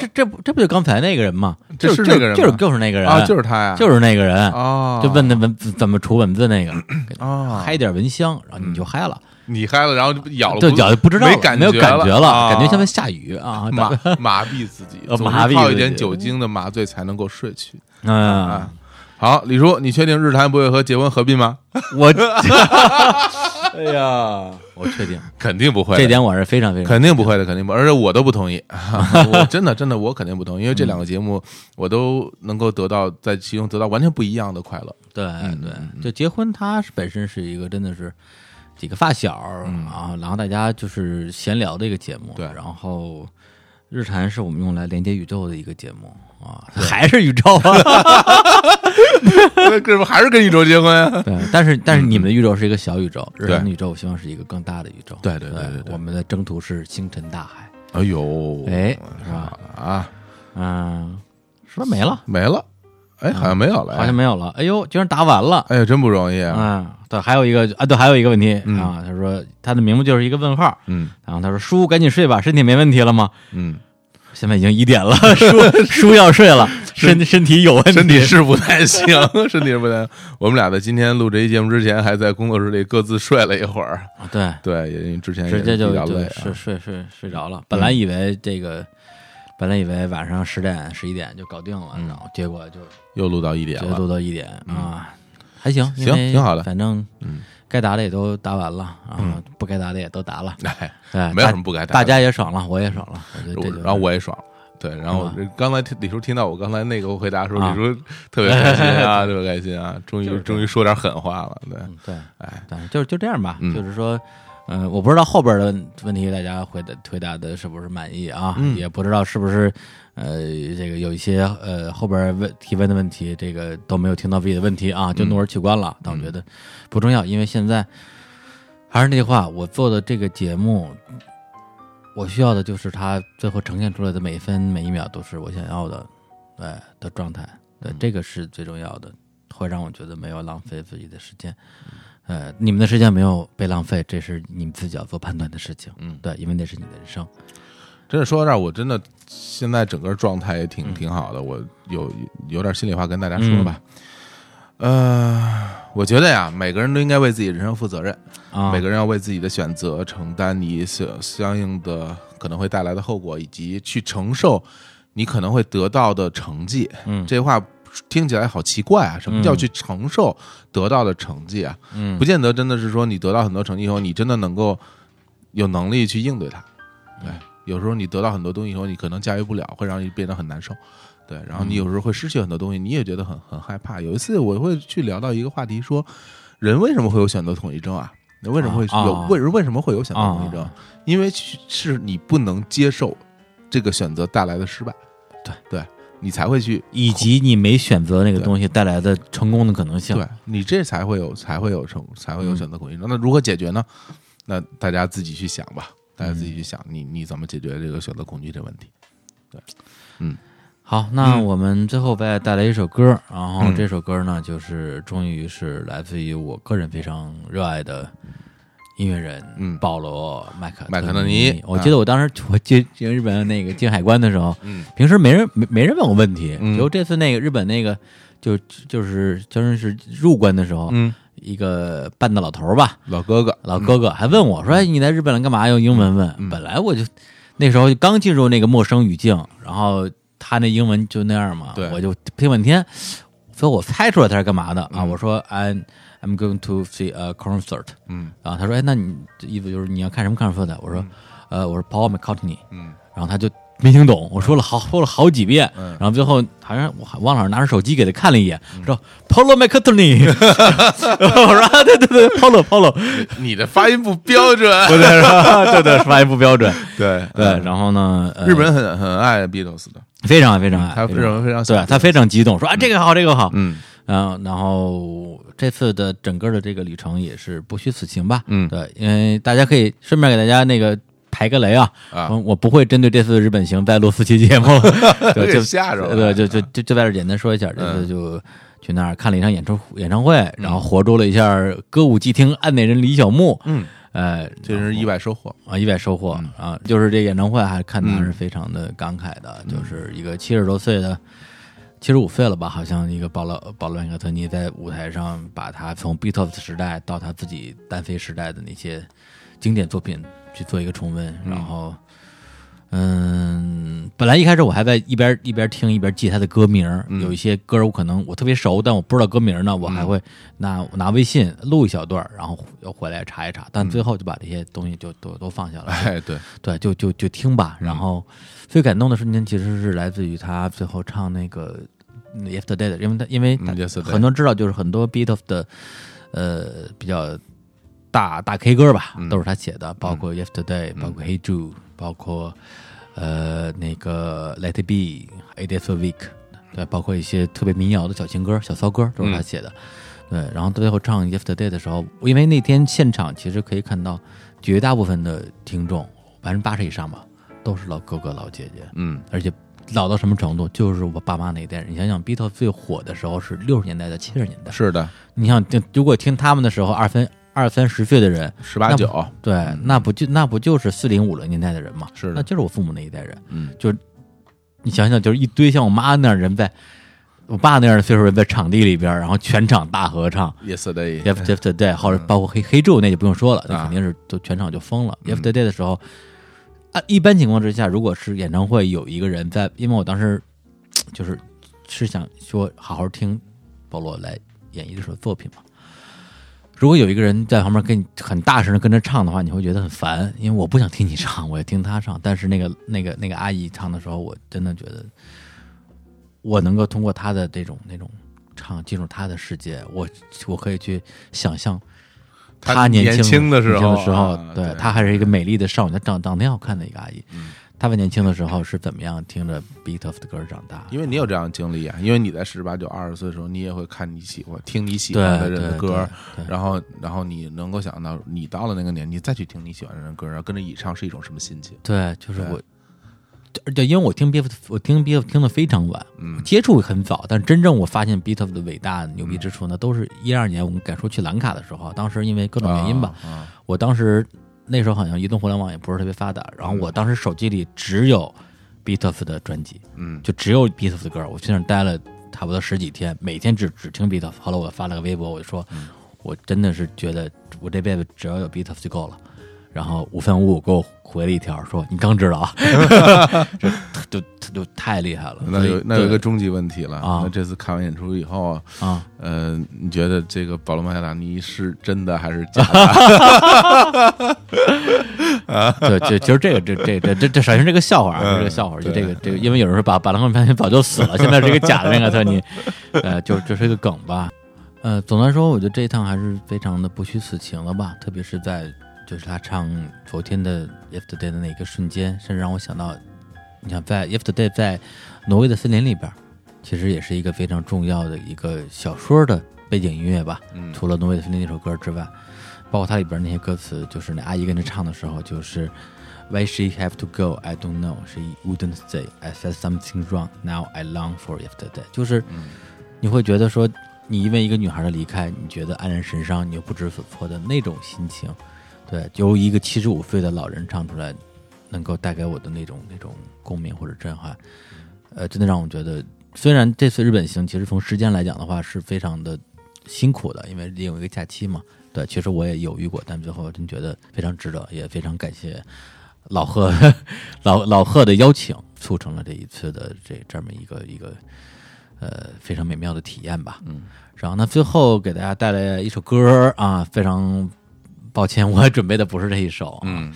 Speaker 1: 这这不这不就刚才那个人吗？
Speaker 2: 这
Speaker 1: 就是
Speaker 2: 是那个人
Speaker 1: 就是
Speaker 2: 吗
Speaker 1: 就是那个人
Speaker 2: 啊？就是他呀，
Speaker 1: 就是是那个人，
Speaker 2: 啊，
Speaker 1: 就问那蚊子怎么除蚊子那个，给他
Speaker 2: 啊，
Speaker 1: 嗨点蚊香，然后你就嗨了，
Speaker 2: 你嗨了，然后就咬了，
Speaker 1: 就脚就不知道了
Speaker 2: 没感
Speaker 1: 没有感觉
Speaker 2: 啊
Speaker 1: 了，感觉像在下雨啊，
Speaker 2: 麻麻痹自己，
Speaker 1: 呃
Speaker 2: 总是
Speaker 1: 麻痹
Speaker 2: 靠
Speaker 1: 自
Speaker 2: 一点
Speaker 1: 己
Speaker 2: 酒精的麻醉才能够睡去
Speaker 1: 嗯
Speaker 2: 啊。。好，李叔，你确定日坛不会和结婚合并吗？
Speaker 1: 我， 哎呀，我确定
Speaker 2: 肯定不会的，
Speaker 1: 这点我是非常非常
Speaker 2: 肯定不会的，肯定不会，而且我都不 同意，我真的真的我肯定不同意，因为这两个节目我都能够得到在其中得到完全不一样的快 乐。
Speaker 1: 对
Speaker 2: 嗯
Speaker 1: 对，就结婚，它是本身是一个真的是几个发小啊，然后大家就是闲聊的一个节目，
Speaker 2: 嗯对
Speaker 1: 然后。日坛是我们用来连接宇宙的一个节目啊，还是宇宙 啊？
Speaker 2: 那这不还是跟宇宙结婚啊？
Speaker 1: 对， 但是但是你们的宇宙是一个小宇宙，日
Speaker 2: 对
Speaker 1: 坛的宇宙我希望是一个更大的宇宙。
Speaker 2: 嗯对对对对对
Speaker 1: 我们的征途是星辰大海。
Speaker 2: 哎呦，
Speaker 1: 哎
Speaker 2: 是吧？啊，
Speaker 1: 嗯，是不是没了？
Speaker 2: 没了，哎，好像没有了，哎
Speaker 1: 好像没有了。哎呦，居然答完了。
Speaker 2: 哎呀，真不容易，
Speaker 1: 嗯，对，还有一个啊，对，还有一个问题、
Speaker 2: 嗯
Speaker 1: 啊，他说他的名字就是一个问号，
Speaker 2: 嗯
Speaker 1: 然后他说叔赶紧睡吧，身体没问题了吗？
Speaker 2: 嗯，
Speaker 1: 现在已经一 点了，叔叔要睡了，身身体有问题，
Speaker 2: 身体是不太行， 身体是不太行。我们俩在今天录这期节目之前，还在工作室里各自睡了一会儿，
Speaker 1: 啊对，
Speaker 2: 对，也因为之前也
Speaker 1: 直接
Speaker 2: 哎比
Speaker 1: 就
Speaker 2: 较累
Speaker 1: 就
Speaker 2: 啊，嗯
Speaker 1: 睡睡睡睡着了。本来以为这个，本来以为晚上十点十一点就搞定了，然后结果就
Speaker 2: 又录到一嗯点
Speaker 1: 直接
Speaker 2: 了，嗯
Speaker 1: 录到一点啊，还行，
Speaker 2: 行
Speaker 1: 因为
Speaker 2: 挺好的嗯
Speaker 1: 反正该答的也都答完了，然后不该答的也都答了，
Speaker 2: 哎，
Speaker 1: 对，
Speaker 2: 没
Speaker 1: 啊
Speaker 2: 有
Speaker 1: 大
Speaker 2: 什么不该答的
Speaker 1: 大家也爽了，我也爽了，我觉得这就是
Speaker 2: 然后我也爽了。对，然后
Speaker 1: 是
Speaker 2: 刚才听李叔听到我刚才那个回答的时候，
Speaker 1: 啊
Speaker 2: 李叔特别开心 啊，特别开心啊，终于终于说点狠话了，对，
Speaker 1: 嗯对，
Speaker 2: 哎，
Speaker 1: 但是就就这样吧，
Speaker 2: 嗯
Speaker 1: 就是说，呃，我不知道后边的问题大家回答回答的是不是满意啊，
Speaker 2: 嗯
Speaker 1: 也不知道是不是呃这个有一些呃后边问提问的问题，这个都没有听到自己的问题啊，就
Speaker 2: 嗯
Speaker 1: 怒而取关了。但我觉得不重要，因为现在还是那句话，我做的这个节目。我需要的就是它最后呈现出来的每一分每一秒都是我想要的，对的状态，对
Speaker 2: 嗯
Speaker 1: 这个是最重要的，会让我觉得没有浪费自己的时间。呃，你们的时间没有被浪费，这是你们自己要做判断的事情。
Speaker 2: 嗯
Speaker 1: 对，因为那是你的人生。
Speaker 2: 真的说到这儿，我真的现在整个状态也
Speaker 1: 嗯
Speaker 2: 挺挺好的，我有有点心里话跟大家说吧，呃，我觉得呀，每个人都应该为自己人生负责任，
Speaker 1: 啊，
Speaker 2: 每个人要为自己的选择承担你所相应的可能会带来的后果，以及去承受你可能会得到的成绩。
Speaker 1: 嗯
Speaker 2: 这话听起来好奇怪啊！什么
Speaker 1: 嗯
Speaker 2: 叫去承受得到的成绩啊？
Speaker 1: 嗯
Speaker 2: 不见得真的是说你得到很多成绩以后，你真的能够有能力去应对它。对，有时候你得到很多东西以后，你可能驾驭不了，会让你变得很难受。对，然后
Speaker 1: 嗯
Speaker 2: 你有时候会失去很多东西，你也觉得很很害怕。有一次我会去聊到一个话题，说人为什么会有选择恐惧症啊？那为什么会
Speaker 1: 啊
Speaker 2: 有
Speaker 1: 啊
Speaker 2: 为为什么会有选择恐惧症
Speaker 1: 啊？
Speaker 2: 因为是你不能接受这个选择带来的失败，
Speaker 1: 对
Speaker 2: 对，你才会去
Speaker 1: 以及你没选择那个
Speaker 2: 对
Speaker 1: 东西带来的成功的可能性。
Speaker 2: 对你这才会有才会有成才会有选择恐
Speaker 1: 嗯
Speaker 2: 惧症。那如何解决呢？那大家自己去想吧，大家自
Speaker 1: 嗯
Speaker 2: 己去想，你你怎么解决这个选择恐惧这问题？
Speaker 1: 好，那我们最后再带来一首歌，然后
Speaker 2: 嗯
Speaker 1: 这首歌呢，就是终于是来自于我个人非常热爱的音乐人，
Speaker 2: 嗯
Speaker 1: 保罗麦克
Speaker 2: 麦克
Speaker 1: 特
Speaker 2: 特尼
Speaker 1: 我记得我当时我进进日本那个进海关的时候，
Speaker 2: 嗯，
Speaker 1: 平时没人没没人问我问题，
Speaker 2: 嗯
Speaker 1: 结果这次那个日本那个就就是就是是入关的时候，
Speaker 2: 嗯，
Speaker 1: 一个半大老头儿吧，
Speaker 2: 老哥哥，
Speaker 1: 老哥哥还问我
Speaker 2: 嗯
Speaker 1: 说：“哎，你在日本干嘛？”用英文问。本来我就那时候刚进入那个陌生语境，然后他那英文就那样嘛
Speaker 2: 对，
Speaker 1: 我就听半天，所以我猜出来他是干嘛的啊。我说：“I'm I'm going to see a concert。”
Speaker 2: 嗯，
Speaker 1: 然后他说：“哎，那你这意思就是你要看什么 concert？” 我说：“呃，我说 Paul McCartney。”
Speaker 2: 嗯，
Speaker 1: 然后他就没听懂，我说了好说了好几遍，
Speaker 2: 嗯
Speaker 1: 然后最后好像我还忘了拿着手机给他看了一眼，说 Polo McCartney，我说啊对对对 Polo Polo，
Speaker 2: 你的发音不标 准。
Speaker 1: 不对是吧？对对，发音不标准。
Speaker 2: 对嗯
Speaker 1: 对，然后呢，呃
Speaker 2: 日本很很爱 Beatles 的，
Speaker 1: 非常非常爱，
Speaker 2: 他
Speaker 1: 非
Speaker 2: 非
Speaker 1: 常
Speaker 2: 常非常喜
Speaker 1: 对啊
Speaker 2: 欢
Speaker 1: 他非常激动，说啊这个好，这个好，
Speaker 2: 嗯
Speaker 1: 嗯、然后这次的整个的这个旅程也是不虚此行吧，
Speaker 2: 嗯
Speaker 1: 对，因为大家可以顺便给大家那个排个雷啊，
Speaker 2: 啊
Speaker 1: 我我不会针对这次日本行再录四期节目， 对，
Speaker 2: 给
Speaker 1: 就
Speaker 2: 吓着了啊嗯
Speaker 1: 对，就就就就在这儿简单说一下，这次就。去那儿看了一场演出演唱会，然后活捉了一下歌舞伎町案内人李小牧，
Speaker 2: 嗯，
Speaker 1: 呃，
Speaker 2: 这是意外收获。
Speaker 1: 啊，意外收获、啊，就是这演唱会还看的还是非常的感慨的，就是一个七十多岁的，七十五岁了吧，好像一个保罗保罗·安克特尼在舞台上把他从 Beatles 时代到他自己单飞时代的那些经典作品去做一个重温，然后。嗯，本来一开始我还在一边一边听一边记他的歌名儿，有一些歌儿我可能我特别熟，但我不知道歌名儿呢，我还会拿、拿微信录一小段儿，然后又回来查一查，但最后就把这些东西就都都放下了。
Speaker 2: 哎，对，
Speaker 1: 对，就就就听吧。然后最感动的瞬间其实是来自于他最后唱那个嗯 Yesterday 的，因为他因为
Speaker 2: 嗯
Speaker 1: 他
Speaker 2: Yesterday
Speaker 1: 很多人知道，就是很多 Beatles 的呃比较大大 K 歌吧，都是他写的，包括 Yesterday，、包括 Hey Jude，包括呃那个 Let It Be，A Day for Week，对，包括一些特别民谣的小情歌、小骚歌都是他写的。对，然后最后唱《Yesterday》的时候，因为那天现场其实可以看到，绝大部分的听众，百分之八十以上吧，都是老哥哥、老姐姐，
Speaker 2: 嗯
Speaker 1: 而且老到什么程度？就是我爸妈那一代人。你想想，Beatles 最火的时候是六十年代到七十年代，
Speaker 2: 是的，
Speaker 1: 你想，就如果听他们的时候，二三二三十岁的人，
Speaker 2: 十八
Speaker 1: 那
Speaker 2: 九，
Speaker 1: 对，那不就那不就是四零五零年代的人嘛？
Speaker 2: 嗯是的
Speaker 1: 那就是我父母那一代人。
Speaker 2: 嗯，
Speaker 1: 就是你想想，就是一堆像我妈那样的人在，我爸那样的岁数人在场地里边，然后全场大合唱。
Speaker 2: Yesterday，
Speaker 1: Jeff Jeff Today，或者包括黑黑昼那就不用说了，那
Speaker 2: 啊
Speaker 1: 肯定是就全场就疯了。Jeff Today 的时候，啊，一般情况之下，如果是演唱会有一个人在，因为我当时嘖就是是想说好好听保罗来演绎这首作品嘛。如果有一个人在旁边跟你很大声的跟着唱的话，你会觉得很烦，因为我不想听你唱，我要听他唱。但是那个那个那个阿姨唱的时候，我真的觉得我能够通过她的这种那种唱进入她的世界，我我可以去想象
Speaker 2: 她
Speaker 1: 她年
Speaker 2: 年轻的
Speaker 1: 的
Speaker 2: 时候
Speaker 1: 时候，
Speaker 2: 啊
Speaker 1: 对
Speaker 2: 对嗯
Speaker 1: 她还是一个美丽的少女，她长长得挺好看的一个阿姨。她在年轻的时候是怎么样听着 Beatles 的歌长大？
Speaker 2: 因为你有这样的经历啊，因为你在十八九、二十岁的时候，你也会看你喜欢、听你喜
Speaker 1: 对
Speaker 2: 欢的人
Speaker 1: 对
Speaker 2: 的
Speaker 1: 对
Speaker 2: 歌，
Speaker 1: 对
Speaker 2: 然后，然后你能够想到，你到了那个年纪再去听你喜欢的人的歌，然后跟着演唱是一种什么心情？
Speaker 1: 对，就是
Speaker 2: 对
Speaker 1: 我，而且因为我听 Beatles，我听 Beatles 听的非常晚，嗯，接触很早，但真正我发现 Beatles 的伟大牛逼之处呢，都是一二年我们赶说去兰卡的时候，当时因为各种原因吧，
Speaker 2: 啊，啊
Speaker 1: 我当时那时候好像移动互联网也不是特别发达，然后我当时手机里只有 Beatles 的专辑，
Speaker 2: 嗯
Speaker 1: 就只有 Beatles 的歌，我去那儿待了差不多十几天，每天只只听 Beatles。后来我发了个微博，我就说，
Speaker 2: 嗯
Speaker 1: 我真的是觉得我这辈子只要有 Beatles 就够了。然后五分五五给我回了一条说：“你刚知道啊，这就就就太厉害了。所
Speaker 2: 那
Speaker 1: 以”
Speaker 2: 有那有一个
Speaker 1: 嗯对
Speaker 2: 终极问题了
Speaker 1: 啊
Speaker 2: 那这次看完演出以后，
Speaker 1: 啊，
Speaker 2: 呃，你觉得这个保罗·麦卡达尼是真的还是假
Speaker 1: 啊
Speaker 2: 的？
Speaker 1: 对，就其实这个这这这这这首先是这个笑话，啊，
Speaker 2: 嗯
Speaker 1: 这个笑话，就
Speaker 2: 对
Speaker 1: 这个这个，因为有人说把把狼汉潘早就死了，现在是个假的那个特尼，呃，就就是一个梗吧。呃，总的来说，我觉得这一趟还是非常的不虚此行了吧，特别是在就是他唱昨天的 Yesterday 的那一个瞬间，甚至让我想到，你想在 Yesterday 在挪威的森林里边，其实也是一个非常重要的一个小说的背景音乐吧。
Speaker 2: 嗯
Speaker 1: 除了《挪威的森林》那首歌之外，包括它里边那些歌词，就是那阿姨跟着唱的时候，就是 Why she have to go, I don't know. She wouldn't stay. I said something wrong. Now I long for yesterday. 就是你会觉得说，你因为一个女孩的离开，你觉得黯然神伤，你又不知所措的那种心情，对，由一个七十五岁的老人唱出来，能够带给我的那种那种共鸣或者震撼，呃，真的让我觉得，虽然这次日本行其实从时间来讲的话是非常的辛苦的，因为利用一个假期嘛。对，其实我也犹豫过，但最后真觉得非常值得，也非常感谢老贺老老贺的邀请，促成了这一次的这这么一个一个呃非常美妙的体验吧。嗯，然后呢，最后给大家带来一首歌儿啊，非常抱歉，我准备的不是这一首啊。
Speaker 2: 嗯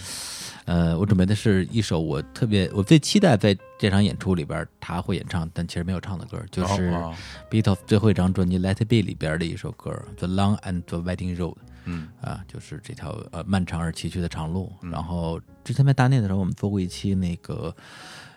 Speaker 1: 呃，我准备的是一首我特别我最期待在这场演出里边他会演唱，但其实没有唱的歌，就是
Speaker 2: 哦哦
Speaker 1: Beatles 最后一张专辑《Let It Be》里边的一首歌《The Long and the Winding Road》。
Speaker 2: 嗯
Speaker 1: 啊，就是这条呃漫长而崎岖的长路。然后之前在大内的时候，我们做过一期那个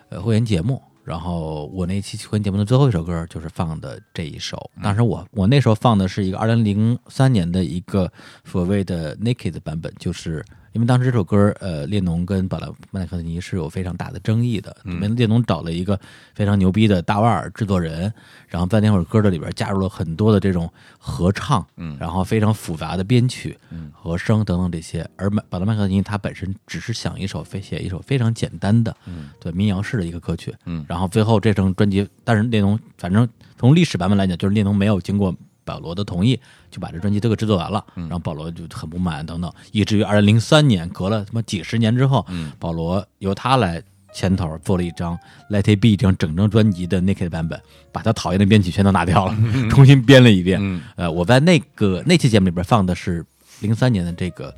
Speaker 1: 呃会员节目，然后我那期会员节目的最后一首歌就是放的这一首。当时我我那时候放的是一个二零零三年的一个所谓的 Naked 的版本，就是。因为当时这首歌，呃，列侬跟巴拉麦克尼是有非常大的争议的，因为列侬找了一个非常牛逼的大腕儿制作人，然后在那会儿歌的里边加入了很多的这种合唱，嗯，然后非常复杂的编曲、嗯、和声等等这些。而麦巴拉麦克尼他本身只是想一首非写一首非常简单的，嗯，对民谣式的一个歌曲，嗯，然后最后这张专辑，但是列侬反正从历史版本来讲，就是列侬没有经过。保罗的同意，就把这专辑都给制作完了。然后保罗就很不满等等，以至于二零零三年，隔了他妈几十年之后，保罗由他来牵头做了一张《Let It Be》这张整张专辑的 Naked 版本，把他讨厌的编曲全都拿掉了， 重新编了一遍。呃，我在那个那期节目里边放的是零三年的这个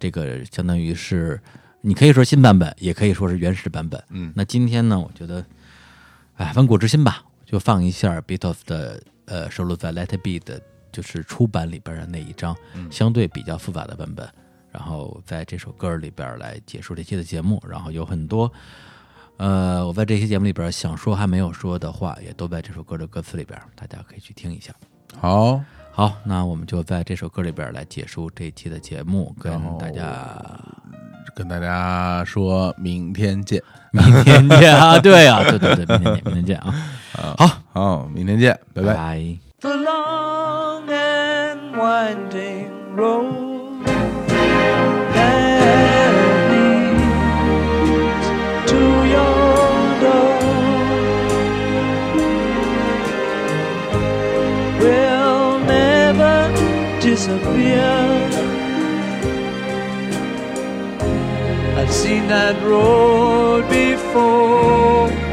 Speaker 1: 这个，相当于是你可以说新版本，也可以说是原始版本。嗯，那今天呢，我觉得。哎，翻古之心吧，就放一下 Beatles 的呃收录在 Let It Be 的，就是出版里边的那一张，相对比较复杂的版本。然后在这首歌里边来结束这期的节目，然后有很多，呃，我在这期节目里边想说还没有说的话，也都在这首歌的歌词里边，大家可以去听一下。
Speaker 2: 好，
Speaker 1: 好，那我们就在这首歌里边来结束这一期的节目，跟
Speaker 2: 然后
Speaker 1: 大家
Speaker 2: 跟大家说明天见。
Speaker 1: 明天见啊！对啊，对对对，明天见，明天见啊！
Speaker 2: 好，明天见，拜拜。
Speaker 1: 拜
Speaker 8: The long and winding road that leads to your door will never disappear. I've seen that road before.